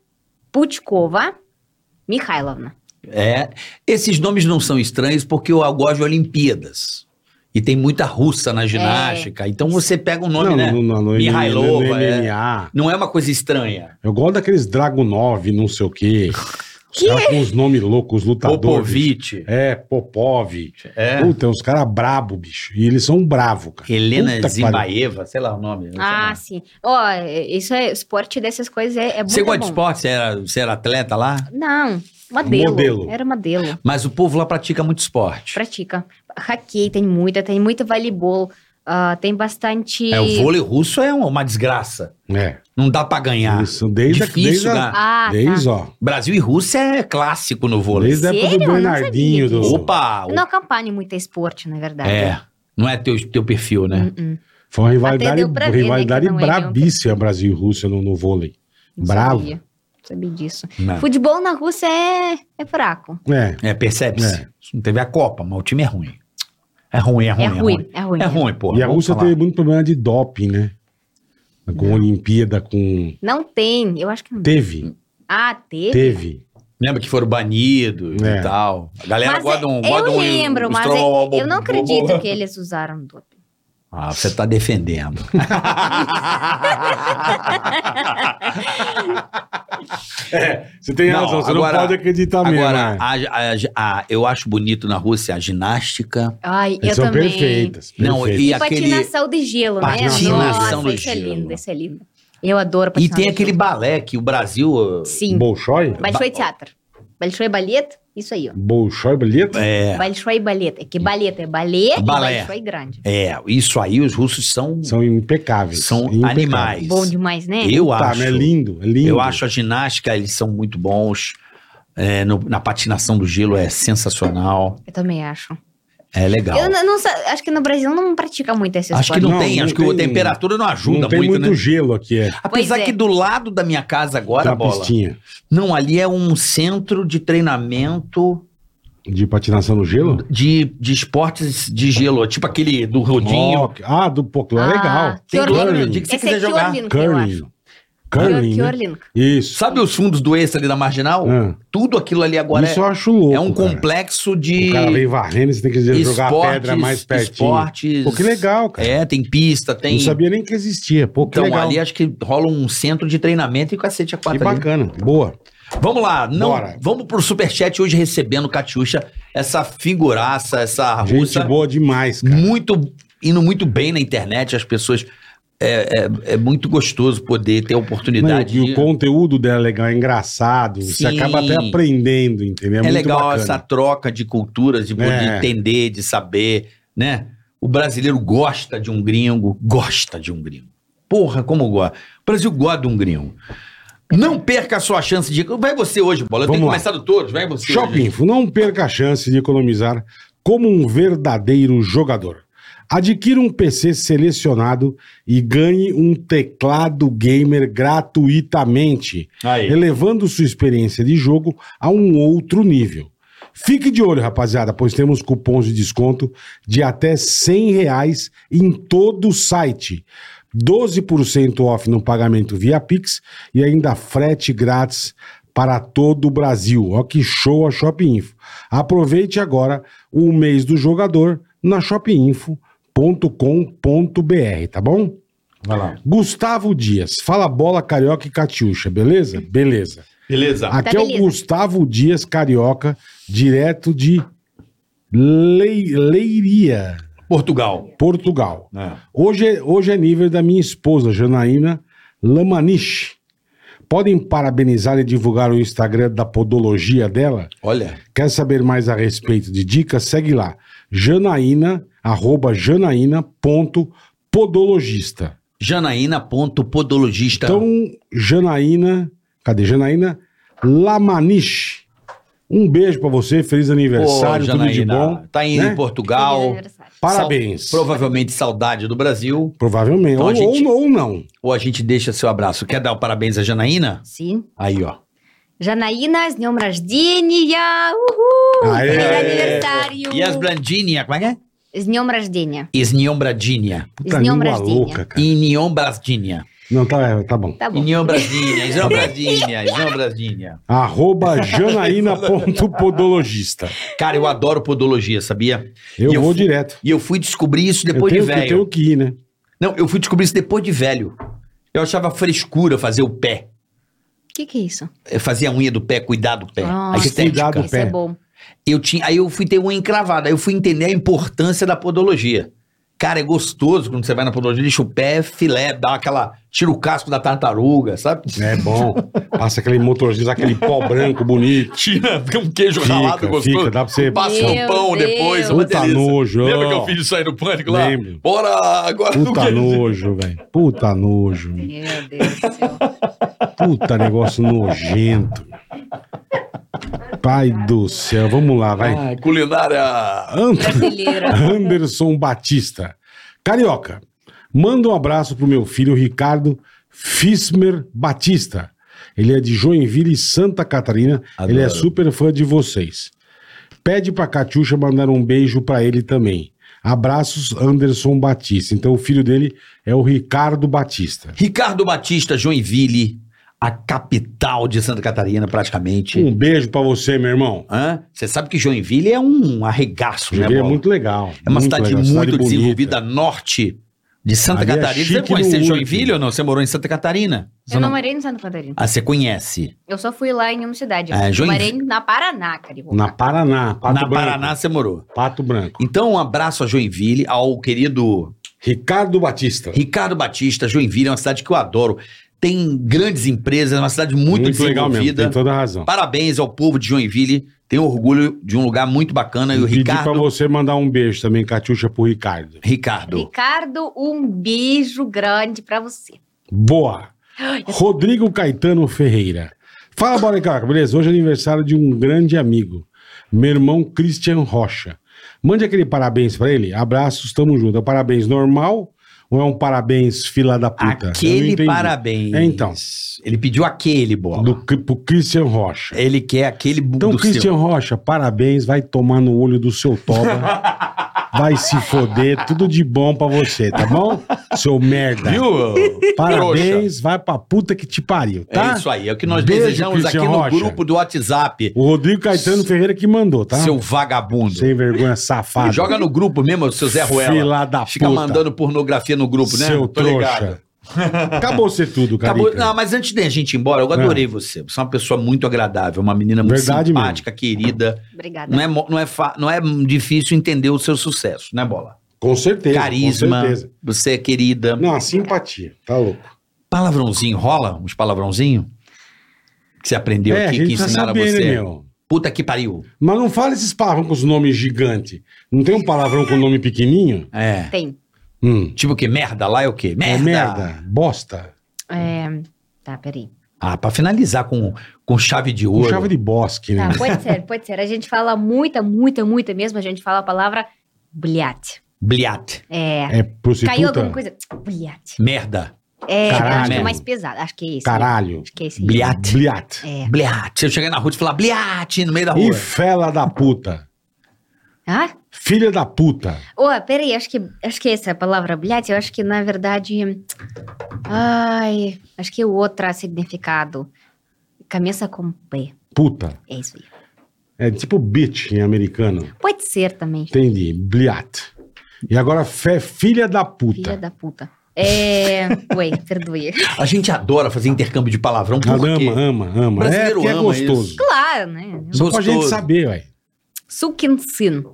Putkova Mikhailovna. É. Esses nomes não são estranhos porque eu gosto de Olimpíadas. E tem muita russa na ginástica. É. Então você pega um nome, não, né? não, não, não, Mihailova, não, não, é. MMA. Não é uma coisa estranha. Eu gosto daqueles Dragunov, não sei o quê. Os caras com os nomes loucos, os lutadores. Popovic. É, Popov. É. Tá Puta, uns caras brabo, bicho. E eles são bravo, cara. Helena Puta que pariu. Zimbaeva, sei lá o nome. não sei Ah, lá. sim. Ó, isso é esporte dessas coisas é, é muito Você gosta de bom. esporte? Você era, você era atleta lá? Não, modelo. Modelo. Era modelo. Mas o povo lá pratica muito esporte. Pratica. Hackei tem muita, tem muito voleibol, ah, tem bastante... É, o vôlei russo é uma desgraça. É. Não dá pra ganhar. Isso, desde, a- Difícil desde, a, ganhar. Ah, tá. desde, ó, Brasil e Rússia é clássico no vôlei. desde a época do Sério? Eu não sabia Bernardinho. Do... disso. Opa! Eu não acompanho muito esporte, na verdade. É. Não é teu, teu perfil, né? Uh-uh. Foi uma rivalidade, deu pra ver, né, rivalidade que não é brabíssima Brasil e Rússia no, no vôlei. Não Bravo. sabia. Não sabia disso. Não. Futebol na Rússia é, é fraco. É. É, percebe-se. É. Não teve a Copa, mas o time é ruim. É ruim, é ruim, É é ruim. ruim, é ruim. É ruim, pô. e a Vamos Rússia falar. teve muito problema de doping, né? Com Olimpíada, com. Não tem, eu acho que não Teve, Ah, teve? teve. Lembra que foram banidos É. e tal. A galera Mas é, guarda um... eu guarda um- lembro, um mas é, estrol- eu não acredito que eles usaram doping. Ah, você tá defendendo. Você tem É. Não, razão, você agora- não pode acreditar Agora, mesmo. é. a, a- a- eu acho bonito na Rússia a ginástica. Ai, Eles eu são também. perfeitas. Não, perfeitas. e E aquele... patinação de gelo, né? Patinação Nossa, do isso é gelo. lindo, isso é lindo. Eu adoro E Paixão tem da aquele Chuva. balé que o Brasil. Sim. Bolshoi? Большой театр. Большой балет, isso aí, ó. Bolshoi, bilhete? É. Большой балет. É que ballet é balé, Balé. e большой grande. É, isso aí, os russos são. São impecáveis. É. São impecáveis. animais. Bom demais, né? Eu Tá, acho. mas é lindo, é lindo. Eu acho a ginástica, eles são muito bons. É, no- na patinação do gelo é sensacional. Eu também acho. É legal. Eu n- não, sa- acho que no Brasil não pratica muito esse Acho que esporte. Não, não, tem, não acho que tem- a temperatura não ajuda Não tem muito, muito, né? gelo aqui, é. Apesar Pois é. que do lado da minha casa agora, Da bola. pistinha. Não, ali é um centro de treinamento De patinação no gelo? de, de esportes de gelo, tipo aquele do rodinho. Ó, que- ah, do Pocló, Ah, legal. que Tem orgulho. curling, o dia que você Esse é quiser jogar. curling, que eu acho. Curling. Curling, né? Curling. Isso. Sabe os fundos do ex ali da marginal? Ah, Tudo aquilo ali agora Isso é, eu acho louco, é um cara. complexo O de cara vem varrendo, você tem que jogar a esportes, pedra mais pertinho. esportes. Pô, que legal, cara. É, tem pista, tem. Não sabia nem que existia. Pô, que então, legal. ali acho que rola um centro de treinamento e cacete a Que quatro ali. né? bacana. Boa. Vamos lá, não, Bora. vamos pro superchat hoje recebendo Catiuxa, essa figuraça, essa Gente russa, boa demais, cara. muito indo muito bem na internet, as pessoas é, é, é muito gostoso poder ter a Não, oportunidade. Né, e de- o conteúdo dela é legal, é engraçado. Você Sim. acaba até aprendendo, entendeu? é muito legal bacana. essa troca de culturas, de poder É. entender, de saber, né? O brasileiro gosta de um gringo, gosta de um gringo. Porra, como gosta. O Brasil gosta de um gringo. Não perca a sua chance de. Vai você hoje, bola. Eu Vamos tenho lá. começado todos, vai você. Shopping hoje. Info, não perca a chance de economizar como um verdadeiro jogador. Adquira um PC selecionado e ganhe um teclado gamer gratuitamente, Aí. elevando sua experiência de jogo a um outro nível. Fique de olho, rapaziada, pois temos cupons de desconto de até R$ 100 reais em todo o site. 12% off no pagamento via Pix e ainda frete grátis para todo o Brasil. Ó que show a Shopping Info. Aproveite agora o mês do jogador na shopinfo.com.br, tá bom? Vai lá. Gustavo Dias, fala bola carioca e Catiuxa, beleza? Beleza. Beleza. Aqui Tá, é o beleza. Gustavo Dias Carioca, direto de Lei- Leiria, Portugal. Portugal. É. Hoje é, hoje é nível da minha esposa, Janaína Lamanich. Podem parabenizar e divulgar o Instagram da podologia dela? Olha. Quer saber mais a respeito de dicas? Segue lá, janaína, arroba janaína.podologista. Janaína.podologista. Então, Janaína, cadê Janaína? Lamanich. Um beijo pra você, feliz aniversário, Ô, tudo de Janaína, bom. Tá indo né? em Portugal. Feliz aniversário. Parabéns. Sal- provavelmente saudade do Brasil. Provavelmente. Então, a ou, gente- ou- ou não. Ou a gente deixa seu abraço. Quer dar o parabéns a Janaína? Sim. Aí, ó. Janaína, с днем рождения! Uhul! Aê! Feliz E as aniversário! Brandinha, como é que é? С днем рождения! Isnion Brandinha. Puta Dnём língua рождения. louca, cara. Inion Brasdinha. Não, tá, tá bom. Tá bom. Inion Brasdinha. Isnion Brasdinha. Isnion Brasdinha. Arroba janaína.podologista. Cara, eu adoro podologia, sabia? Eu, E eu vou fui- direto. E eu fui descobrir isso Eu depois tenho, de que, eu velho. tenho que ir, né? Não, eu fui descobrir isso depois de velho. Eu achava frescura fazer o pé. O que, que é isso? Eu fazia a unha do pé, cuidar do pé. a Nossa. estética. Cuidado do Isso é pé. bom. Eu tinha, aí eu fui ter uma encravada, aí eu fui entender a importância da podologia. Cara, é gostoso quando você vai na podologia, deixa o pé filé, dá aquela. tira o casco da tartaruga, sabe? É bom. Passa aquele motorzinho, aquele pó branco bonito. Tira, fica um queijo Fica, fica, dá pra você. Passa Meu no pão Deus. depois, é uma Puta delícia. nojo. Lembra que eu ó. fiz isso aí no pânico lá? Lembro. Bora agora no Puta queijo. nojo, velho. Puta nojo. Meu Deus do céu. Puta negócio nojento. Pai do céu. Vamos lá, vai. Ah, culinária. Ant- Brasileira. Anderson Batista. Carioca, manda um abraço pro meu filho Ricardo Fismer Batista. Ele é de Joinville, Santa Catarina. Adoro. Ele é super fã de vocês. Pede pra Catiuxa mandar um beijo pra ele também. Abraços, Anderson Batista. Então o filho dele é o Ricardo Batista. Ricardo Batista, Joinville, a capital de Santa Catarina, praticamente. Um beijo pra você, meu irmão. Hã? Você sabe que Joinville é um arregaço, né, Joinville é Bola? muito legal. É uma cidade legal, muito bonita. desenvolvida, norte de Santa Ali é Catarina. chique você conhece no Joinville último. ou não? Você morou em Santa Catarina? Você Eu não não- morei em Santa Catarina. Ah, você conhece. Eu só fui lá em uma cidade. Ah, eu Joinville. morei na Paraná, Carioca. Na Paraná, Pato Na Branco. Paraná você morou. Pato Branco. Então, um abraço a Joinville, ao querido Ricardo Batista. Ricardo Batista. Joinville é uma cidade que eu adoro. tem grandes empresas, é uma cidade muito, Muito legal mesmo, desenvolvida. tem toda a razão. Parabéns ao povo de Joinville. Tenho orgulho de um lugar muito bacana. E o Pedi pra Ricardo. você mandar um beijo também, Catiuxa, pro Ricardo. Ricardo. Ricardo, um beijo grande pra você. Boa. Rodrigo Caetano Ferreira. Fala, Bora Caca, beleza? Hoje é aniversário de um grande amigo, meu irmão Christian Rocha. Mande aquele parabéns pra ele. Abraços, tamo junto. É um parabéns normal ou é um parabéns fila da puta? Eu não Aquele entendi. parabéns. É, então. Ele pediu aquele, bola. Do, Cri- pro Christian Rocha. Ele quer aquele bu- Então, do Christian seu. Rocha, parabéns. Vai tomar no olho do seu toba. Vai se foder. Tudo de bom pra você, tá bom? Seu merda. Viu? Trouxa. Parabéns, vai pra puta que te pariu, tá? É isso aí. É o que nós Beijo, desejamos Christian aqui no Rocha. grupo do WhatsApp. O Rodrigo Caetano Ferreira que mandou, tá? Seu vagabundo. Sem vergonha, safado. Joga no grupo mesmo, seu Zé Ruela. Fila da Fica puta. mandando pornografia no grupo, né? Seu Tô ligado. trouxa. Acabou ser tudo, cara. Acabou- Não, mas antes da gente ir embora, eu adorei você. Você é uma pessoa muito agradável, uma menina muito Verdade simpática, querida. Obrigada. Não é, mo- não, é fa- não é difícil entender o seu sucesso, né, Bola? Com certeza. Carisma, Com certeza. você é querida. Não, a simpatia, tá louco. Palavrãozinho, rola? Uns palavrãozinho? Que você aprendeu é, a aqui, que gente tá ensinaram a sabendo, você. meu. Puta que pariu. Mas não fala esses palavrões com os nomes gigantes. Não tem um palavrão com nome pequenininho? É. Tem. Hum. Tipo o quê? Merda lá é o quê? É Merda. merda, bosta. É, Tá, peraí. Ah, pra finalizar com, com chave de Com ouro. chave de bosque, né? Tá, pode ser, pode ser. A gente fala muita, muita, muita mesmo. A gente fala a palavra bliat. Bliat. É. É Caiu prostituta? alguma coisa? Bliat. Merda. É, Caralho. acho que é mais pesado. Acho que é esse. Caralho. Acho que é esse. Bliat. Bliat. É. tá Bliat. Se eu chegar na rua e falar Bliat no meio da E rua. fela da puta. Ah? Filha da puta. Ô, peraí, acho que, acho que essa palavra, блядь, eu acho que, na verdade, ai, acho que outro significado. Começa com P, Puta. é isso aí. É tipo bitch em americano. Pode ser também, Entendi. Bliat. E agora fé filha da puta. filha da puta. É, oi, perdoe. A gente adora fazer intercâmbio de palavrão. Por Ela quê? ama, ama, ama. É Brasileiro porque é ama gostoso. isso. Claro, né? Só pra gente Gostoso. saber, ué. Сукин сын.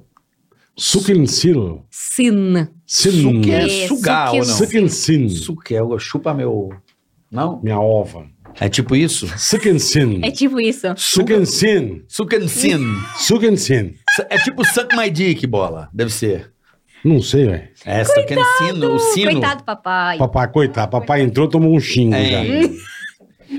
Sukin Silo. Сын. Sin. Suquin- É Э, sugar сукин ou não? сын. Sukin Sin. Isso que é, eu- chupa meu. Não? Minha ova. É tipo isso? Sukin Sin. É tipo isso. Sukin Sin. Sucansin. Sukin Sin. É tipo Suck My Dick, bola. Deve ser. Não sei, ué. É, Sucansin, o sino. Coitado, papai. Papai, coitado. Papai entrou, tomou um xingo já. É.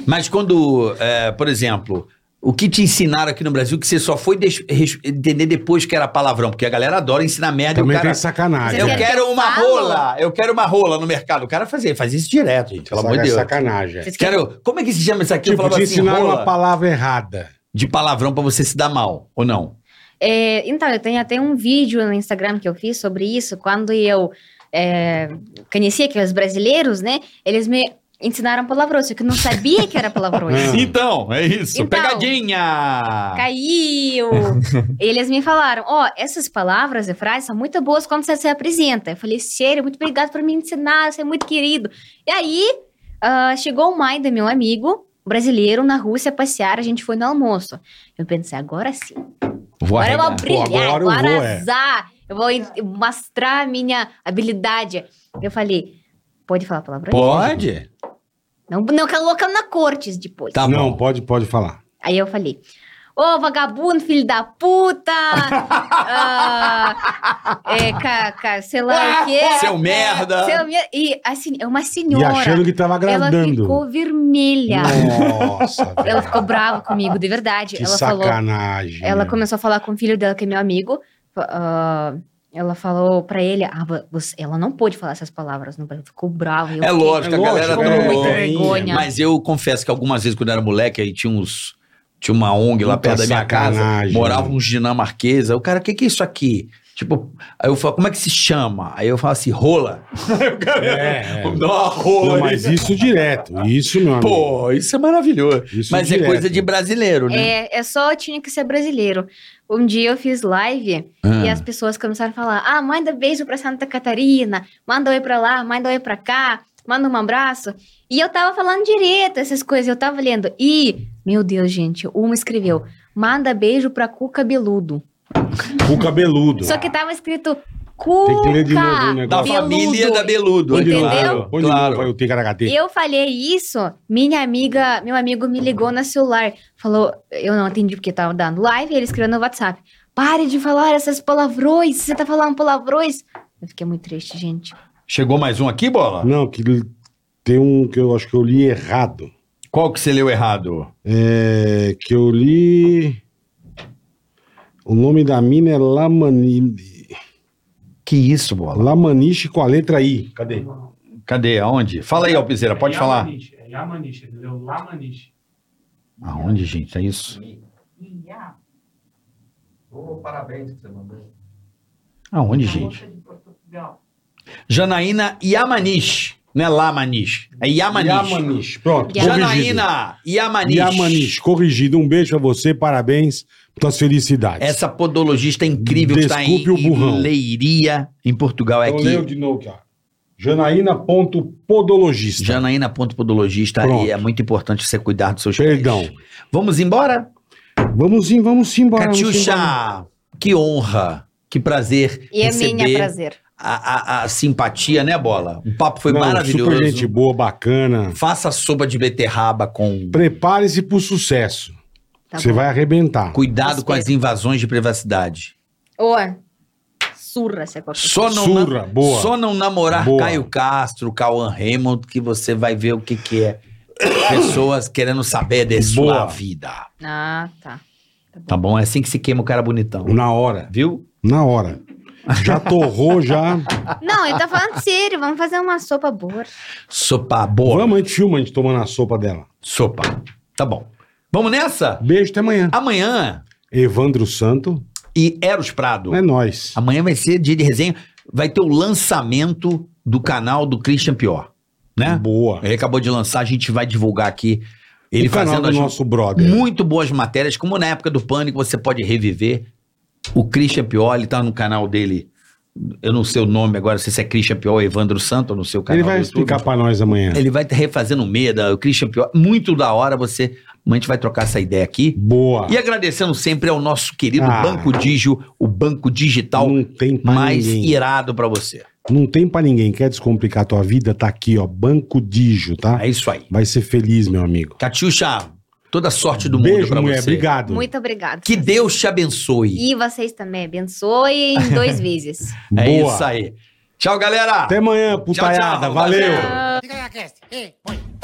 Mas quando, é, por exemplo, o que te ensinaram aqui no Brasil que você só foi des- res- entender depois que era palavrão, porque a galera adora ensinar merda e o Também cara. tem sacanagem. Vocês Eu né? querem quero que eu uma falo? rola, eu quero uma rola no mercado. O cara fazia, fazia isso direto, gente, pelo amor de Saca- Deus. sacanagem. é. Vocês querem- Quero, como é que se chama isso aqui? eu Tipo, falava te assim, ensinaram rola uma palavra errada. de palavrão pra você se dar mal, ou não? É, então, eu tenho até um vídeo no Instagram que eu fiz sobre isso, quando eu é, conheci aqueles brasileiros, né? Eles me ensinaram palavrões, só que eu não sabia que era palavrões. Ah. Então, é isso. Então. Pegadinha! Caiu! Eles me falaram, ó, essas palavras e frases são muito boas quando você se apresenta. Eu falei, sério, muito obrigado por me ensinar, você é muito querido. E aí, ah, chegou o mãe do meu amigo, brasileiro, na Rússia, passear, a gente foi no almoço. Eu pensei, agora sim. Vou Agora eu vou arregar. brilhar, Pô, agora eu agora, vou, é. arrasar. Eu vou en- mostrar a minha habilidade. Eu falei, pode falar palavrões? Pode? Não, não colocam na cortes depois. Tá não, bom. pode, pode falar. Aí eu falei, ô vagabundo, filho da puta! ah, é, ca, ca- sei lá o quê. Seu merda. Seu merda. E assim, é uma E senhora. achando que tava ela agradando. ficou vermelha. Nossa, velho. Ela ficou brava comigo, de verdade. Que ela falou, sacanagem. Ela É. meu. começou a falar com o filho dela, que é meu amigo. fa- ah, ela falou pra ele, ah, vo- você- ela não pôde falar essas palavras no Brasil. Ficou brava. eu É fiquei lógico, É a galera lógico, com é. muita trollou. vergonha. Mas eu confesso que algumas vezes, quando eu era moleque, aí tinha uns. Tinha uma ONG lá Puta perto da minha casa. sacanagem. Morava uns dinamarqueses. Aí o cara, o que, que é isso aqui? Tipo, aí eu falo, como é que se chama? Aí eu falo assim, rola. É, é. Dá uma rola. Não, mas isso direto. Isso, meu amigo. Pô, isso é maravilhoso. Isso mas é direto. coisa de brasileiro, né? É, é só tinha que ser brasileiro. Um dia eu fiz live Ah. É, e as pessoas começaram a falar: ah, manda beijo pra Santa Catarina, manda oi pra lá, manda oi pra cá, manda um abraço. E eu tava falando direto essas coisas, eu tava lendo. E, meu Deus, gente, uma escreveu: manda beijo pra cu cabeludo. O cabeludo. Só que tava escrito Tem que ler de novo né? o Cuca! negócio. Da Beludo. família da Beludo. Entendeu? Claro, Põe de novo aí claro. o Ticaracati. Eu falei isso, minha amiga, meu amigo me ligou no celular, falou, eu não entendi porque tava dando live, e ele escreveu no WhatsApp, pare de falar essas palavrões, você tá falando palavrões. Eu fiquei muito triste, gente. Chegou mais um aqui, Bola? Não, que l- tem um que eu acho que eu li errado. Qual que você leu errado? É, que eu li. O nome da mina é Lamani... Que isso, Bola? Lamaniche com a letra I. Cadê? Cadê? Aonde? Fala aí, Alpizeira, pode falar. Yamaniche, É Yamaniche, entendeu? Lamaniche. Aonde, gente? É isso? Oh, Ô, parabéns que você mandou. Aonde, gente? Janaína Yamanish. Não é Lamanish. É Yamanish. Yamaniche. Pronto. corrigido. Janaína Yamanish. Yamaniche, corrigido. Um beijo pra você, parabéns pelas felicidades. Essa podologista incrível que Desculpe está o em, burrão. em Leiria, em Portugal. É eu Então, leio aqui. de novo, cara. Janaína.podologista. Janaína.podologista. Pronto. E é muito importante você cuidar dos seus Perdão. pés. Vamos embora? Vamos sim, vamos sim, bora. vamos embora. Catiuxa, que honra, que prazer E é receber minha prazer. A, a- a simpatia, né, Bola? O papo foi Não, maravilhoso. Super gente boa, bacana. Faça sopa de beterraba com Prepare-se pro sucesso. Tá você bom? vai arrebentar. cuidado com Respeito. as invasões de privacidade. Ô, surra se é qualquer Só não, Surra, na- boa. só não namorar Boa. Caio Castro, Cauan Raymond, que você vai ver o que, que é. Pessoas querendo saber de sua Boa. vida. Ah, tá. Tá bom. Tá bom? É assim que se queima o cara bonitão. Na hora. Viu? Na hora. Já torrou, já. Não, ele tá falando sério, vamos fazer uma sopa boa. Sopa boa. Vamos, a gente filma, a gente tomando a sopa dela. Sopa. Tá bom. Vamos nessa? Beijo, até amanhã. Amanhã Evandro Santo, e Eros Prado. é nóis. Amanhã vai ser dia de resenha. Vai ter o lançamento do canal do Christian Pior, né? Boa. Ele acabou de lançar, a gente vai divulgar aqui. Ele o canal fazendo do as nosso brother. muito boas matérias, como na época do Pânico, você pode reviver. O Christian Pior, ele tá no canal dele. Eu não sei o nome agora, não sei se é Christian Pior ou Evandro Santo, no seu canal. Ele vai do YouTube. explicar pra nós amanhã. Ele vai tá refazendo o Meda, o Christian Pior. Muito da hora você. A gente vai trocar essa ideia aqui. Boa. E é agradecendo sempre ao nosso querido Ah. Hum, Banco Digio, o banco digital Não tem pra mais ninguém. irado pra você. Não tem pra ninguém. Quer descomplicar a tua vida? Tá aqui, ó. Banco Digio, tá? É isso aí. Vai ser feliz, meu amigo. Catiuxa, toda sorte do mundo Beijo, pra mulher. você. Obrigado. Muito obrigada. Que Deus te abençoe. E vocês também, abençoem dois vezes. Boa. É isso aí. Tchau, galera. Até amanhã, putaiada. tchau. Valeu. Valeu.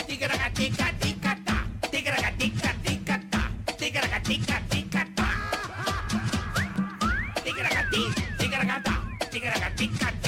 Tigra-ga-tica-tica-tá.